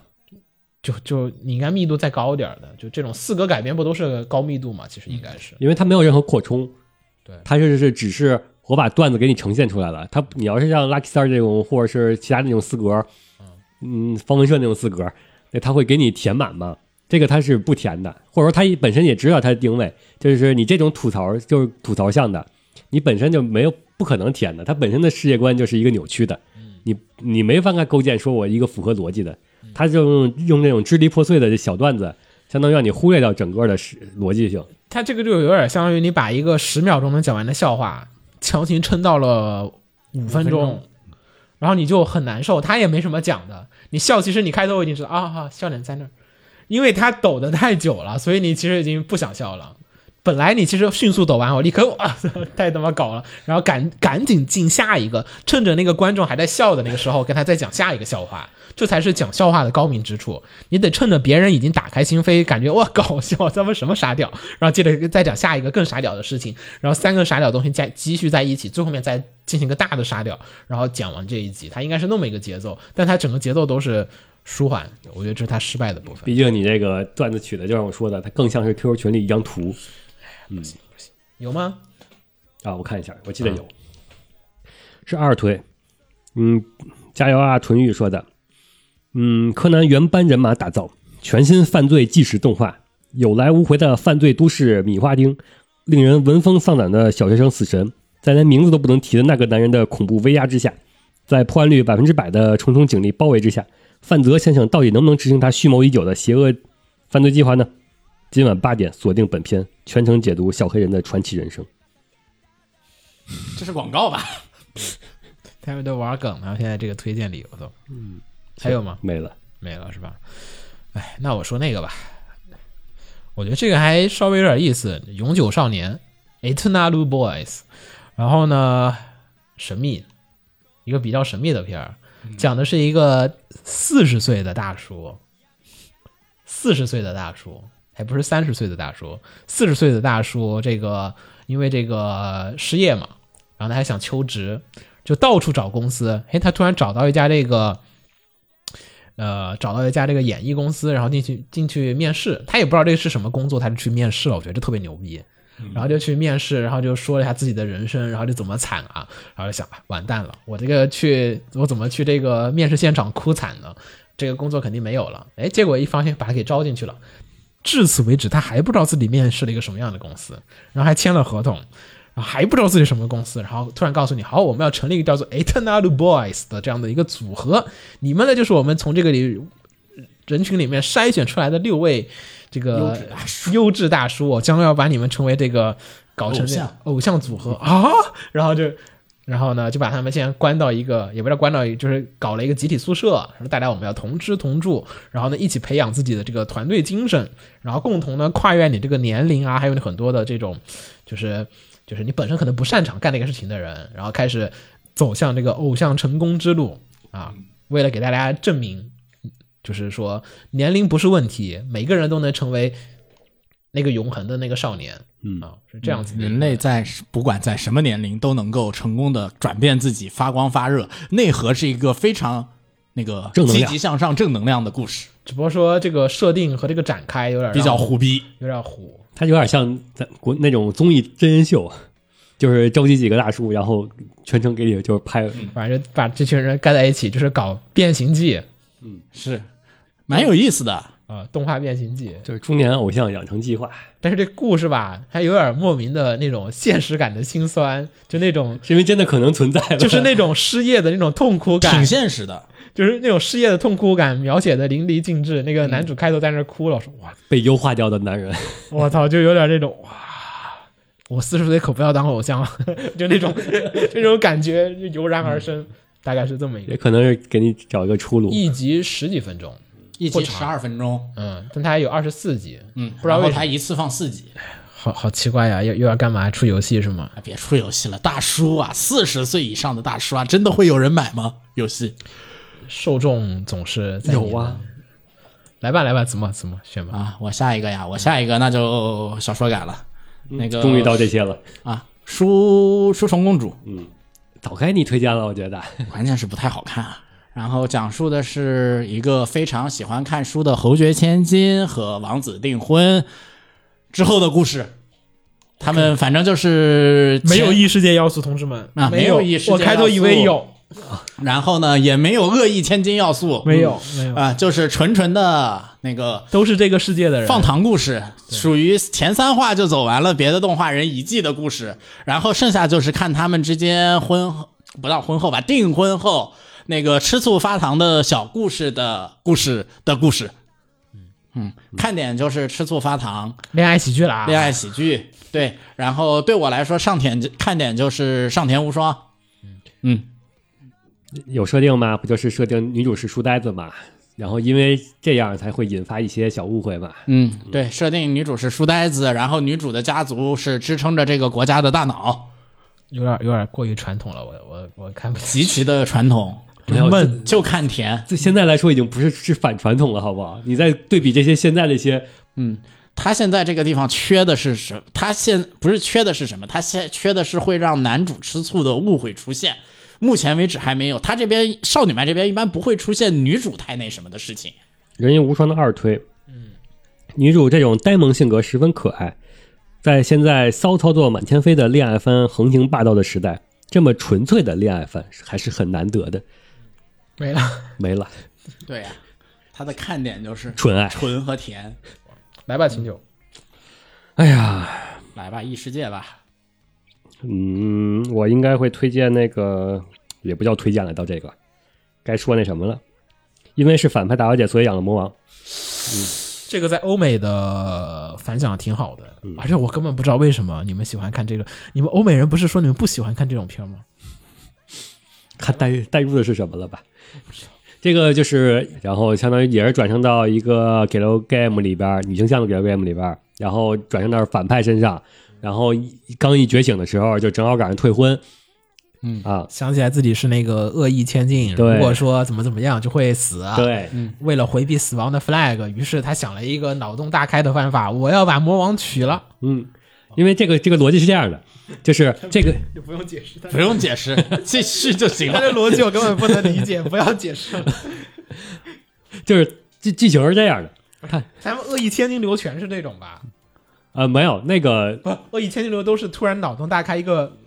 [SPEAKER 1] 就就你应该密度再高一点的，就这种四格改编不都是高密度嘛？其实应该是。
[SPEAKER 2] 因为它没有任何扩充，
[SPEAKER 1] 对
[SPEAKER 2] 它是是只是我把段子给你呈现出来了。它你要是像 Lucky Star 这种，或者是其他那种四格，嗯，方文社那种四格，那它会给你填满嘛？这个它是不填的，或者说它本身也知道它的定位，就是你这种吐槽就是吐槽向的，你本身就没有不可能填的，它本身的世界观就是一个扭曲的，
[SPEAKER 1] 嗯
[SPEAKER 2] 你你没法给它构建说我一个符合逻辑的，它就用用这种支离破碎的小段子，相当于让你忽略掉整个的是逻辑性。
[SPEAKER 1] 它这个就有点相当于你把一个十秒钟能讲完的笑话强行撑到了五分钟，然后你就很难受。他也没什么讲的，你笑其实你开头已经知道啊，哈，笑点在那儿，因为他抖的太久了，所以你其实已经不想笑了。本来你其实迅速抖完，我立刻哇， 太他妈搞了，然后赶赶紧进下一个，趁着那个观众还在笑的那个时候，跟他再讲下一个笑话，这才是讲笑话的高明之处。你得趁着别人已经打开心扉，感觉哇搞笑，咱们什么傻屌，然后接着再讲下一个更傻屌的事情，然后三个傻屌东西再积蓄在一起，最后面再进行一个大的傻屌，然后讲完这一集，它应该是那么一个节奏，但它整个节奏都是舒缓，我觉得这是它失败的部分。
[SPEAKER 2] 毕竟你这个段子取的，就像我说的，它更像是 QQ 群里一张图
[SPEAKER 1] 有吗？
[SPEAKER 2] 啊。我看一下，我记得有，是二推，嗯，加油啊，屯玉说的，嗯，柯南原班人马打造全新犯罪纪实动画，有来无回的犯罪都市米花町，令人闻风丧胆的小学生死神，在连名字都不能提的那个男人的恐怖威压之下，在破案率百分之百的重重警力包围之下，范泽先生到底能不能执行他蓄谋已久的邪恶犯罪计划呢？今晚八点锁定本片，全程解读小黑人的传奇人生。
[SPEAKER 3] 这是广告吧？
[SPEAKER 1] 他们都玩梗呢，现在这个推荐理由都，嗯，还有吗？
[SPEAKER 2] 没了，
[SPEAKER 1] 没了是吧？哎，那我说那个吧，我觉得这个还稍微有点意思，《永久少年》（Eternal Boys），然后呢，神秘，一个比较神秘的片儿，讲的是一个四十岁的大叔，四十岁的大叔，还不是三十岁的大叔，四十岁的大叔，这个因为这个失业嘛，然后他还想求职，就到处找公司，哎，他突然找到一家这个。呃找到一家这个演艺公司，然后进去进去面试，他也不知道这是什么工作，他就去面试了，我觉得这特别牛逼。然后就去面试，然后就说了一下自己的人生，然后就怎么惨啊，然后就想啊完蛋了，我这个去我怎么去这个面试现场哭惨呢？这个工作肯定没有了。哎，结果一发现把他给招进去了，至此为止，他还不知道自己面试了一个什么样的公司，然后还签了合同，然后还不知道自己什么公司，然后突然告诉你，好，我们要成立一个叫做 Eternal Boys 的这样的一个组合，你们呢就是我们从这个里人群里面筛选出来的六位这个优质大叔，我将要把你们成为这个搞成这样偶像组合啊，然后就。然后呢，就把他们先关到一个，也不知道关到一个，就是搞了一个集体宿舍，说大家我们要同吃同住，然后呢一起培养自己的这个团队精神，然后共同呢跨越你这个年龄啊，还有你很多的这种，就是就是你本身可能不擅长干那个事情的人，然后开始走向这个偶像成功之路啊，为了给大家证明，就是说年龄不是问题，每个人都能成为那个永恒的那个少年，
[SPEAKER 2] 嗯
[SPEAKER 1] 啊，是这样子的一个。
[SPEAKER 3] 人类在不管在什么年龄都能够成功的转变自己，发光发热。内核是一个非常那个
[SPEAKER 2] 正能
[SPEAKER 3] 积
[SPEAKER 2] 量
[SPEAKER 3] 极向上、正能量的故事，
[SPEAKER 1] 只不过说这个设定和这个展开有点让
[SPEAKER 3] 比较胡逼。
[SPEAKER 1] 有点虎。
[SPEAKER 2] 它有点像咱国那种综艺真人秀， 就是召集几个大叔，然后全程给你就是拍，
[SPEAKER 1] 反正就把这群人盖在一起，就是搞变形记啊、
[SPEAKER 3] 是，蛮有意思的。
[SPEAKER 1] 动画变形记。
[SPEAKER 2] 就是中年偶像养成计划，
[SPEAKER 1] 但是这故事吧，还有点莫名的那种现实感的心酸，就那种
[SPEAKER 2] 是因为真的可能存在吧，
[SPEAKER 1] 就是那种失业的那种痛苦感
[SPEAKER 3] 挺，现实的，
[SPEAKER 1] 就是那种失业的痛苦感描写的淋漓尽致。那个男主开头在那儿哭了，我说哇，
[SPEAKER 2] 被优化掉的男人，
[SPEAKER 1] 我操，就有点那种哇，我四十岁可不要当偶像了， 就那种这种感觉就油然而生，大概是这么一个
[SPEAKER 2] 也。可能是给你找一个出路。
[SPEAKER 1] 一集十几分钟，
[SPEAKER 3] 一
[SPEAKER 1] 不
[SPEAKER 3] 集
[SPEAKER 1] 长
[SPEAKER 3] 十二分钟，
[SPEAKER 1] 嗯，但它有二十四集，
[SPEAKER 3] 嗯，
[SPEAKER 1] 不知道为
[SPEAKER 3] 然后
[SPEAKER 1] 什
[SPEAKER 3] 他一次放四集，
[SPEAKER 1] 好好奇怪呀、又又要干嘛？出游戏是吗？
[SPEAKER 3] 哎别出游戏了，大叔啊，四十岁以上的大叔啊，真的会有人买吗？游戏
[SPEAKER 1] 受众总是在你
[SPEAKER 2] 有啊，
[SPEAKER 1] 来吧来吧，怎么怎么选吧？
[SPEAKER 3] 啊，我下一个呀，我下一个那就小说改了，那个
[SPEAKER 2] 终于到这些了，
[SPEAKER 3] 啊，书书虫公主，
[SPEAKER 2] 早该你推荐了，我觉得。
[SPEAKER 3] 关键是不太好看啊。然后讲述的是一个非常喜欢看书的侯爵千金和王子订婚之后的故事。他们反正就是
[SPEAKER 5] 没有
[SPEAKER 3] 前
[SPEAKER 5] 异世界要素，同志们
[SPEAKER 3] 啊
[SPEAKER 5] 没
[SPEAKER 3] 没有异世界要
[SPEAKER 5] 我
[SPEAKER 3] 素
[SPEAKER 5] 开头以为有，
[SPEAKER 3] 然后呢也没有恶意千金要素，
[SPEAKER 5] 没有
[SPEAKER 1] 嗯
[SPEAKER 5] 没有，
[SPEAKER 3] 啊，就是纯纯的那个
[SPEAKER 5] 都是这个世界的人。
[SPEAKER 3] 放糖故事，属于前三话就走完了别的动画人一季的故事，然后剩下就是看他们之间婚后不到婚后吧，订婚后那个吃醋发糖的小故事的故事的故事。嗯，看点就是吃醋发糖，
[SPEAKER 1] 恋爱喜剧啊啦，
[SPEAKER 3] 恋爱喜剧，对。然后对我来说，上田看点就是上田无双，嗯，
[SPEAKER 2] 有设定吗？不就是设定女主是书呆子嘛？然后因为这样才会引发一些小误会嘛。
[SPEAKER 3] 嗯，对，设定女主是书呆子，然后女主的家族是支撑着这个国家的大脑，
[SPEAKER 1] 有点有点过于传统了，我我我看不起。
[SPEAKER 3] 极其的传统，
[SPEAKER 2] 没有
[SPEAKER 1] 闷
[SPEAKER 3] 就看甜。
[SPEAKER 2] 这现在来说已经不是是反传统了，好不好？你再对比这些现在的一些，
[SPEAKER 3] 他现在这个地方缺的是什么？他现不是缺的是什么？他现缺的是会让男主吃醋的误会出现。目前为止还没有，他这边少女漫这边一般不会出现女主太那什么的事情。
[SPEAKER 2] 人猿无双的二推，女主这种呆萌性格十分可爱，在现在骚操作满天飞的恋爱番横行霸道的时代，这么纯粹的恋爱番还是很难得的。
[SPEAKER 1] 没了，
[SPEAKER 2] 没了，
[SPEAKER 3] 对呀、他的看点就是
[SPEAKER 2] 纯爱。
[SPEAKER 3] 纯和甜。
[SPEAKER 1] 来吧，秦九，
[SPEAKER 2] 哎呀，
[SPEAKER 3] 来吧，异世界吧，
[SPEAKER 2] 嗯，我应该会推荐那个，也不叫推荐了，到这个该说那什么了。因为是反派大小姐，所以养了魔王。
[SPEAKER 1] 这个在欧美的反响挺好的，而且我根本不知道为什么你们喜欢看这个。你们欧美人不是说你们不喜欢看这种片吗？
[SPEAKER 2] 看带带入的是什么了吧？这个就是，然后相当于也是转生到一个 g a l game 里边儿，女性向的 g a l game 里边儿，然后转生到反派身上，然后一刚一觉醒的时候，就正好赶上退婚，嗯啊，
[SPEAKER 1] 想起来自己是那个恶意千金，
[SPEAKER 2] 对
[SPEAKER 1] 如果说怎么怎么样就会死啊。
[SPEAKER 2] 对，
[SPEAKER 1] 为了回避死亡的 flag，于是他想了一个脑洞大开的办法，我要把魔王娶了。
[SPEAKER 2] 嗯，因为这个这个逻辑是这样的，就是这个
[SPEAKER 1] 就不用解释，
[SPEAKER 3] 不用解 释，继续就行
[SPEAKER 1] 他
[SPEAKER 3] 了。
[SPEAKER 1] 的逻辑我根本不能理解，不要解释了。
[SPEAKER 2] 就是剧剧情是这样的
[SPEAKER 1] 咱们恶意千金流全是这种吧？
[SPEAKER 2] 啊、没有那个
[SPEAKER 1] 不，恶意千金流都是突然脑洞大开一个，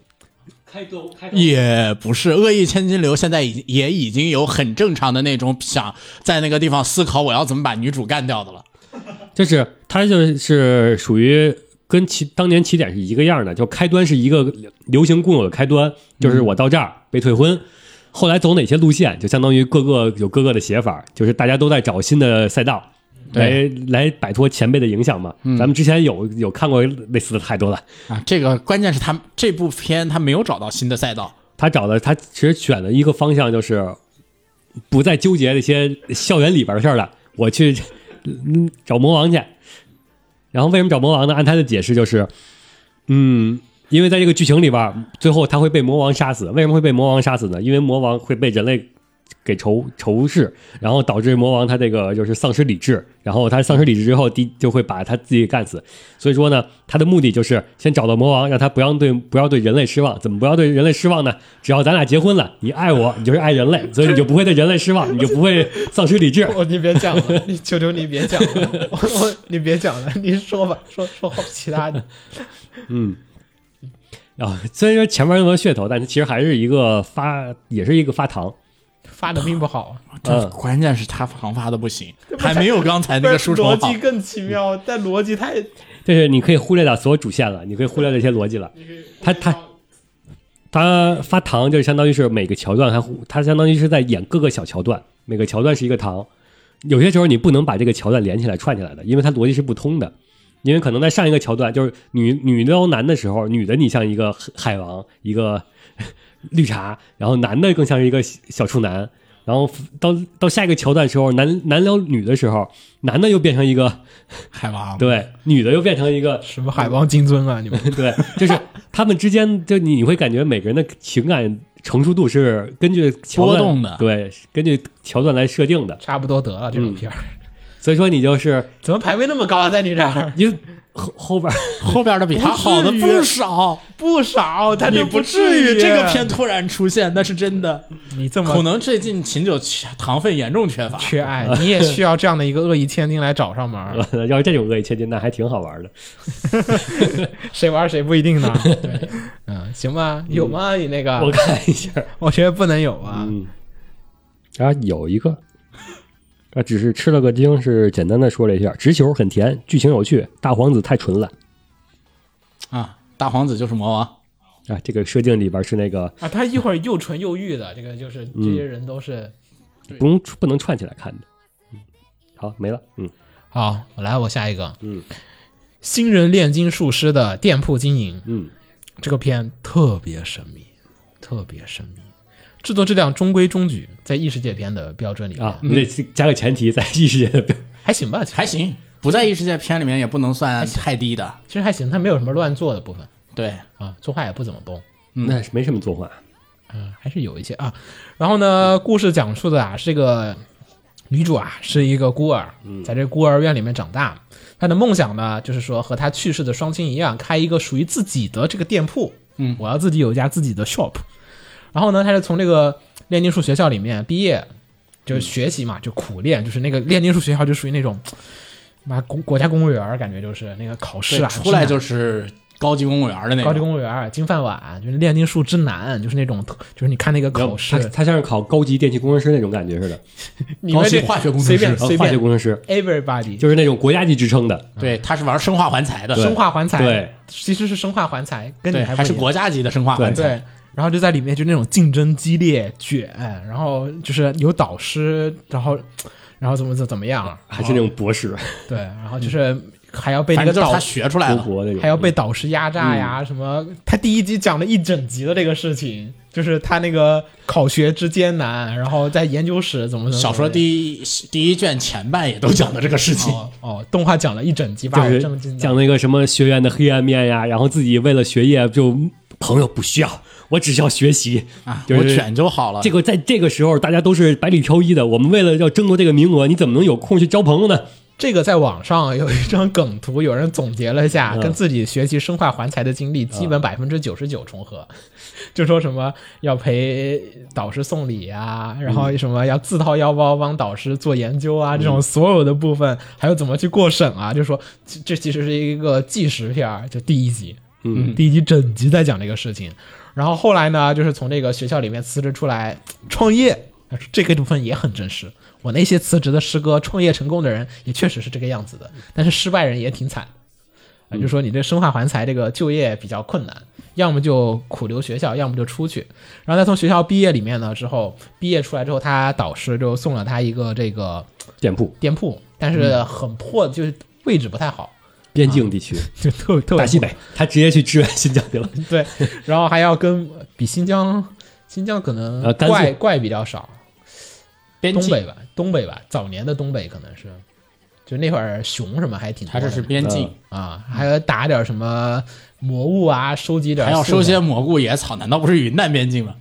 [SPEAKER 2] 开头开
[SPEAKER 3] 也不是恶意千金流，现在已也已经有很正常的那种想在那个地方思考我要怎么把女主干掉的了。
[SPEAKER 2] 就是它就是属于跟起当年起点是一个样的，就开端是一个流行共有的开端，就是我到这儿被退婚，后来走哪些路线，就相当于各个有各个的写法，就是大家都在找新的赛道。来
[SPEAKER 3] 对
[SPEAKER 2] 来摆脱前辈的影响嘛，咱们之前有有看过类似的太多了。
[SPEAKER 3] 啊，这个关键是他这部片他没有找到新的赛道，
[SPEAKER 2] 他找的他其实选的一个方向就是不再纠结那些校园里边的事儿了，我去嗯找魔王去。然后为什么找魔王呢？按他的解释就是，嗯，因为在这个剧情里边儿，最后他会被魔王杀死。为什么会被魔王杀死呢？因为魔王会被人类给仇仇视，然后导致魔王他这个就是丧失理智，然后他丧失理智之后，第就会把他自己给干死。所以说呢，他的目的就是先找到魔王，让他不要对不要对人类失望。怎么不要对人类失望呢？只要咱俩结婚了，你爱我，你就是爱人类，所以你就不会对人类失望，你就不会丧失理智。
[SPEAKER 1] 哦，你别讲了，你求求你别讲了，我我你别讲了，你说吧，说说好其他的，
[SPEAKER 2] 然后虽然说前面那么多噱头，但是其实还是一个发，也是一个发糖。
[SPEAKER 1] 发的并不好啊，
[SPEAKER 3] 这关键是他防发的不行，还没有刚才那个书虫
[SPEAKER 1] 逻
[SPEAKER 3] 好
[SPEAKER 1] 辑。更奇妙，但逻辑太
[SPEAKER 2] 这是你可以忽略掉所有主线了，你可以忽略这些逻辑了。他他他发糖就是相当于是每个桥段，他他相当于是在演各个小桥段，每个桥段是一个糖。有些时候你不能把这个桥段连起来串起来的，因为它逻辑是不通的。因为可能在上一个桥段就是女女撩男的时候，女的你像一个海王，一个绿茶，然后男的更像是一个小小处男。然后到到下一个桥段的时候，男男撩女的时候，男的又变成一个
[SPEAKER 3] 海王，
[SPEAKER 2] 对，女的又变成一 个
[SPEAKER 1] 什么海王金尊啊，你们
[SPEAKER 2] 对，就是他们之间，就你你会感觉每个人的情感成熟度是根据桥段
[SPEAKER 3] 波动的
[SPEAKER 2] 对，根据桥段来设定的。
[SPEAKER 1] 差不多得了这种片儿，
[SPEAKER 2] 所以说你就是
[SPEAKER 1] 嗯怎么排位那么高啊，在你这儿？
[SPEAKER 2] 因为后后边儿
[SPEAKER 3] 后边的比他好的不少，
[SPEAKER 1] 不少，他
[SPEAKER 3] 你
[SPEAKER 1] 这
[SPEAKER 3] 不
[SPEAKER 1] 至
[SPEAKER 3] 至于啊这个片
[SPEAKER 1] 片，
[SPEAKER 3] 突然出现，那是真的。
[SPEAKER 1] 你这
[SPEAKER 3] 可
[SPEAKER 1] 么
[SPEAKER 3] 能最近琴酒缺糖分严重缺乏，
[SPEAKER 1] 缺爱，你也需要这样的一个恶意千金来找上门儿，
[SPEAKER 2] 要是这种恶意切金，那还挺好玩的。
[SPEAKER 1] 谁玩谁不一 定呢。对，嗯，行吧，有吗？你那个，
[SPEAKER 3] 啊
[SPEAKER 2] 我看一下，
[SPEAKER 1] 我觉得不能有啊。
[SPEAKER 2] 嗯，啊，有一个。啊，只是吃了个惊，是简单的说了一下。直球很甜，剧情有趣，大皇子太纯了
[SPEAKER 3] 啊！大皇子就是魔王，
[SPEAKER 2] 啊！这个设定里边是那个
[SPEAKER 1] 啊，他一会儿又纯又欲的，这个就是这些人都
[SPEAKER 2] 嗯
[SPEAKER 1] 是。
[SPEAKER 2] 不用不能串起来看的。嗯好，没了。嗯，
[SPEAKER 1] 好，我来，我下一个，
[SPEAKER 2] 嗯，
[SPEAKER 1] 新人炼金术师的店铺经营，
[SPEAKER 2] 嗯，
[SPEAKER 1] 这个片特别神秘，特别神秘，制作质量中规中矩，在异世界片的标准里面、
[SPEAKER 2] 啊，
[SPEAKER 3] 嗯
[SPEAKER 2] 你得加个前提，在异世界的标
[SPEAKER 1] 还行吧，
[SPEAKER 3] 还，行，不在异世界片里面也不能算太低的。
[SPEAKER 1] 其实还行，他没有什么乱做的部分
[SPEAKER 3] 对，
[SPEAKER 1] 啊，作画也不怎么崩。
[SPEAKER 2] 那是没什么作画，
[SPEAKER 1] 嗯，还是有一些啊。然后呢，故事讲述的啊，是一个女主啊，是一个孤儿，
[SPEAKER 3] 嗯
[SPEAKER 1] 在这孤儿院里面长大。她的梦想呢，就是说和她去世的双亲一样，开一个属于自己的这个店铺。嗯，我要自己有一家自己的 shop。然后呢，她是从这个炼金术学校里面毕业，就是学习
[SPEAKER 3] 嗯
[SPEAKER 1] 嘛，就苦练，就是那个炼金术学校就属于那种。妈，国国家公务员儿感觉就是那个考试
[SPEAKER 3] 对
[SPEAKER 1] 啊，
[SPEAKER 3] 出来
[SPEAKER 1] 是。
[SPEAKER 3] 就是高级公务员的那
[SPEAKER 1] 高级
[SPEAKER 3] 种。
[SPEAKER 1] 公务员、金饭碗，就是炼金术之难，就是那种，就是你看那个考试
[SPEAKER 2] 他，他像是考高级电气工程师那种感觉似的，
[SPEAKER 1] 你们这
[SPEAKER 3] 高级化学工程师
[SPEAKER 1] 随便
[SPEAKER 2] 然后
[SPEAKER 1] 随
[SPEAKER 2] 化学
[SPEAKER 1] 便
[SPEAKER 2] 工程师
[SPEAKER 1] ，everybody
[SPEAKER 2] 就是那种国家级职称的，
[SPEAKER 3] 对，他是玩生化环材的，
[SPEAKER 1] 生化环材，
[SPEAKER 2] 对，
[SPEAKER 1] 其实是生化环材，跟你
[SPEAKER 3] 对，
[SPEAKER 1] 还
[SPEAKER 3] 还是
[SPEAKER 1] 不一样
[SPEAKER 3] 国家级的生化环材。
[SPEAKER 1] 对。然后就在里面就那种竞争激烈卷，然后就是有导师，然后然后怎么怎么怎么样，
[SPEAKER 2] 还是那种博士
[SPEAKER 1] 对，然后就是还要被那
[SPEAKER 3] 嗯反
[SPEAKER 1] 个
[SPEAKER 3] 正就是
[SPEAKER 1] 导
[SPEAKER 3] 他学出来
[SPEAKER 2] 读
[SPEAKER 3] 了，
[SPEAKER 2] 博那种，
[SPEAKER 1] 还要被导师压榨呀，
[SPEAKER 3] 嗯
[SPEAKER 1] 什么？他第一集讲了一整集的这个事情，就是他那个考学之艰难，然后在研究室怎么怎么
[SPEAKER 3] 小说
[SPEAKER 1] 一
[SPEAKER 3] 第一第一卷前半也都讲的这个事情，
[SPEAKER 1] 哦哦，动画讲了一整集，把
[SPEAKER 2] 就
[SPEAKER 1] 我震
[SPEAKER 2] 是
[SPEAKER 1] 惊
[SPEAKER 2] 讲
[SPEAKER 1] 的。
[SPEAKER 2] 那个什么学院的黑暗面呀，然后自己为了学业就朋友不需要，我只需要学习
[SPEAKER 3] 啊，
[SPEAKER 2] 就
[SPEAKER 3] 我
[SPEAKER 2] 是
[SPEAKER 3] 卷就好了。
[SPEAKER 2] 这个在这个时候，大家都是百里挑一的。我们为了要争夺这个名额，你怎么能有空去交朋友呢？
[SPEAKER 1] 这个在网上有一张梗图，有人总结了一下，
[SPEAKER 2] 嗯
[SPEAKER 1] 跟自己学习生化环材的经历，基本百分之九十九重合。就说什么要陪导师送礼啊，
[SPEAKER 2] 嗯
[SPEAKER 1] 然后什么要自掏腰包帮导师做研究啊，这种所有的部分，还有怎么去过审啊，就说这这其实是一个纪实片儿，就第一集，
[SPEAKER 2] 嗯，
[SPEAKER 1] 第一集整集在讲这个事情。然后后来呢，就是从这个学校里面辞职出来创业，这个部分也很真实。我那些辞职的师哥，创业成功的人也确实是这个样子的，但是失败人也挺惨。啊，就说你这生化环材这个就业比较困难，要么就苦留学校，要么就出去。然后他从学校毕业里面呢之后，毕业出来之后，他导师就送了他一个这个
[SPEAKER 2] 店铺
[SPEAKER 1] 店铺，但是很破，就是位置不太好，
[SPEAKER 2] 边境地区，
[SPEAKER 1] 就特特别
[SPEAKER 2] 大西
[SPEAKER 1] 破
[SPEAKER 2] 北，他直接去支援新疆去了。
[SPEAKER 1] 对，然后还要跟比新疆，新疆可能
[SPEAKER 2] 呃甘肃
[SPEAKER 1] 怪、怪比较少，
[SPEAKER 3] 边
[SPEAKER 1] 东
[SPEAKER 3] 境，
[SPEAKER 1] 北吧，东北吧，早年的东北可能是，就那会儿熊什么还挺多
[SPEAKER 3] 它
[SPEAKER 1] 的
[SPEAKER 3] 这是边境，
[SPEAKER 1] 啊，还要打点什么魔物啊，收集点
[SPEAKER 3] 还要
[SPEAKER 1] 素
[SPEAKER 3] 收
[SPEAKER 1] 材
[SPEAKER 3] 些蘑菇野草，难道不是云南边境吗？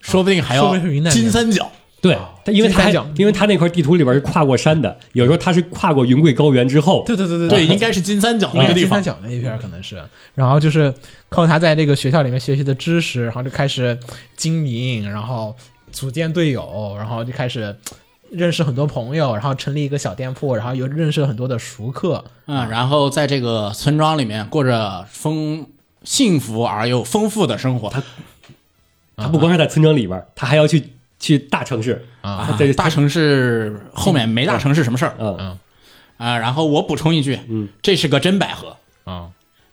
[SPEAKER 3] 说不定还
[SPEAKER 1] 说
[SPEAKER 3] 要
[SPEAKER 1] 不定是云南边
[SPEAKER 3] 金三角，
[SPEAKER 2] 对，他因为
[SPEAKER 1] 啊金三
[SPEAKER 2] 他
[SPEAKER 1] 角
[SPEAKER 2] 因为他那块地图里边是跨过山的，有时候他是跨过云贵高原之后，
[SPEAKER 1] 对对对对
[SPEAKER 3] 对，应该是金三角那个地
[SPEAKER 1] 金三
[SPEAKER 3] 方。
[SPEAKER 1] 角那一片儿可能是，然后就是靠他在这个学校里面学习的知识，然后就开始经营，然后组建队友，然后就开始认识很多朋友，然后成立一个小店铺，然后又认识了很多的熟客，
[SPEAKER 3] 嗯，然后在这个村庄里面过着丰幸福而又丰富的生活。
[SPEAKER 2] 他不光是在村庄里边，他还要去去大城市
[SPEAKER 1] 啊
[SPEAKER 3] 啊
[SPEAKER 2] 对，
[SPEAKER 3] 大城市后面没大城市什么事儿
[SPEAKER 2] 嗯，
[SPEAKER 3] 啊？然后我补充一句，
[SPEAKER 2] 嗯，
[SPEAKER 3] 这是个真百合，
[SPEAKER 1] 啊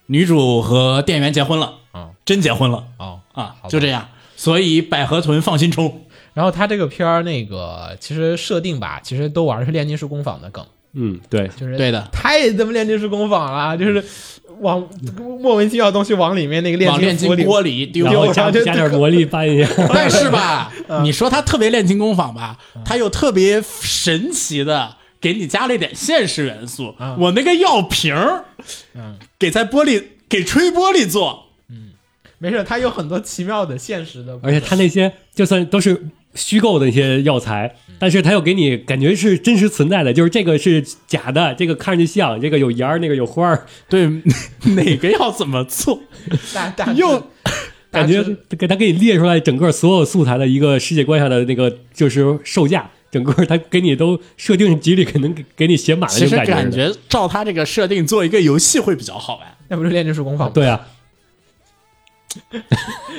[SPEAKER 3] 女主和店员结婚了
[SPEAKER 1] 啊
[SPEAKER 3] 真结婚了
[SPEAKER 1] 啊！
[SPEAKER 3] 啊
[SPEAKER 1] 好，吧
[SPEAKER 3] 就这样。所以百合屯放心冲，
[SPEAKER 1] 然后他这个片儿那个其实设定吧，其实都玩的是炼金术工坊的梗，
[SPEAKER 2] 嗯，对，
[SPEAKER 1] 就是
[SPEAKER 3] 对的，
[SPEAKER 1] 太他妈炼金术工坊了，就是往莫名其妙的东西往里面那个
[SPEAKER 3] 往炼
[SPEAKER 1] 炼
[SPEAKER 3] 金
[SPEAKER 1] 金锅
[SPEAKER 3] 锅
[SPEAKER 1] 里
[SPEAKER 3] 里
[SPEAKER 2] 然后
[SPEAKER 3] 丢。嗯
[SPEAKER 2] 加
[SPEAKER 1] 我就
[SPEAKER 2] 加点魔力搬一下，
[SPEAKER 3] 但是 吧，你说它特别炼金工坊吧，它又特别神奇的给你加了一点现实元素。我那个药瓶儿，
[SPEAKER 1] 嗯
[SPEAKER 3] 给在玻璃给吹玻璃做，
[SPEAKER 1] 没事，它有很多奇妙的现实的部分，
[SPEAKER 2] 而且他那些就算都是虚构的一些药材，
[SPEAKER 1] 嗯
[SPEAKER 2] 但是他又给你感觉是真实存在的，就是这个是假的，这个看上去像，这个有芽儿，那个有花儿，
[SPEAKER 3] 对 哪个要怎么 做，
[SPEAKER 1] 大大致
[SPEAKER 3] 又
[SPEAKER 1] 大
[SPEAKER 2] 感
[SPEAKER 1] 致
[SPEAKER 2] 觉给他给你列出来整个所有素材的一个世界观上的那个就是售价。整个他给你都设定几率，可能给给你写满了
[SPEAKER 3] 其
[SPEAKER 2] 那
[SPEAKER 3] 实
[SPEAKER 2] 种感觉似
[SPEAKER 3] 感
[SPEAKER 2] 的。
[SPEAKER 3] 觉照它这个设定做一个游戏会比较好玩。
[SPEAKER 1] 那不是炼金术工坊吗？
[SPEAKER 2] 对啊，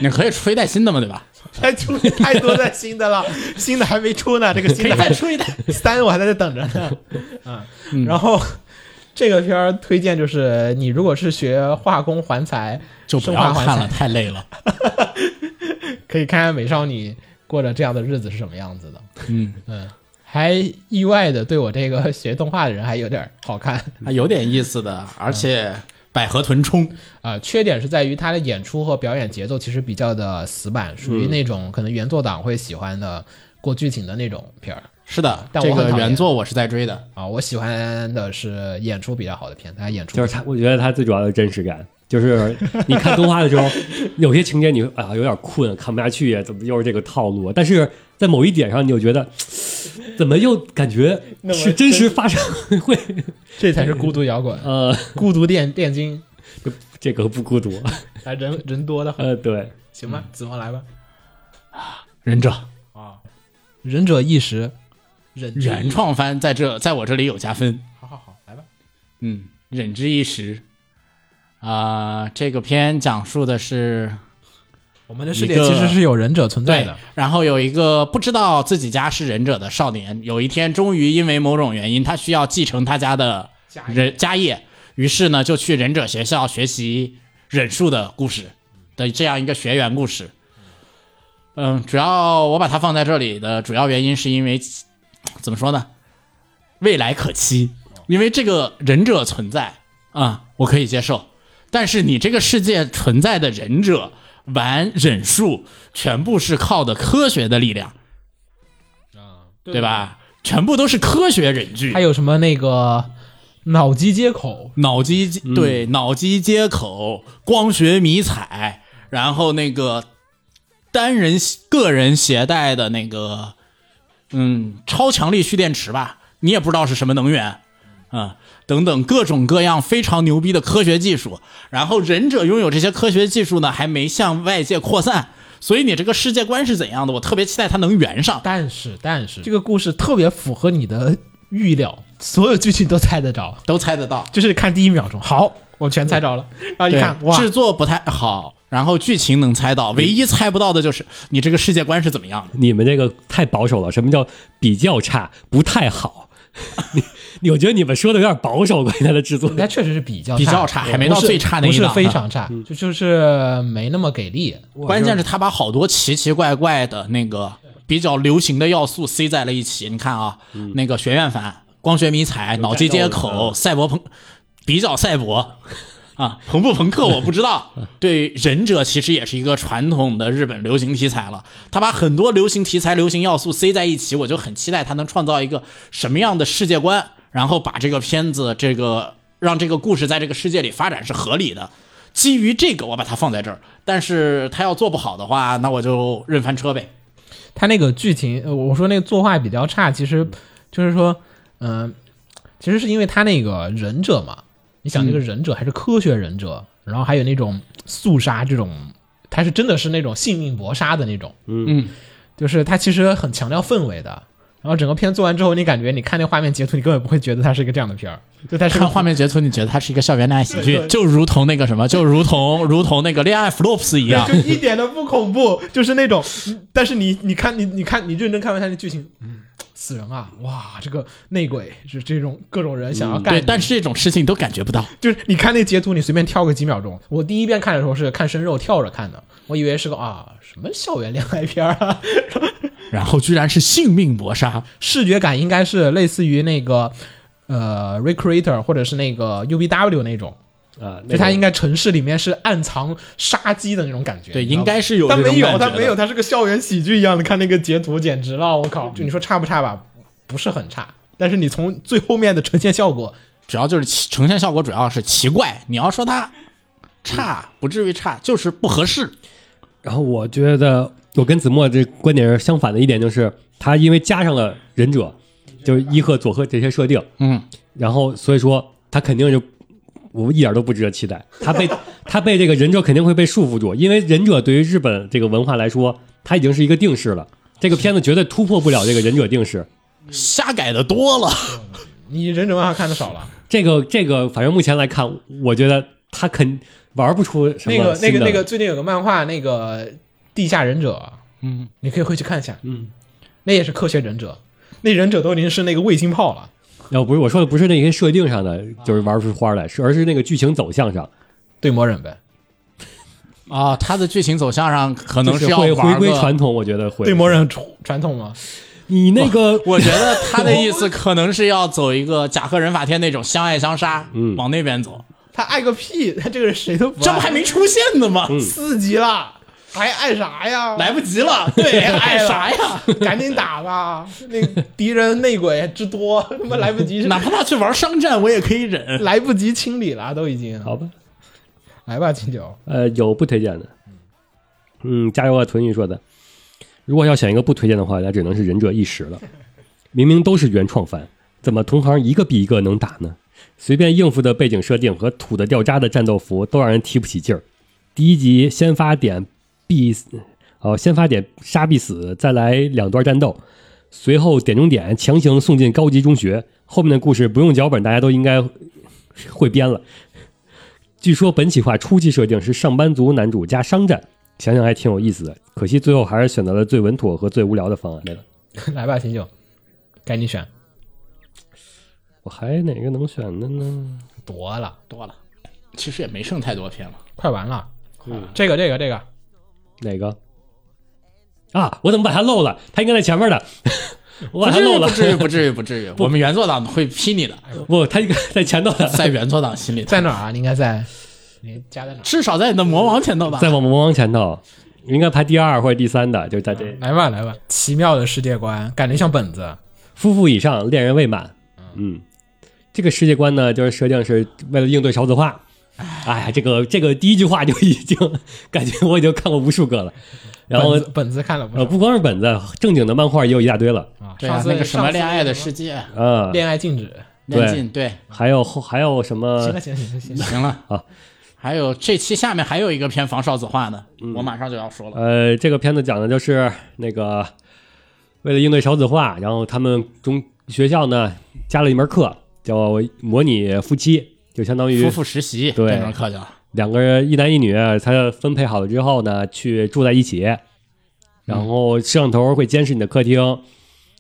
[SPEAKER 3] 你可以出一代新的嘛，对吧？
[SPEAKER 1] 太出太多的新的了，新的还没出 呢，这个新
[SPEAKER 3] 可以
[SPEAKER 1] 的还
[SPEAKER 3] 再出一代。
[SPEAKER 1] 三我还在这等着呢。嗯，然后这个片儿推荐就是你如果是学化工环材，
[SPEAKER 3] 就不要看了，太累了。
[SPEAKER 1] 可以看看美少女过着这样的日子是什么样子的。
[SPEAKER 3] 嗯
[SPEAKER 1] 嗯，还意外的对我这个学动画的人还有点好看
[SPEAKER 3] 还有点意思的，而且百合屯冲，
[SPEAKER 1] 啊、缺点是在于它的演出和表演节奏其实比较的死板，属于那种可能原作党会喜欢的过剧情的那种片儿。
[SPEAKER 3] 是的，
[SPEAKER 1] 但
[SPEAKER 3] 这
[SPEAKER 1] 我很
[SPEAKER 3] 个
[SPEAKER 1] 讨厌
[SPEAKER 3] 原作我是在追的。
[SPEAKER 1] 啊，我喜欢的是演出比较好的片，他演出
[SPEAKER 2] 就是他，我觉得他最主要的真实感，就是你看动画的时候， 有些情节你啊有点困，看不下去呀，怎么又是这个套路啊？但是在某一点上，你就觉得嘖怎么又感觉
[SPEAKER 1] 那么
[SPEAKER 2] 是真实发生 会
[SPEAKER 1] 这才是孤 独摇滚，
[SPEAKER 2] 呃，
[SPEAKER 1] 孤独电电金，
[SPEAKER 2] 这个不孤独，
[SPEAKER 1] 啊，人人多的很，
[SPEAKER 2] 呃，对，
[SPEAKER 1] 行吧，子墨来吧，
[SPEAKER 3] 忍者
[SPEAKER 1] 忍者一时，忍者
[SPEAKER 3] 原创番在这在我这里有加分，
[SPEAKER 1] 好好好，来吧，
[SPEAKER 3] 嗯，忍之一时。啊、这个片讲述的是
[SPEAKER 1] 我们的
[SPEAKER 3] 世界其实是
[SPEAKER 1] 有忍者存
[SPEAKER 3] 对，然后有一个不知道自己家是忍者的少年，有一天终于因为某种原因，他需要继承他家的
[SPEAKER 1] 家业
[SPEAKER 3] 忍家业，于是呢就去忍者学校学习忍术的故事的这样一个学员故事。嗯，主要我把它放在这里的主要原因是因为怎么说呢，未来可期，因为这个忍者存在啊、我可以接受。但是你这个世界存在的忍者玩忍术，全部是靠的科学的力量，对？吧？全部都是科学忍具
[SPEAKER 1] 还，有什么那个脑机接口，
[SPEAKER 3] 脑机接对脑机接口、光学迷彩，然后那个单人个人携带的那个，嗯，超强力蓄电池吧，你也不知道是什么能源啊、等等各种各样非常牛逼的科学技术。然后忍者拥有这些科学技术呢，还没向外界扩散，所以你这个世界观是怎样的？我特别期待它能圆上。
[SPEAKER 1] 但是，但是这个故事特别符合你的预料，所有剧情都猜得着，
[SPEAKER 3] 都猜得到，
[SPEAKER 1] 就是看第一秒钟，好，我全猜着了，然后一
[SPEAKER 3] 对
[SPEAKER 1] 看，哇，
[SPEAKER 3] 制作不太好，然后剧情能猜到，唯一猜不到的就是你这个世界观是怎么样的。
[SPEAKER 2] 你们这个太保守了。什么叫比较差？不太好。 你，我觉得你们说的有点保守，关于它的制 作
[SPEAKER 1] 应。该确实是比较
[SPEAKER 3] 比较差还没到
[SPEAKER 1] 不是
[SPEAKER 3] 最差那
[SPEAKER 1] 不
[SPEAKER 3] 一
[SPEAKER 1] 是
[SPEAKER 3] 档
[SPEAKER 1] 非常差，就就是没那么给力。
[SPEAKER 3] 关键是他把好多奇奇怪怪的那个比较流行的要素塞在了一起。你看啊，
[SPEAKER 1] 嗯
[SPEAKER 3] 那个学院反、光学迷彩、脑机接口、赛博朋，比较赛博。啊，朋不朋克我不知道。对，忍者其实也是一个传统的日本流行题材了。他把很多流行题材、流行要素塞在一起，我就很期待他能创造一个什么样的世界观，然后把这个片子这个让这个故事在这个世界里发展是合理的。基于这个，我把它放在这儿。但是他要做不好的话，那我就认翻车呗。
[SPEAKER 1] 他那个剧情，呃我说那个作画比较差，其实就是说，嗯、其实是因为他那个忍者嘛，你想那个忍者还是科学忍者，然后还有那种肃杀这种，他是真的是那种性命搏杀的那种，
[SPEAKER 3] 嗯，
[SPEAKER 1] 就是他其实很强调氛围的。然后整个片做完之后，你感觉你看那画面截图，你根本不会觉得它是一个这样的片儿，就它是 个
[SPEAKER 3] 哎看画面截图，你觉得它是一个校园恋爱喜剧，就如同那个什么，就如同如同那个恋爱 flops 一样
[SPEAKER 1] 就。一点都不恐怖， 就是那种，嗯但是你你看你你看你认真看完它的剧情，嗯，死人啊，哇，这个内鬼是这种各种人想要干你、
[SPEAKER 3] 嗯对，但是这种事情都感觉不到。
[SPEAKER 1] 就是你看那截图，你随便跳个几秒钟。我第一遍看的时候是看生肉跳着看的，我以为是个啊什么校园恋爱片儿啊，
[SPEAKER 3] 然后居然是性命搏杀，
[SPEAKER 1] 视觉感应该是类似于那个呃 Recreator 或者是那个 UBW 那种，
[SPEAKER 2] 啊，那
[SPEAKER 1] 就它
[SPEAKER 2] 个
[SPEAKER 1] 应该城市里面是暗藏杀机的那种感觉，
[SPEAKER 3] 对，
[SPEAKER 1] 你知道
[SPEAKER 3] 应
[SPEAKER 1] 吗
[SPEAKER 3] 该是有
[SPEAKER 1] 他
[SPEAKER 3] 这种
[SPEAKER 1] 没有，
[SPEAKER 3] 感觉
[SPEAKER 1] 他
[SPEAKER 3] 的
[SPEAKER 1] 没有，。他是个校园喜剧一样的。看那个截图，简直了，我靠！就你说差不差吧？不是很差，但是你从最后面的呈现效果，
[SPEAKER 3] 主要就是奇呈现效果主要是奇怪。你要说它差，不至于差，就是不合适。
[SPEAKER 2] 然后我觉得我跟子墨这观点是相反的一点，就是他因为加上了忍者，就是伊贺、佐贺这些设定，
[SPEAKER 3] 嗯，
[SPEAKER 2] 然后所以说他肯定就我一点都不值得期待。他被他被这个忍者肯定会被束缚住，因为忍者对于日本这个文化来说，它已经是一个定式了。这个片子绝对突破不了这个忍者定式。
[SPEAKER 3] 瞎改的多了。
[SPEAKER 1] 你忍者漫画看的少了。
[SPEAKER 2] 这个这个，反正目前来看，我觉得他肯玩不出什么
[SPEAKER 1] 那个那
[SPEAKER 2] 新
[SPEAKER 1] 个
[SPEAKER 2] 的
[SPEAKER 1] 那个，最近有个漫画，那个地下忍者，嗯，你可以回去看一下，嗯，那也是科学忍者，那忍者都已经是那个卫星炮了。
[SPEAKER 2] 要呃不是我说的不是那些设定上的，就是玩不出花来，是而是那个剧情走向上，
[SPEAKER 1] 对魔忍呗，
[SPEAKER 3] 啊，它的剧情走向上可能
[SPEAKER 2] 就是
[SPEAKER 3] 要
[SPEAKER 2] 会回
[SPEAKER 3] 玩
[SPEAKER 2] 归
[SPEAKER 3] 个
[SPEAKER 2] 传统，我觉得会
[SPEAKER 1] 对魔忍传统吗？
[SPEAKER 2] 你那个
[SPEAKER 3] 我觉得他的意思可能是要走一个甲贺忍法天那种相爱相杀，
[SPEAKER 2] 嗯
[SPEAKER 3] 往那边走。
[SPEAKER 1] 他爱个屁，他这个人谁都不爱，
[SPEAKER 3] 这不还没出现呢吗？
[SPEAKER 1] 四级了，还爱啥呀？
[SPEAKER 3] 来不及了， 对，爱啥哎呀？
[SPEAKER 1] 赶紧打吧！那敌人内鬼之多， 他妈来不及，
[SPEAKER 3] 哪怕他去玩商战，我也可以忍。
[SPEAKER 1] 来不及清理了，都已经。
[SPEAKER 2] 好吧，
[SPEAKER 1] 来吧，秦九，
[SPEAKER 2] 呃，有不推荐的，嗯，加油啊，屯玉说的。如果要选一个不推荐的话，那只能是《忍者一时》了。明明都是原创番，怎么同行一个比一个能打呢？随便应付的背景设定和土的掉渣的战斗服都让人提不起劲儿。第一集先发点必死，哦，先发点杀必死，再来两段战斗，随后点中点强行送进高级中学。后面的故事不用脚本，大家都应该会编了。据说本企划初期设定是上班族男主加商战，想想还挺有意思的。可惜最后还是选择了最稳妥和最无聊的方案。来了，
[SPEAKER 1] 来吧，秦九，该你选。
[SPEAKER 2] 我还哪个能选的呢？
[SPEAKER 1] 多了，
[SPEAKER 3] 多了，其实也没剩太多篇了。
[SPEAKER 1] 快完了。这个，这个，这个，
[SPEAKER 2] 哪个？啊，我怎么把它漏了？它应该在前面的，我
[SPEAKER 3] 不
[SPEAKER 2] 把它
[SPEAKER 3] 至
[SPEAKER 2] 漏
[SPEAKER 3] 于，
[SPEAKER 2] 了
[SPEAKER 3] 不。至于，不 至于，不至于。我们原作党会批你的，
[SPEAKER 2] 不，它应该在前头的，
[SPEAKER 3] 在原作党心里，
[SPEAKER 1] 在哪儿啊？你应该在，你加在哪儿？
[SPEAKER 3] 至少在你的魔王前头 吧。
[SPEAKER 2] 在我们魔王前头，应该排第二或者第三的，就在这
[SPEAKER 1] 来吧，来吧。奇妙的世界观，感觉像本子。
[SPEAKER 2] 夫妇以上，恋人未满。嗯，这个世界观呢，就是设定是为了应对少子化。哎呀，这个这个第一句话就已经感觉我已经看过无数个了，然后
[SPEAKER 1] 本子本子看了不
[SPEAKER 2] 呃，
[SPEAKER 1] 少
[SPEAKER 2] 不光是本子，正经的漫画也有一大堆了
[SPEAKER 1] 啊。
[SPEAKER 3] 对啊
[SPEAKER 1] 上，次
[SPEAKER 3] 那个什么恋爱的
[SPEAKER 1] 上次
[SPEAKER 3] 世界，
[SPEAKER 2] 啊
[SPEAKER 1] 恋爱禁止，
[SPEAKER 3] 练劲，对，
[SPEAKER 2] 还有后还有什
[SPEAKER 1] 行
[SPEAKER 2] 么
[SPEAKER 1] 了，行了行了行了，
[SPEAKER 3] 行了
[SPEAKER 2] 好。
[SPEAKER 3] 还有这期下面还有一个偏防少子化的，我马上就要说了。
[SPEAKER 2] 呃，这个片子讲的就是那个为了应对少子化，然后他们中学校呢加了一门课叫模拟夫妻，就相当于
[SPEAKER 3] 夫妇实习
[SPEAKER 2] 对
[SPEAKER 3] 这门课叫
[SPEAKER 2] 两个人一男一女，他分配好了之后呢，去住在一起，然后摄像头会监视你的客厅，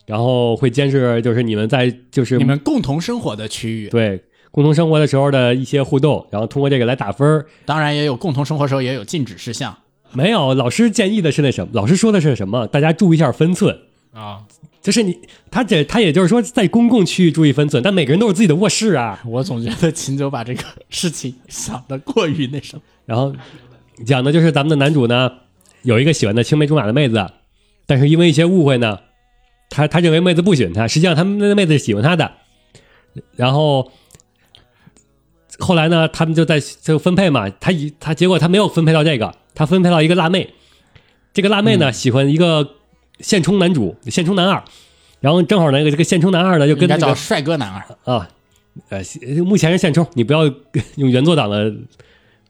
[SPEAKER 2] 然后会监视就是你们在就是
[SPEAKER 3] 你们共同生活的区域，
[SPEAKER 2] 对共同生活的时候的一些互动，然后通过这个来打分儿。
[SPEAKER 3] 当然也有共同生活时候也有禁止事项。
[SPEAKER 2] 没有，老师建议的是那什么，老师说的是什么？大家注意一下分寸。
[SPEAKER 1] 啊，
[SPEAKER 2] 就是你，他这他也就是说，在公共区域注意分寸，但每个人都有自己的卧室啊。
[SPEAKER 3] 我总觉得秦九把这个事情想得过于那什么。
[SPEAKER 2] 然后讲的就是咱们的男主呢，有一个喜欢的青梅竹马的妹子，但是因为一些误会呢，他他认为妹子不喜欢他，实际上他们那妹子是喜欢他的。然后后来呢，他们就在就分配嘛，他一他结果他没有分配到这个，他分配到一个辣妹，这个辣妹
[SPEAKER 3] 嗯
[SPEAKER 2] 呢、喜欢一个现充男主，现充男二。然后正好那个这个现充男二呢，就
[SPEAKER 3] 应
[SPEAKER 2] 跟
[SPEAKER 3] 该
[SPEAKER 2] 那个
[SPEAKER 3] 叫帅哥男二，
[SPEAKER 2] 啊，呃，目前是现充，你不要 用原作党的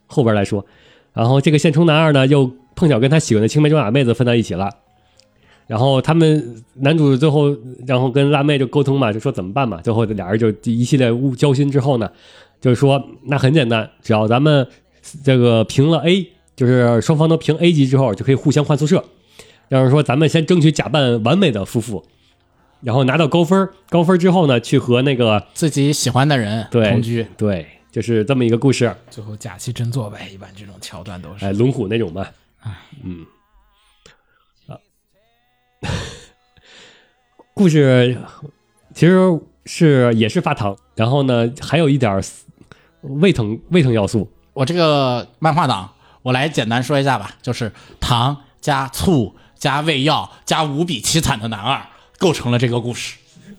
[SPEAKER 2] 后边来说。然后这个现充男二呢，又碰巧跟他喜欢的青梅竹马妹子分到一起了。然后他们男主最后，然后跟辣妹就沟通嘛，就说怎么办嘛。最后这俩人就一系列物交心之后呢，就是说那很简单，只要咱们这个评了 A，就是双方都评 A 级之后，就可以互相换宿舍。要是说咱们先争取假扮完美的夫妇，然后拿到高分儿，高分儿之后呢，去和那个
[SPEAKER 3] 自己喜欢的人
[SPEAKER 2] 对
[SPEAKER 3] 同居，
[SPEAKER 2] 对，就是这么一个故事，
[SPEAKER 1] 最后假戏真做呗，一般这种桥段都是。哎
[SPEAKER 2] 哎，龙虎那种嘛，嗯，啊 故事其实是也是发糖，然后呢，还有一点儿胃疼胃疼要素，
[SPEAKER 3] 我这个漫画党，我来简单说一下吧，就是糖加醋加胃药加无比凄惨的男二，构成了这个故事。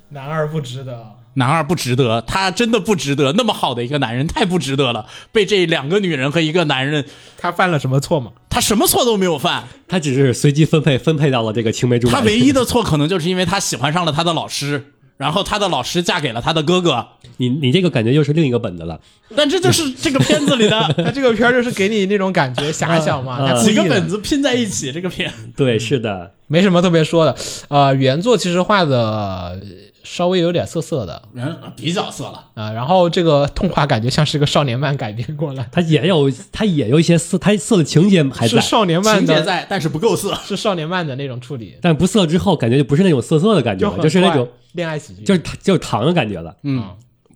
[SPEAKER 1] 男二不值得，
[SPEAKER 3] 男二不值得，他真的不值得。那么好的一个男人，太不值得了，被这两个女人和一个男人，
[SPEAKER 1] 他犯了什么错吗？
[SPEAKER 3] 他什么错都没有犯，
[SPEAKER 2] 它只是随机分配分配到了这个青梅竹马，
[SPEAKER 3] 他唯一的错可能就是因为他喜欢上了他的老师，然后他的老师嫁给了他的哥哥。
[SPEAKER 2] 你你这个感觉又是另一个本子了，
[SPEAKER 3] 但这 就是这个片子里的
[SPEAKER 1] 他这个片儿就是给你那种感觉遐想嘛，他故
[SPEAKER 3] 几
[SPEAKER 1] 意
[SPEAKER 3] 个
[SPEAKER 1] 的
[SPEAKER 3] 本子拼在一起，这个片
[SPEAKER 1] 嗯
[SPEAKER 2] 对，是的，
[SPEAKER 1] 没什么特别说的。呃，原作其实画的稍微有点涩涩的
[SPEAKER 3] 人比较色了。
[SPEAKER 1] 啊、然后这个动画感觉像是个少年漫改编过来，
[SPEAKER 2] 它也有它也有一些色，它色的情节 还
[SPEAKER 1] 是
[SPEAKER 2] 在。
[SPEAKER 1] 少年漫
[SPEAKER 3] 情节
[SPEAKER 1] 的，
[SPEAKER 3] 在，但是不够色。
[SPEAKER 1] 是少年漫的那种处理，
[SPEAKER 2] 但不色之后，感觉就不是那种涩涩的感觉了，
[SPEAKER 1] 很
[SPEAKER 2] 就是那
[SPEAKER 1] 怪
[SPEAKER 2] 种
[SPEAKER 1] 恋爱喜剧，
[SPEAKER 2] 就是就是糖的感觉了，
[SPEAKER 3] 嗯，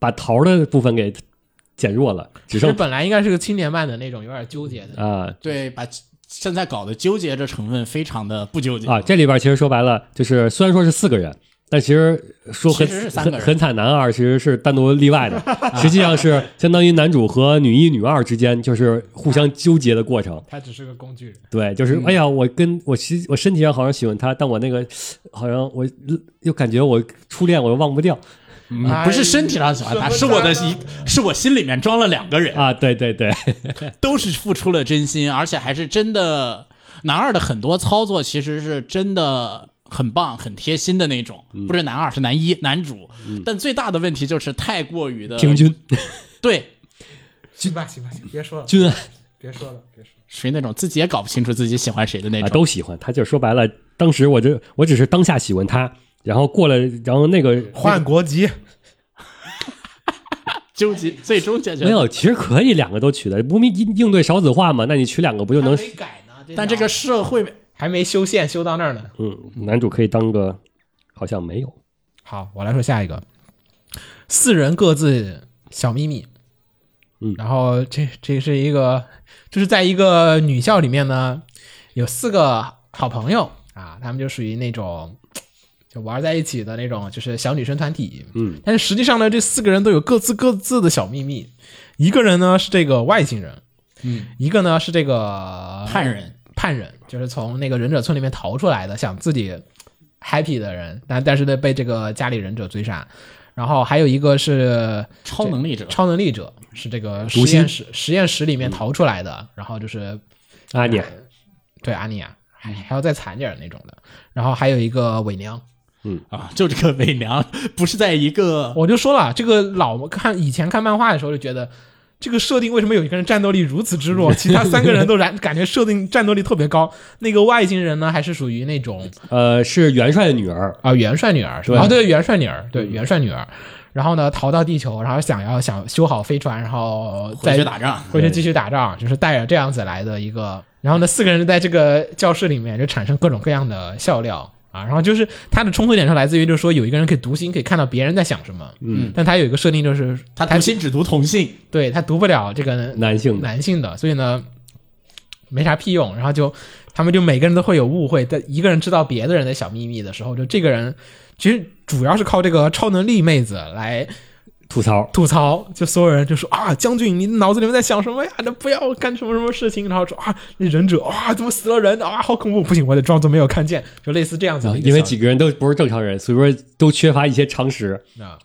[SPEAKER 2] 把桃的部分给减弱了，只
[SPEAKER 1] 是
[SPEAKER 2] 剩
[SPEAKER 1] 本来应该是个青年漫的那种，有点纠结的。
[SPEAKER 2] 啊
[SPEAKER 3] 对，把现在搞得纠结这成分非常的不纠结
[SPEAKER 2] 啊，这里边其实说白了，就是虽然说是四个人，但其实说很
[SPEAKER 3] 其实是三个
[SPEAKER 2] 很
[SPEAKER 3] 人
[SPEAKER 2] 很惨男二其实是单独例外的， 实际上是相当于男主和女一女二之间就是互相纠结的过程。
[SPEAKER 1] 他只是个工具人，
[SPEAKER 2] 对，就是、
[SPEAKER 3] 嗯
[SPEAKER 2] 哎呀，我跟我其我身体上好像喜欢他，但我那个好像我又感觉我初恋我又忘不掉
[SPEAKER 3] 嗯不是身体上喜欢他，
[SPEAKER 1] 哎
[SPEAKER 3] 是我的一，是我心里面装了两个人，
[SPEAKER 2] 啊，对对对，
[SPEAKER 3] 都是付出了真心，而且还是真的。男二的很多操作其实是真的很棒、很贴心的那种，不是男二，是男一男主。但最大的问题就是太过于的
[SPEAKER 2] 平，均
[SPEAKER 3] 对，
[SPEAKER 1] 行吧行吧行，别说了，
[SPEAKER 2] 均啊
[SPEAKER 1] 别说了，别说了。
[SPEAKER 3] 属于那种自己也搞不清楚自己喜欢谁的那
[SPEAKER 2] 啊，
[SPEAKER 3] 种。
[SPEAKER 2] 都喜欢。他就说白了，当时我这我只是当下喜欢他，然后过了，然后那个
[SPEAKER 1] 换国籍，
[SPEAKER 3] 纠结最终解决
[SPEAKER 2] 没。有，其实可以两个都取的，不应应对少子化嘛？那你取两个不就能？
[SPEAKER 1] 改呢，
[SPEAKER 3] 但这个社会
[SPEAKER 1] 还没修宪，修到那儿呢。
[SPEAKER 2] 嗯，男主可以当个，好像没有
[SPEAKER 1] 好，我来说下一个，四人各自小秘密。
[SPEAKER 2] 嗯
[SPEAKER 1] 然后这这是一个，就是在一个女校里面呢，有四个好朋友啊，他们就属于那种就玩在一起的那种，就是小女生团体。
[SPEAKER 2] 嗯，
[SPEAKER 1] 但是实际上呢，这四个人都有各自各自的小秘密。一个人呢是这个外星人，
[SPEAKER 3] 嗯，
[SPEAKER 1] 一个呢是这个
[SPEAKER 3] 汉人
[SPEAKER 1] 叛人，就是从那个忍者村里面逃出来的，想自己 happy 的人，但但是呢被这个家里忍者追杀。然后还有一个是
[SPEAKER 3] 超能力者，
[SPEAKER 1] 超能力者，是这个实
[SPEAKER 2] 读心
[SPEAKER 1] 验室实验室里面逃出来的，然后就是
[SPEAKER 2] 阿
[SPEAKER 1] 哎
[SPEAKER 2] 念，
[SPEAKER 1] 对阿尼亚，还还要再惨点儿那种的。然后还有一个伪娘，
[SPEAKER 2] 嗯
[SPEAKER 3] 啊，就这个伪娘 不是在一个
[SPEAKER 1] 我就说了，这个老看以前看漫画的时候就觉得，这个设定为什么有一个人战斗力如此之弱，其他三个人都然 感觉设定战斗力特别高。那个外星人呢，还是属于那种
[SPEAKER 2] 呃，是元帅的女儿，
[SPEAKER 1] 啊、元帅女儿是吧？
[SPEAKER 2] 对
[SPEAKER 1] 啊，对，元帅女儿，对，
[SPEAKER 3] 嗯
[SPEAKER 1] 元帅女儿。然后呢，逃到地球，然后想要想修好飞船，然后
[SPEAKER 3] 回
[SPEAKER 1] 再
[SPEAKER 3] 去打仗，
[SPEAKER 1] 回去继续打仗，就是带着这样子来的一个。然后呢，四个人就在这个教室里面就产生各种各样的笑料啊。然后就是它的冲突点是来自于，就是说有一个人可以读心，可以看到别人在想什么。
[SPEAKER 2] 嗯，
[SPEAKER 1] 但它有一个设定就是，
[SPEAKER 3] 他谈心只读同性，
[SPEAKER 1] 对它读不了这个
[SPEAKER 2] 男性的，
[SPEAKER 1] 男性的，所以呢没啥屁用。然后就他们就每个人都会有误会，但一个人知道别的人的小秘密的时候，就这个人其实主要是靠这个超能力妹子来
[SPEAKER 2] 吐槽，
[SPEAKER 1] 吐槽，就所有人就说啊，将军，你脑子里面在想什么呀？那不要干什么什么事情，然后说啊，那忍者啊，怎么死了人啊，好恐怖，不行，我得装作没有看见，就类似这样子
[SPEAKER 2] 啊
[SPEAKER 1] 的一个小、
[SPEAKER 2] 因为几个人都不是正常人，所以说都缺乏一些常识。
[SPEAKER 1] 啊。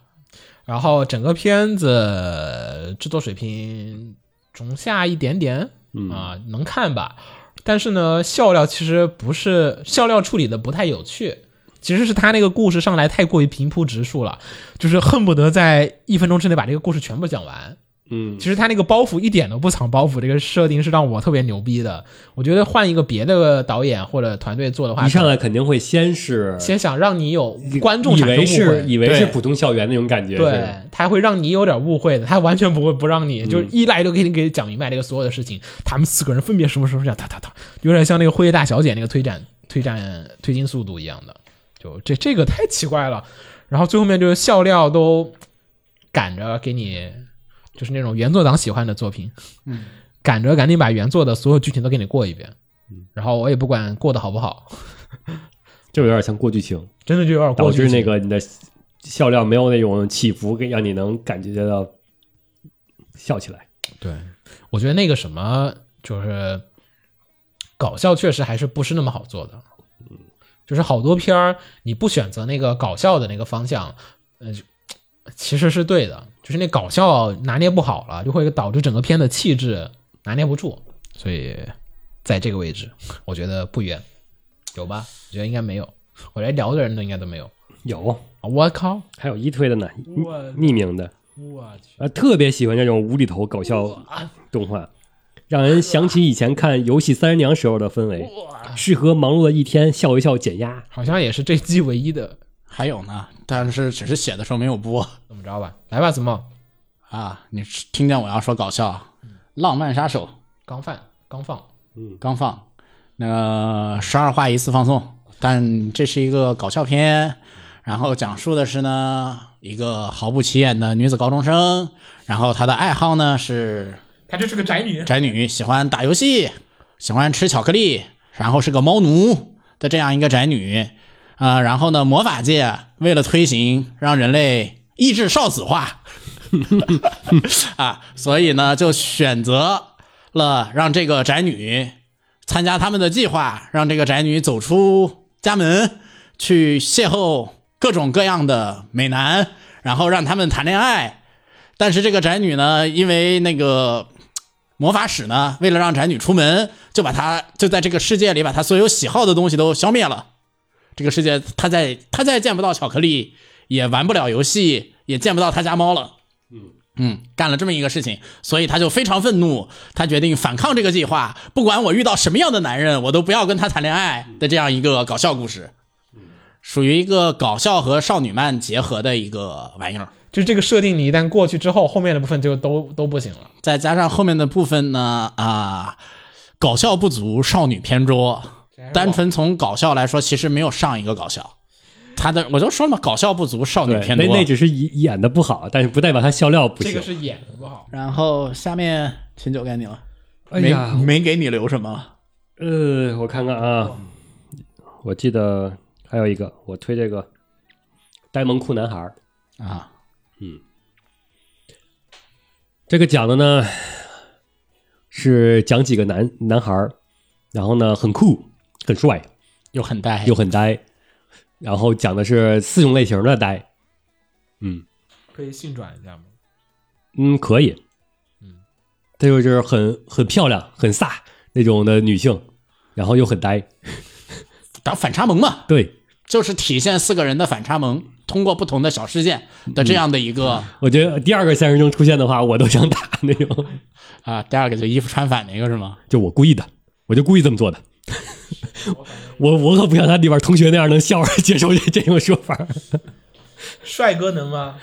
[SPEAKER 1] 然后整个片子制作水平中下一点点
[SPEAKER 2] 嗯
[SPEAKER 1] 啊、能看吧。但是呢，笑料其实不是笑料处理的不太有趣，其实是他那个故事上来太过于平铺直述了，就是恨不得在一分钟之内把这个故事全部讲完。
[SPEAKER 2] 嗯
[SPEAKER 1] 其实他那个包袱一点都不藏包袱，这个设定是让我特别牛逼的。我觉得换一个别的导演或者团队做的话，
[SPEAKER 2] 一上来肯定会先是
[SPEAKER 1] 先想让你有观众
[SPEAKER 2] 以
[SPEAKER 1] 产生
[SPEAKER 2] 为
[SPEAKER 1] 误
[SPEAKER 2] 是
[SPEAKER 1] 会。
[SPEAKER 2] 以为是
[SPEAKER 3] 对
[SPEAKER 2] 普通校园那种感觉，
[SPEAKER 1] 对
[SPEAKER 2] 是，嗯
[SPEAKER 1] 他会让你有点误会的，他完全不会不让你，就是一来就给你给你讲明白这个所有的事情。他们四个人分别什么时候讲，哒哒哒，有点像那个《辉夜大小姐》那个推展推展推进速度一样的，就这这个太奇怪了。然后最后面就是笑料都赶着给你，就是那种原作党喜欢的作品，嗯，赶着赶紧把原作的所有剧情都给你过一遍，
[SPEAKER 2] 嗯
[SPEAKER 1] 然后我也不管过得好不好，
[SPEAKER 2] 就有点像过剧情，
[SPEAKER 1] 真的就有点过
[SPEAKER 2] 导
[SPEAKER 1] 去
[SPEAKER 2] 致那个你的笑料没有那种起伏，给让你能感觉到笑起来。
[SPEAKER 1] 对，我觉得那个什么就是搞笑，确实还是不是那么好做的。就是好多片儿，你不选择那个搞笑的那个方向，呃，就其实是对的，就是那搞笑拿捏不好了，就会导致整个片的气质拿捏不住。所以在这个位置，我觉得不冤，有吧？我觉得应该没有，我来聊的人都应该都没有。
[SPEAKER 2] 有，
[SPEAKER 1] 啊我靠！
[SPEAKER 2] 还有一推的呢，
[SPEAKER 1] 我
[SPEAKER 2] 匿名的，
[SPEAKER 1] 我去，
[SPEAKER 2] 啊，特别喜欢这种无厘头搞笑动画，让人想起以前看《游戏三十娘》时候的氛围，适合忙碌的一天笑一笑减压。
[SPEAKER 1] 好像也是这季唯一的，
[SPEAKER 3] 还有呢，但是只是写的时候没有播
[SPEAKER 1] 怎么着吧？来吧，子墨，
[SPEAKER 3] 啊。你听见我要说搞笑啊，浪漫杀手
[SPEAKER 1] 刚放刚放。
[SPEAKER 3] 刚放，那十二话一次放送，但这是一个搞笑片，然后讲述的是呢一个毫不起眼的女子高中生，然后她的爱好呢是
[SPEAKER 1] 她就是个宅女，
[SPEAKER 3] 宅女，喜欢打游戏，喜欢吃巧克力，然后是个猫奴的这样一个宅女，啊、然后呢，魔法界为了推行让人类抑制少子化， 啊，所以呢就选择了让这个宅女参加他们的计划，让这个宅女走出家门，去邂逅各种各样的美男，然后让他们谈恋爱。但是这个宅女呢，因为那个魔法使呢，为了让宅女出门，就把她就在这个世界里把她所有喜好的东西都消灭了。这个世界，她再她再见不到巧克力，也玩不了游戏，也见不到她家猫了。嗯，干了这么一个事情，所以她就非常愤怒，她决定反抗这个计划，不管我遇到什么样的男人，我都不要跟他谈恋爱的这样一个搞笑故事，属于一个搞笑和少女漫结合的一个玩意儿。
[SPEAKER 1] 就是这个设定，你一旦过去之后，后面的部分就都都不行了。
[SPEAKER 3] 再加上后面的部分呢，啊，搞笑不足，少女偏多。单纯从搞笑来说，其实没有上一个搞笑。他的我就说了嘛，搞笑不足，少女
[SPEAKER 2] 对，
[SPEAKER 3] 偏
[SPEAKER 2] 那
[SPEAKER 3] 多。
[SPEAKER 2] 那只是演演的不好，但是不代表他笑料不
[SPEAKER 1] 这
[SPEAKER 2] 行
[SPEAKER 1] 个。是演的不好，
[SPEAKER 3] 然后下面秦九该你了，
[SPEAKER 2] 哎呀
[SPEAKER 3] 没没给你留什么了。
[SPEAKER 2] 呃，我看看啊，我记得还有一个，我推这个《呆萌酷男孩》。
[SPEAKER 3] 啊，
[SPEAKER 2] 这个讲的呢是讲几个男男孩儿，然后呢很酷、很帅、
[SPEAKER 3] 又很呆，
[SPEAKER 2] 又很呆，然后讲的是四种类型的呆。嗯
[SPEAKER 1] 可以性转一下吗？
[SPEAKER 2] 嗯，可以。
[SPEAKER 3] 嗯
[SPEAKER 2] 这就是很很漂亮、很飒那种的女性，然后又很呆。
[SPEAKER 3] 当反差萌嘛。
[SPEAKER 2] 对，
[SPEAKER 3] 就是体现四个人的反差萌，通过不同的小事件的这样的一个、
[SPEAKER 2] 我觉得第二个现实中出现的话，我都想打那种，
[SPEAKER 3] 啊，第二个就衣服穿反那个是吗？
[SPEAKER 2] 就我故意的，我就故意这么做的。我我可不像他里边同学那样能笑着接受这这种说法。
[SPEAKER 1] 帅哥能吗？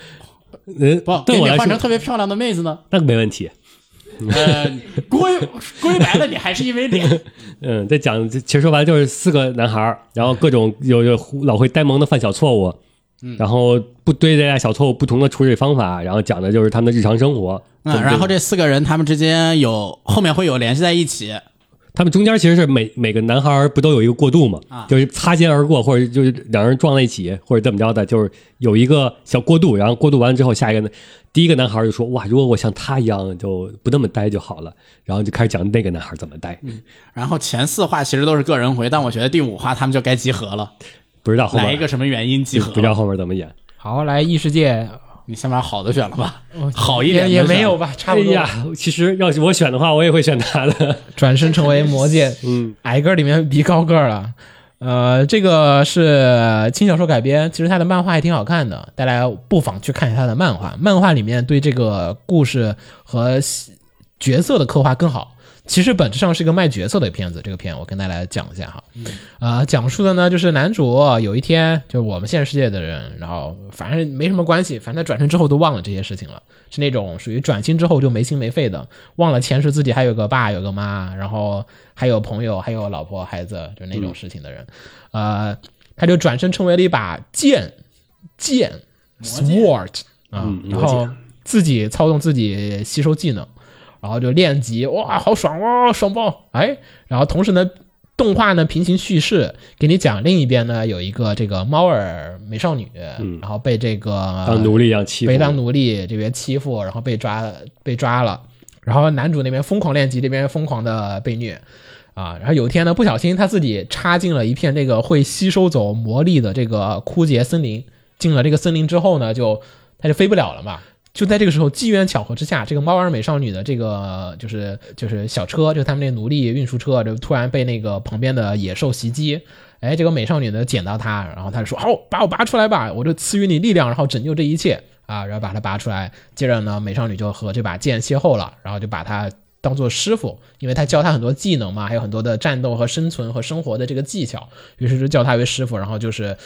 [SPEAKER 2] 嗯
[SPEAKER 3] 不，，
[SPEAKER 2] 对
[SPEAKER 3] 给
[SPEAKER 2] 我
[SPEAKER 3] 你
[SPEAKER 2] 来
[SPEAKER 3] 换成
[SPEAKER 2] 说
[SPEAKER 3] 特别漂亮的妹子呢？
[SPEAKER 2] 那个没问题。
[SPEAKER 3] 呃， 归归来了，你还是因为脸。
[SPEAKER 2] 嗯，这讲其实说白了就是四个男孩儿，然后各种有有老会呆萌的犯小错误，
[SPEAKER 3] 嗯
[SPEAKER 2] 然后不对这俩小错误不同的处理方法，然后讲的就是他们的日常生活。
[SPEAKER 3] 嗯，然后这四个人他们之间有后面会有联系在一起，
[SPEAKER 2] 他们中间其实是每每个男孩儿不都有一个过渡嘛，
[SPEAKER 3] 啊
[SPEAKER 2] 就是擦肩而过，或者就是两人撞在一起，或者怎么着的，就是有一个小过渡，然后过渡完之后，下一个呢，第一个男孩儿就说：“哇，如果我像他一样，就不那么呆就好了。”然后就开始讲那个男孩儿怎么呆，
[SPEAKER 3] 然后前四话其实都是个人回，但我觉得第五话他们就该集合了，
[SPEAKER 2] 不知道后面
[SPEAKER 3] 来一个什么原因集合？
[SPEAKER 2] 不知道后面怎么演。
[SPEAKER 1] 好，来异世界，
[SPEAKER 3] 你先把好的选了吧，
[SPEAKER 1] 哦
[SPEAKER 3] 好一
[SPEAKER 1] 也
[SPEAKER 3] 点的
[SPEAKER 1] 也
[SPEAKER 3] 选
[SPEAKER 1] 没有吧，差
[SPEAKER 2] 哎
[SPEAKER 1] 不多。
[SPEAKER 2] 呀，其实要是我选的话，我也会选他的。
[SPEAKER 1] 转身成为魔界，
[SPEAKER 2] 嗯，
[SPEAKER 1] 矮个儿里面比高个儿了。呃，这个是轻小说改编，其实它的漫画也挺好看的，大家不妨去看一下它的漫画。漫画里面对这个故事和角色的刻画更好。其实本质上是一个卖角色的片子，这个片我跟大家讲一下哈。呃，讲述的呢就是男主啊有一天就是我们现实世界的人，然后反正没什么关系，反正他转身之后都忘了这些事情了，是那种属于转型之后就没心没肺的，忘了前世自己还有个爸有个妈，然后还有朋友还有老婆孩子，就那种事情的人。呃，他就转身成为了一把剑，剑 sword 啊、
[SPEAKER 2] 嗯
[SPEAKER 1] 然
[SPEAKER 2] 魔
[SPEAKER 1] 后自己操纵自己吸收技能。然后就练级，哇，好爽哦，爽爆！哎，然后同时呢，动画呢平行叙事，给你讲另一边呢有一个这个猫耳美少女，
[SPEAKER 2] 嗯
[SPEAKER 1] 然后被这个
[SPEAKER 2] 当奴隶一样欺负。
[SPEAKER 1] 被啊当奴隶这边欺负，然后被抓被抓了，然后男主那边疯狂练级，这边疯狂的被虐。啊，然后有一天呢，不小心他自己插进了一片这个会吸收走魔力的这个枯竭森林。进了这个森林之后呢，就他就飞不了了嘛。就在这个时候，机缘巧合之下，这个猫耳美少女的这个就是就是小车，就是他们那奴隶运输车，就突然被那个旁边的野兽袭击。哎，这个美少女呢捡到它，然后她就说：“好、把我拔出来吧，我就赐予你力量，然后拯救这一切啊！”然后把它拔出来，接着呢，美少女就和这把剑邂逅了，然后就把它当做师傅，因为他教他很多技能嘛，还有很多的战斗和生存和生活的这个技巧，于是就叫他为师傅，然后就是。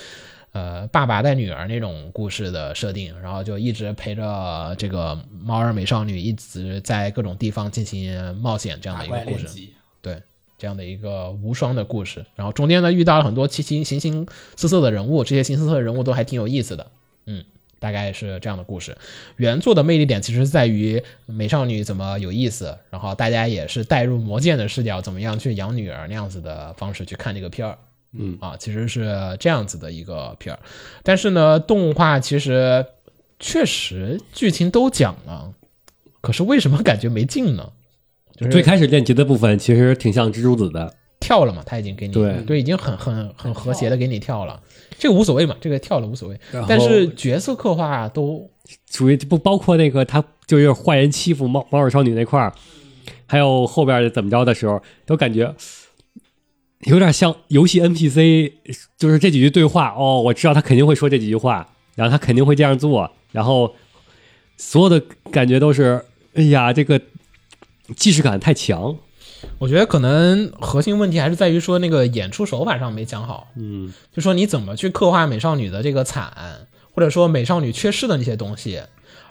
[SPEAKER 1] 呃，爸爸带女儿那种故事的设定，然后就一直陪着这个猫儿美少女一直在各种地方进行冒险这样的一个故事。对这样的一个无双的故事。然后中间呢，遇到了很多奇形形形色色的人物，这些形形色色的人物都还挺有意思的。嗯，大概是这样的故事。原作的魅力点其实在于美少女怎么有意思，然后大家也是带入魔剑的视角，怎么样去养女儿那样子的方式去看这个片儿。
[SPEAKER 2] 嗯
[SPEAKER 1] 啊，其实是这样子的一个片儿，但是呢，动画其实确实剧情都讲了，可是为什么感觉没劲呢？就是
[SPEAKER 2] 最开始练级的部分其实挺像蜘蛛子的，
[SPEAKER 1] 跳了嘛，他已经给你
[SPEAKER 2] 对
[SPEAKER 1] 已经很很很和谐的给你跳了，这个无所谓嘛，这个跳了无所谓
[SPEAKER 2] 然后。
[SPEAKER 1] 但是角色刻画都
[SPEAKER 2] 属于不包括那个他就是坏人欺负猫猫耳少女那块儿，还有后边怎么着的时候，都感觉有点像游戏 NPC，就是这几句对话哦，我知道他肯定会说这几句话，然后他肯定会这样做，然后所有的感觉都是，哎呀，这个既视感太强，
[SPEAKER 1] 我觉得可能核心问题还是在于说那个演出手法上没讲好，
[SPEAKER 2] 嗯。
[SPEAKER 1] 就说你怎么去刻画美少女的这个惨，或者说美少女缺失的那些东西，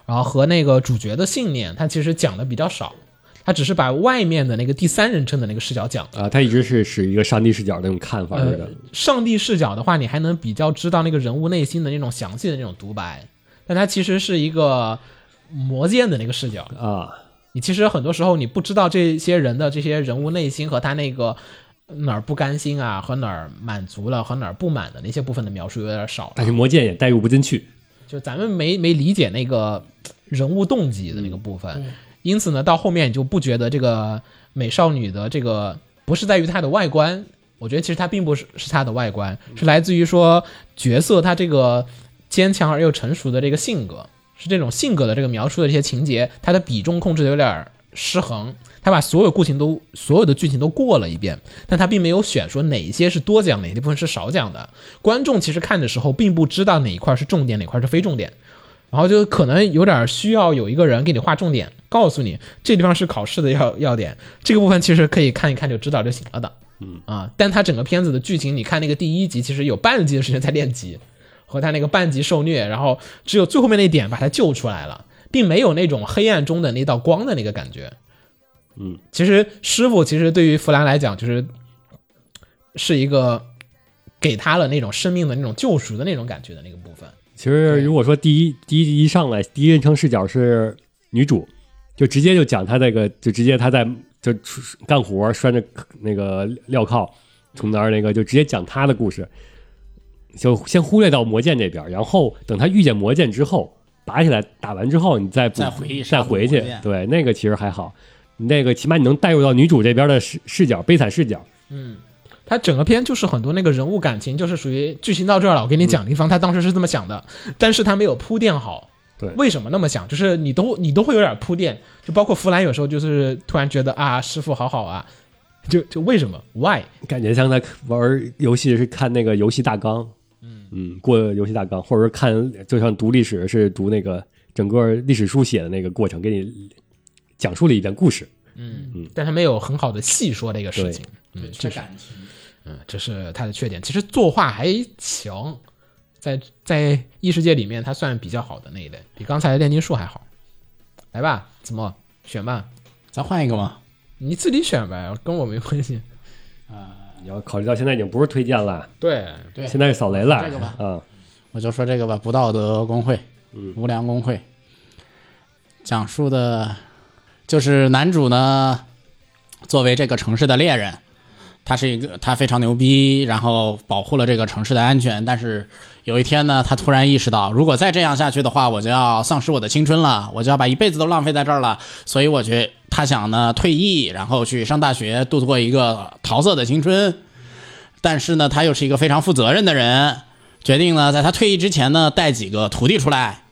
[SPEAKER 1] 然后和那个主角的信念，它其实讲的比较少，它只是把外面的那个第三人称的那个视角讲了。
[SPEAKER 2] 啊，他一直是使一个上帝视角的那种看
[SPEAKER 3] 呃
[SPEAKER 2] 法似的。
[SPEAKER 1] 上帝视角的话，你还能比较知道那个人物内心的那种详细的那种独白，但它其实是一个魔剑的那个视角。
[SPEAKER 2] 啊，
[SPEAKER 1] 你其实很多时候你不知道这些人的这些人物内心和他那个哪儿不甘心啊，和哪儿满足了，和哪儿不满的那些部分的描述有点少了
[SPEAKER 2] 但是魔剑也代入不进去。
[SPEAKER 1] 就咱们没没理解那个人物动机的那个部分，因此呢，到后面你就不觉得这个美少女的这个不是在于她的外观，我觉得其实她并不是是她的外观，是来自于说角色她这个坚强而又成熟的这个性格，是这种性格的这个描述的这些情节，它的比重控制的有点儿失衡，他把所有故情都所有的剧情都过了一遍，但他并没有选说哪一些是多讲，哪一部分是少讲的。观众其实看的时候并不知道哪一块是重点，哪块是非重点。然后就可能有点需要有一个人给你划重点，告诉你这地方是考试的要要点，这个部分其实可以看一看就知道就行了的。嗯啊，但他整个片子的剧情，你看那个第一集，其实有半集的时间在练级，和他那个半集受虐，然后只有最后面那点把他救出来了，并没有那种黑暗中的那道光的那个感觉。
[SPEAKER 2] 嗯，
[SPEAKER 1] 其实师傅其实对于弗兰来讲，就是是一个给他了那种生命的那种救赎的那种感觉的那个部分。
[SPEAKER 2] 其实如果说第一第一集一上来第一人称视角是女主，就直接就讲她那个，就直接她在就出干活拴着那个镣铐，从那儿那个就直接讲她的故事，就先忽略到魔剑这边，然后等她遇见魔剑之后，打起来打完之后，你再补
[SPEAKER 3] 再回忆杀
[SPEAKER 2] 再
[SPEAKER 3] 戮
[SPEAKER 2] 回
[SPEAKER 3] 魔
[SPEAKER 2] 去
[SPEAKER 3] 剑，
[SPEAKER 2] 对那个其实还好，那个起码你能带入到女主这边的视视角，悲惨视角，
[SPEAKER 1] 他整个片就是很多那个人物感情，就是属于剧情到这儿了，我跟你讲，林芳他当时是这么想的，但是他没有铺垫好。
[SPEAKER 2] 对
[SPEAKER 1] 为什么那么想？就是你都你都会有点铺垫，就包括弗兰有时候就是突然觉得啊，师傅好好啊，就就为什么？Why？
[SPEAKER 2] 感觉像在玩游戏是看那个游戏大纲，嗯过游戏大纲，或者是看就像读历史是读那个整个历史书写的那个过程，给你讲述了一遍故事。
[SPEAKER 1] 但他没有很好的细说这个事情，
[SPEAKER 3] 对，这感情
[SPEAKER 1] 嗯，这是他的缺点。其实作画还行，在在异世界里面，他算比较好的那一类，比刚才的炼金术还好。来吧，子墨选吧，
[SPEAKER 3] 咱换一个吗？
[SPEAKER 1] 你自己选呗，跟我没关系。
[SPEAKER 2] 你要考虑到现在已经不是推荐了，
[SPEAKER 1] 对，
[SPEAKER 3] 对
[SPEAKER 2] 现在是扫雷了
[SPEAKER 3] 这个吧
[SPEAKER 2] 啊，
[SPEAKER 3] 我就说这个吧，不道德工会，无良工会，讲述的，就是男主呢，作为这个城市的猎人，他是一个他非常牛逼，然后保护了这个城市的安全。但是有一天呢，他突然意识到，如果再这样下去的话，我就要丧失我的青春了，我就要把一辈子都浪费在这儿了。所以我觉他想呢退役，然后去上大学，度过一个桃色的青春。但是呢，他又是一个非常负责任的人，决定呢，在他退役之前呢，带几个徒弟出来，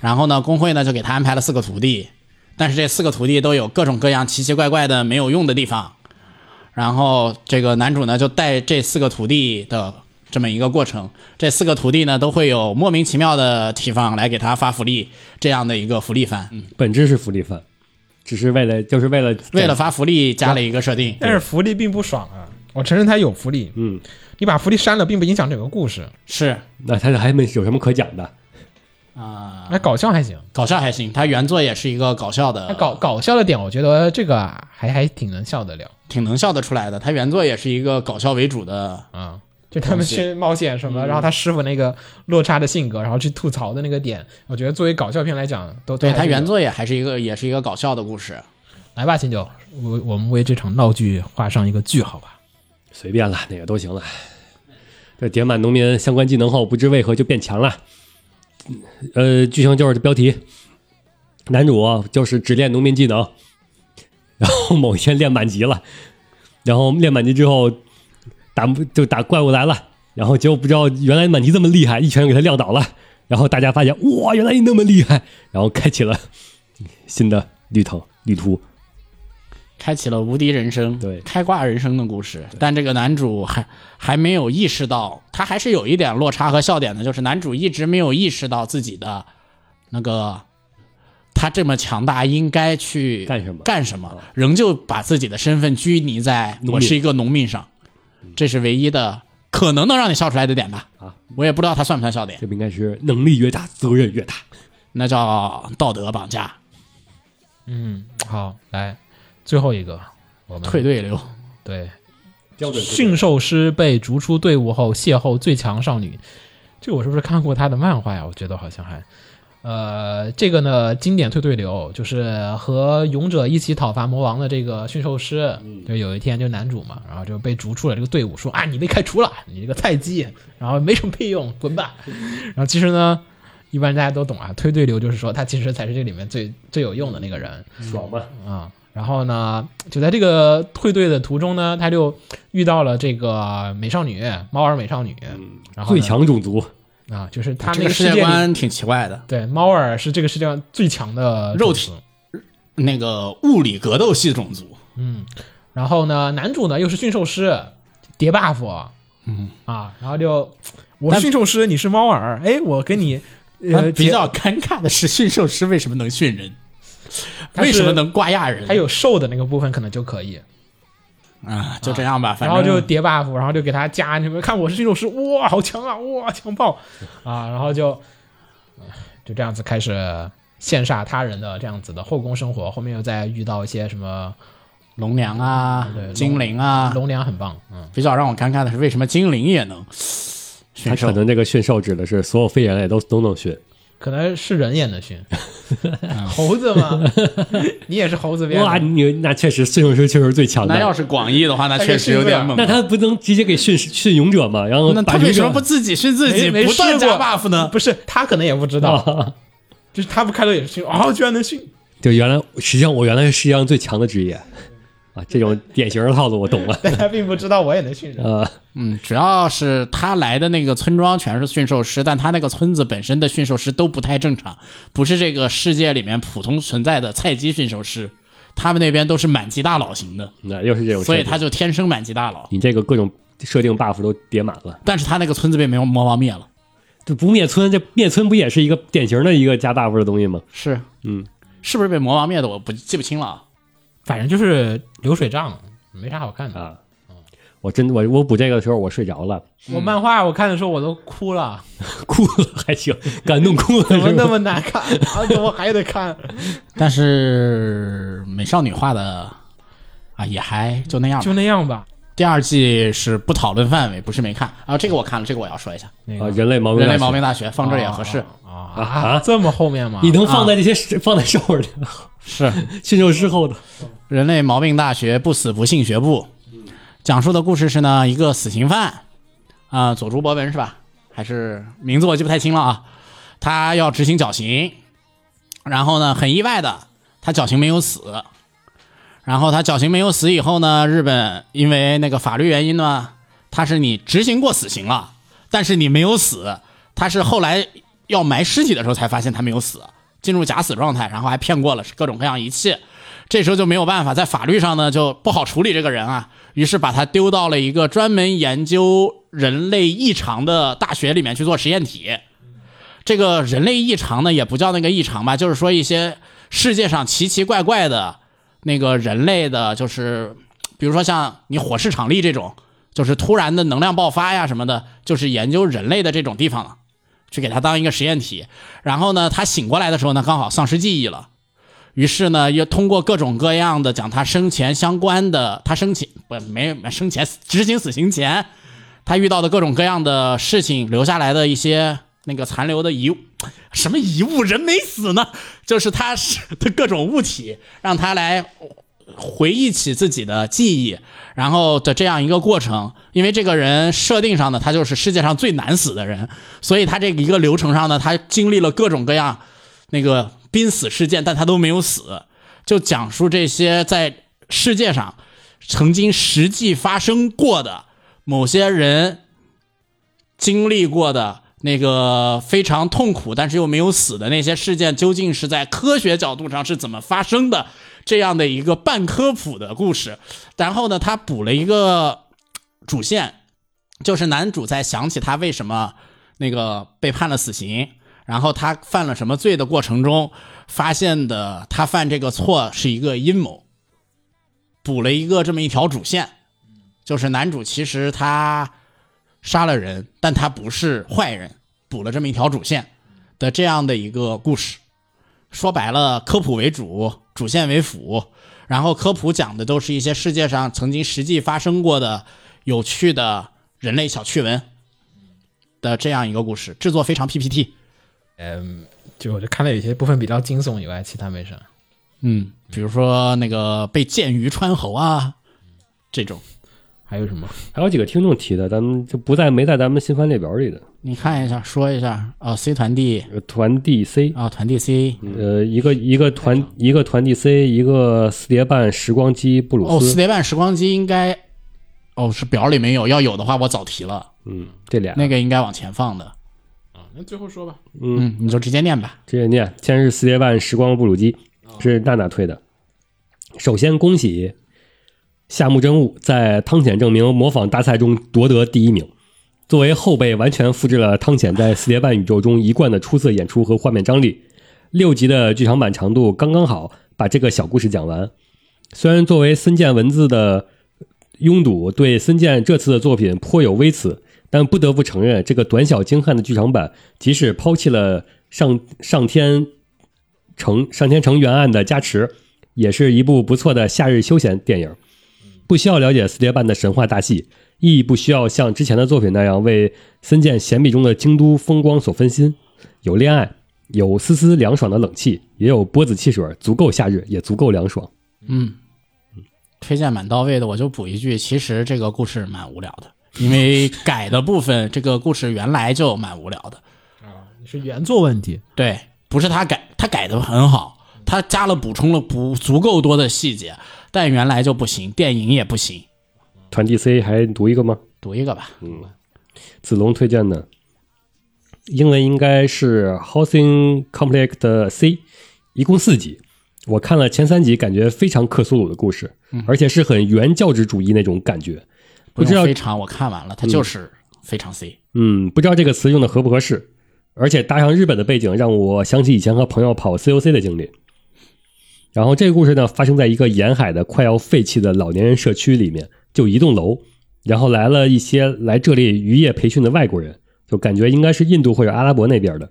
[SPEAKER 3] 然后呢，工会呢就给他安排了四个徒弟，但是这四个徒弟都有各种各样奇奇怪怪的没有用的地方，然后这个男主呢就带这四个徒弟的这么一个过程，这四个徒弟呢都会有莫名其妙的地方来给他发福利，这样的一个福利番，
[SPEAKER 2] 本质是福利番，只是为了就是为了
[SPEAKER 3] 为了发福利加了一个设定，
[SPEAKER 1] 但是福利并不爽啊。我承认它有福利，
[SPEAKER 2] 嗯，
[SPEAKER 1] 你把福利删了，并不影响整个故事。
[SPEAKER 3] 是
[SPEAKER 2] 那他还没有什么可讲的，
[SPEAKER 3] 啊、
[SPEAKER 1] 那搞笑还行，
[SPEAKER 3] 搞笑还行，他原作也是一个搞笑的
[SPEAKER 1] 那，搞搞笑的点，我觉得这个啊还还挺能笑得了
[SPEAKER 3] 挺能笑得出来的，他原作也是一个搞笑为主的
[SPEAKER 1] 啊。就他们去冒险什
[SPEAKER 3] 嗯
[SPEAKER 1] 么，然后他师傅那个落差的性格，然后去吐槽的那个点，我觉得作为搞笑片来讲，都
[SPEAKER 3] 对
[SPEAKER 1] 都还
[SPEAKER 3] 它
[SPEAKER 1] 是有
[SPEAKER 3] 原作也还是一个，也是一个搞笑的故事。
[SPEAKER 1] 来吧，秦九，我我们为这场闹剧画上一个句号吧。
[SPEAKER 2] 随便了，哪个都行了。这点满农民相关技能后，不知为何就变强了。呃，剧情就是标题，男主啊就是只练农民技能，然后某一天练满级了，然后练满级之后打不就打怪物来了，然后结果不知道原来满级这么厉害，一拳给他撂倒了，然后大家发现哇，原来你那么厉害，然后开启了新的旅程旅途。
[SPEAKER 3] 开启了无敌人生，
[SPEAKER 2] 对
[SPEAKER 3] 开挂人生的故事。但这个男主还还没有意识到，他还是有一点落差和笑点的，就是男主一直没有意识到自己的那个他这么强大应该去
[SPEAKER 2] 干什么啊
[SPEAKER 3] 干什么，仍旧把自己的身份拘泥在
[SPEAKER 2] 农民
[SPEAKER 3] 我是一个农民上，这是唯一的可能能让你笑出来的点吧。
[SPEAKER 2] 嗯啊，
[SPEAKER 3] 我也不知道他算不算笑点，
[SPEAKER 2] 这不应该是能力越大责任越大。
[SPEAKER 3] 那叫道德绑架、
[SPEAKER 1] 嗯，好，来最后一个，我
[SPEAKER 2] 嗯
[SPEAKER 1] 们
[SPEAKER 3] 退队流。
[SPEAKER 1] 对
[SPEAKER 2] 标准
[SPEAKER 1] 驯兽师被逐出队伍后邂逅最强少女，这个我是不是看过他的漫画呀？我觉得好像还，呃，这个呢，经典退队流就是和勇者一起讨伐魔王的这个驯兽师，
[SPEAKER 2] 嗯
[SPEAKER 1] 就有一天就男主嘛，然后就被逐出了这个队伍，说啊你被开除了，你这个菜鸡，然后没什么屁用，滚吧。然后其实呢。一般大家都懂啊，推队流就是说他其实才是这里面最最有用的那个人，
[SPEAKER 2] 爽吗？
[SPEAKER 1] 啊、然后呢，就在这个退队的途中呢，他就遇到了这个美少女猫儿美少女，然后
[SPEAKER 2] 最
[SPEAKER 1] 呢
[SPEAKER 2] 强种族，
[SPEAKER 1] 啊，就是他
[SPEAKER 3] 嗯这
[SPEAKER 1] 那
[SPEAKER 3] 个
[SPEAKER 1] 个
[SPEAKER 3] 世
[SPEAKER 1] 世界里，
[SPEAKER 3] 界观挺奇怪的，
[SPEAKER 1] 呃对猫儿是这个世界上最强的
[SPEAKER 3] 肉
[SPEAKER 1] 种族
[SPEAKER 3] 那个物理格斗系种族，
[SPEAKER 5] 然后呢，男主呢又是驯兽师，叠 buff，嗯啊，然后就我是驯兽师，你是猫耳，哎，我给你呃
[SPEAKER 3] 但比
[SPEAKER 5] 叠
[SPEAKER 3] 较尴尬的是，驯兽师为什么能训人？
[SPEAKER 5] 但是
[SPEAKER 3] 为什么能挂亚人？
[SPEAKER 5] 他有兽的那个部分可能就可以，
[SPEAKER 3] 啊，就这样吧，反
[SPEAKER 5] 然后
[SPEAKER 3] 正
[SPEAKER 5] 就叠 buff，然后就给他加你们看我是驯兽师，哇，好强啊，哇，强爆啊，然后就呃就这样子开始羡煞他人的这样子的后宫生活，后面又再遇到一些什么
[SPEAKER 3] 龙娘啊
[SPEAKER 5] 对龙、
[SPEAKER 3] 精灵啊，
[SPEAKER 5] 龙娘很棒，嗯，
[SPEAKER 3] 比较让我尴尬的是，为什么精灵也能
[SPEAKER 2] 他
[SPEAKER 3] 驯
[SPEAKER 2] 可
[SPEAKER 3] 兽？
[SPEAKER 2] 能这个驯兽指的是所有非人类都都能驯，
[SPEAKER 5] 可能是人也能驯，猴子嘛，你也是猴子变的
[SPEAKER 2] 哇，你那确实驯兽师确实最强
[SPEAKER 3] 那要
[SPEAKER 2] 的。
[SPEAKER 3] 是广义的话，那
[SPEAKER 5] 但是
[SPEAKER 3] 确实有点猛
[SPEAKER 2] 那。他不能直接给驯驯勇者吗？然后
[SPEAKER 3] 那
[SPEAKER 2] 把
[SPEAKER 3] 嗯他为
[SPEAKER 2] 勇
[SPEAKER 3] 什
[SPEAKER 2] 者
[SPEAKER 3] 么不自己训自己，
[SPEAKER 5] 没没
[SPEAKER 3] 不断
[SPEAKER 5] 试
[SPEAKER 3] 加
[SPEAKER 5] 过
[SPEAKER 3] buff 呢？
[SPEAKER 5] 不是他可能也不知
[SPEAKER 2] 哦
[SPEAKER 5] 道， 就是他不开头也是驯，哦，居然能驯，
[SPEAKER 2] 就啊原来实际上我原来是世界上最强的职业 啊，这种典型的套路我懂了
[SPEAKER 5] 但他并不知道我也能驯人。
[SPEAKER 2] 啊。
[SPEAKER 3] 嗯，主要是他来的那个村庄全是驯兽师，但他那个村子本身的驯兽师都不太正常，不是这个世界里面普通存在的菜鸡驯兽师，他们那边都是满级大佬型的，
[SPEAKER 2] 那又是这种设定，
[SPEAKER 3] 所以他就天生满级大佬。
[SPEAKER 2] 你这个各种设定 buff 都叠满了，
[SPEAKER 3] 但是他那个村子被没有魔王灭了，
[SPEAKER 2] 这不灭村，这灭村不也是一个典型的一个加 buff 的东西吗？
[SPEAKER 3] 是，
[SPEAKER 2] 嗯，
[SPEAKER 3] 是不是被魔王灭的？我不记不清了啊。
[SPEAKER 5] 反正就是流水账，没啥好看的。
[SPEAKER 2] 啊，我真我我补这个的时候我睡着了，
[SPEAKER 5] 我漫画我看的时候我都哭了，
[SPEAKER 2] 哭了还行，感动哭了
[SPEAKER 5] 怎么
[SPEAKER 2] 是
[SPEAKER 5] 那
[SPEAKER 2] 吧？
[SPEAKER 5] 么难看啊？怎么还得看？
[SPEAKER 3] 但是美少女画的啊，也还就那样吧。
[SPEAKER 5] 就那样吧。
[SPEAKER 3] 第二季是不讨论范围，不是没看啊。这个我看了，这个我要说一下，
[SPEAKER 5] 那
[SPEAKER 2] 啊，
[SPEAKER 5] 个
[SPEAKER 2] 人类毛
[SPEAKER 3] 《
[SPEAKER 2] 病
[SPEAKER 3] 人类
[SPEAKER 2] 大师
[SPEAKER 3] 毛病大学》放这儿也合适。
[SPEAKER 5] 啊
[SPEAKER 2] 啊
[SPEAKER 5] 这么后面吗？
[SPEAKER 2] 你
[SPEAKER 3] 啊
[SPEAKER 2] 能放在这些、放在上面的
[SPEAKER 3] 是《
[SPEAKER 2] 驯兽师后的
[SPEAKER 3] 人类毛病大学不死不信学部》，讲述的故事是呢，一个死刑犯啊，佐竹博文是吧？还是名字我记不太清了啊。他要执行绞刑，然后呢，很意外的，他绞刑没有死。然后他绞刑没有死以后呢，日本因为那个法律原因呢，他是你执行过死刑了，但是你没有死，他是后来要埋尸体的时候才发现他没有死，进入假死状态，然后还骗过了各种各样仪器，这时候就没有办法，在法律上呢就不好处理这个人啊，于是把他丢到了一个专门研究人类异常的大学里面去做实验体。这个人类异常呢，也不叫那个异常吧，就是说一些世界上奇奇怪怪的那个人类的，就是比如说像你火势场力这种，就是突然的能量爆发呀什么的，就是研究人类的这种地方，去给他当一个实验体。然后呢，他醒过来的时候呢，刚好丧失记忆了。于是呢，又通过各种各样的讲他生前相关的，他生前不没没生前执行死刑前，他遇到的各种各样的事情留下来的一些那个残留的遗物，什么遗物？人没死呢，就是他是他各种物体，让他来回忆起自己的记忆，然后的这样一个过程。因为这个人设定上呢，他就是世界上最难死的人，所以他这一个流程上呢，他经历了各种各样那个濒死事件，但他都没有死，就讲述这些在世界上曾经实际发生过的某些人经历过的那个非常痛苦，但是又没有死的那些事件，究竟是在科学角度上是怎么发生的？这样的一个半科普的故事。然后呢，他补了一个主线，就是男主在想起他为什么那个被判了死刑，然后他犯了什么罪的过程中，发现的他犯这个错是一个阴谋，补了一个这么一条主线，就是男主其实他杀了人，但他不是坏人，补了这么一条主线的这样的一个故事。说白了，科普为主，主线为辅，然后科普讲的都是一些世界上曾经实际发生过的有趣的人类小趣闻的这样一个故事，制作非常 PPT。
[SPEAKER 5] 就我就看了有些部分比较惊悚以外，其他没啥。
[SPEAKER 3] 嗯，比如说那个被剑鱼穿喉啊，这种
[SPEAKER 5] 还有什么？
[SPEAKER 2] 还有几个听众提的，咱们就不在没在咱们新番列表里的
[SPEAKER 3] 你看一下，说一下啊、c 团 D
[SPEAKER 2] 呃团 DC，
[SPEAKER 3] 啊、团 D C
[SPEAKER 2] 呃，一个一个团一个团 DC，一个四叠半时光机布鲁
[SPEAKER 3] 哦，四
[SPEAKER 2] 斯，
[SPEAKER 3] 叠半时光机应该哦是表里没有，要有的话我早提了，
[SPEAKER 2] 嗯，这俩
[SPEAKER 3] 那个应该往前放的。
[SPEAKER 5] 那最后说吧。
[SPEAKER 3] 嗯，你就直接念吧。
[SPEAKER 2] 这也念，先是四叠半时光布鲁基，是娜娜推的。首先恭喜夏目真悟在汤浅证明模仿大赛中夺得第一名。作为后辈，完全复制了汤浅在《四叠半宇宙》中一贯的出色演出和画面张力。六集的剧场版长度刚刚好，把这个小故事讲完。虽然作为森见文字的拥堵对森健这次的作品颇有微词，但不得不承认，这个短小精悍的剧场版，即使抛弃了上上天成上天成原案的加持，也是一部不错的夏日休闲电影。不需要了解四叠半的神话大戏，亦不需要像之前的作品那样为森健闲笔中的京都风光所分心。有恋爱，有丝丝凉爽的冷气，也有波子汽水，足够夏日，也足够凉爽。
[SPEAKER 3] 嗯，推荐蛮到位的，我就补一句，其实这个故事蛮无聊的，因为改的部分，这个故事原来就蛮无聊的。
[SPEAKER 1] 啊是原作问题。
[SPEAKER 3] 对，不是他改，他改的很好，他加了补充了不足够多的细节，但原来就不行，电影也不行。
[SPEAKER 2] 团 DC 还读一个吗？
[SPEAKER 3] 读一个吧，
[SPEAKER 2] 嗯子龙推荐的，英文应该是 Housing Complex 的 C，一共四集。我看了前三集，感觉非常克苏鲁的故事，而且是很原教旨主义那种感觉。
[SPEAKER 3] 不
[SPEAKER 2] 不知
[SPEAKER 3] 用
[SPEAKER 2] 道
[SPEAKER 3] 非常，我看完了，他就是非常 C。
[SPEAKER 2] 嗯，不知道这个词用的合不合适，而且搭上日本的背景，让我想起以前和朋友跑 COC 的经历。然后这个故事呢，发生在一个沿海的快要废弃的老年人社区里面，就一栋楼，然后来了一些来这里渔业培训的外国人，就感觉应该是印度或者阿拉伯那边的。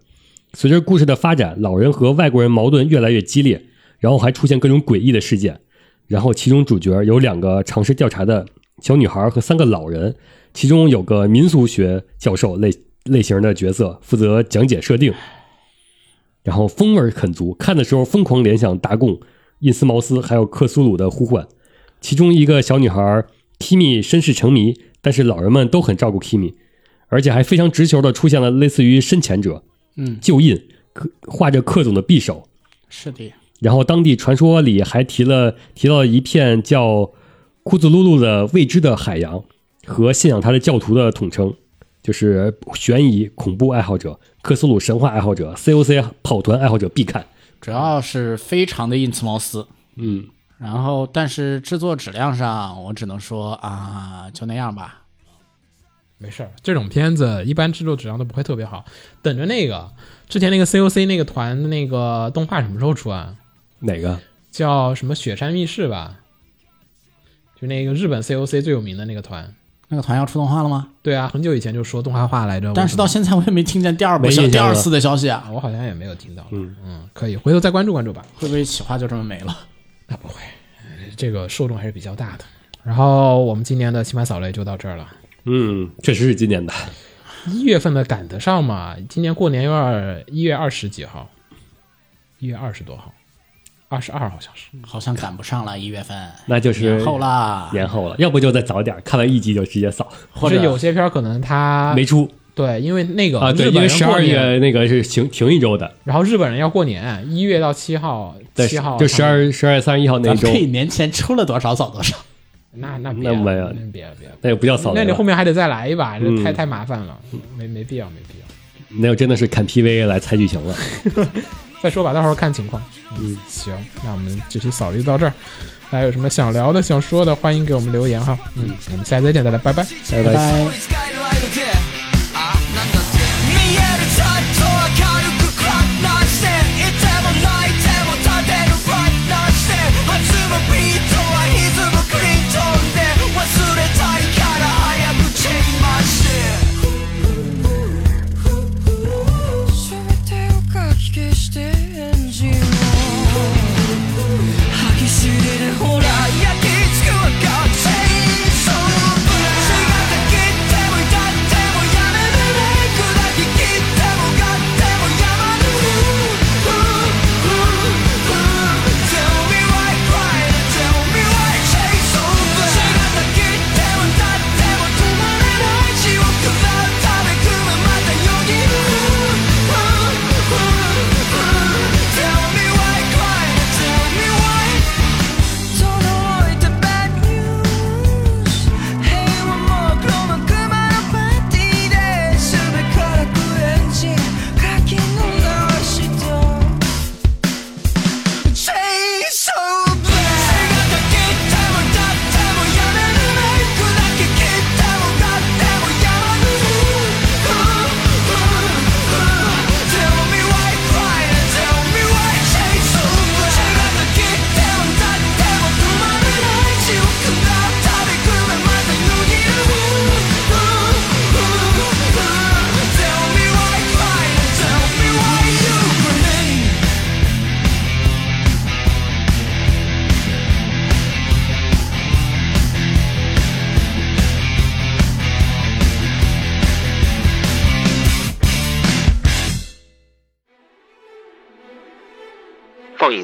[SPEAKER 2] 随着故事的发展，老人和外国人矛盾越来越激烈，然后还出现各种诡异的事件。然后其中主角有两个尝试调查的小女孩和三个老人，其中有个民俗学教授类类型的角色负责讲解设定，然后风味儿很足，看的时候疯狂联想达贡、印斯茅斯还有克苏鲁的呼唤。其中一个小女孩 Kimi 身世成谜，但是老人们都很照顾 Kimi，而且还非常直球的出现了类似于深潜者，
[SPEAKER 3] 嗯
[SPEAKER 2] 旧印刻画着克总的匕首，
[SPEAKER 3] 是的，
[SPEAKER 2] 然后当地传说里还提了提到了一片叫库兹鲁鲁的未知的海洋和信仰他的教徒的统称，就是悬疑、恐怖爱好者、克苏鲁神话爱好者、COC 跑团爱好者必看。
[SPEAKER 3] 主要是非常的印茨茅斯。
[SPEAKER 2] 嗯，
[SPEAKER 3] 然后，但是制作质量上，我只能说啊，就那样吧。
[SPEAKER 1] 没事儿，这种片子一般制作质量都不会特别好。等着那个之前那个 COC 那个团的那个动画什么时候出啊？
[SPEAKER 2] 哪个？
[SPEAKER 1] 叫什么雪山密室吧？就那个日本 COC 最有名的那个团。
[SPEAKER 3] 那个团要出动画了吗？
[SPEAKER 1] 对啊，很久以前就说动画化来着，
[SPEAKER 3] 但是到
[SPEAKER 1] 我怎
[SPEAKER 3] 现在我也没听见第二部
[SPEAKER 2] 没
[SPEAKER 3] 消
[SPEAKER 2] 印象
[SPEAKER 3] 第二
[SPEAKER 2] 了
[SPEAKER 3] 次的消息啊，
[SPEAKER 1] 么我好像也没有听到了。
[SPEAKER 2] 嗯
[SPEAKER 1] 嗯，可以回头再关注关注吧。
[SPEAKER 3] 会不会企划就这么没了？
[SPEAKER 1] 那不会，这个受众还是比较大的。然后我们今年的奇葩扫雷就到这儿了。
[SPEAKER 2] 嗯，确实是今年的。
[SPEAKER 1] 一月份的赶得上嘛？今年过年又二一月二十几号，一月二十多号，二十二好像是。
[SPEAKER 3] 好像赶不上了，一月份，
[SPEAKER 2] 那就是
[SPEAKER 3] 年后啦，
[SPEAKER 2] 年后了，要不就再早点儿，看完一集就直接扫，
[SPEAKER 1] 或者有些片儿可能它
[SPEAKER 2] 没出
[SPEAKER 1] 对，因为那个
[SPEAKER 2] 啊。对，
[SPEAKER 1] 啊日
[SPEAKER 2] 因
[SPEAKER 1] 本
[SPEAKER 2] 为
[SPEAKER 1] 人
[SPEAKER 2] 十
[SPEAKER 1] 过
[SPEAKER 2] 二
[SPEAKER 1] 年，
[SPEAKER 2] 月那个是停停一周的，
[SPEAKER 1] 然后日本人要过年，一月到七号，
[SPEAKER 2] 在
[SPEAKER 1] 七号啊
[SPEAKER 2] 就
[SPEAKER 1] 他
[SPEAKER 2] 十
[SPEAKER 1] 们，
[SPEAKER 2] 二十二月三十一号那
[SPEAKER 3] 咱
[SPEAKER 2] 周
[SPEAKER 3] 们可，以年前出了多少扫多少。
[SPEAKER 1] 那那别
[SPEAKER 2] 那没有
[SPEAKER 1] 那别别，
[SPEAKER 2] 那也不叫扫
[SPEAKER 1] 那
[SPEAKER 2] 雷
[SPEAKER 1] 你后
[SPEAKER 2] 了，
[SPEAKER 1] 面还得再来一把，这
[SPEAKER 2] 嗯
[SPEAKER 1] 太太麻烦了，没没必要没必要。
[SPEAKER 2] 那就真的是看 PV 来猜剧情了。
[SPEAKER 1] 再说吧，到时候看情况。嗯，行，那我们这期扫雷就到这儿。大家有什么想聊的、想说的，欢迎给我们留言哈。嗯，我们下期再见，大家拜拜。
[SPEAKER 2] 拜拜。
[SPEAKER 6] あなんだって見えるタイト明るくクラッナしていても泣いても立てるフラッナして弾むビートは歪むクリントンで忘れたいから早くチェイマして
[SPEAKER 7] 全てをかき消してエンジンを
[SPEAKER 6] 激しいでほら焼きつくわがチェーンソーブラシがたきってもいたって
[SPEAKER 8] 放映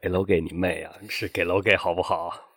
[SPEAKER 2] 哎给楼给你妹啊，是给楼给好不好？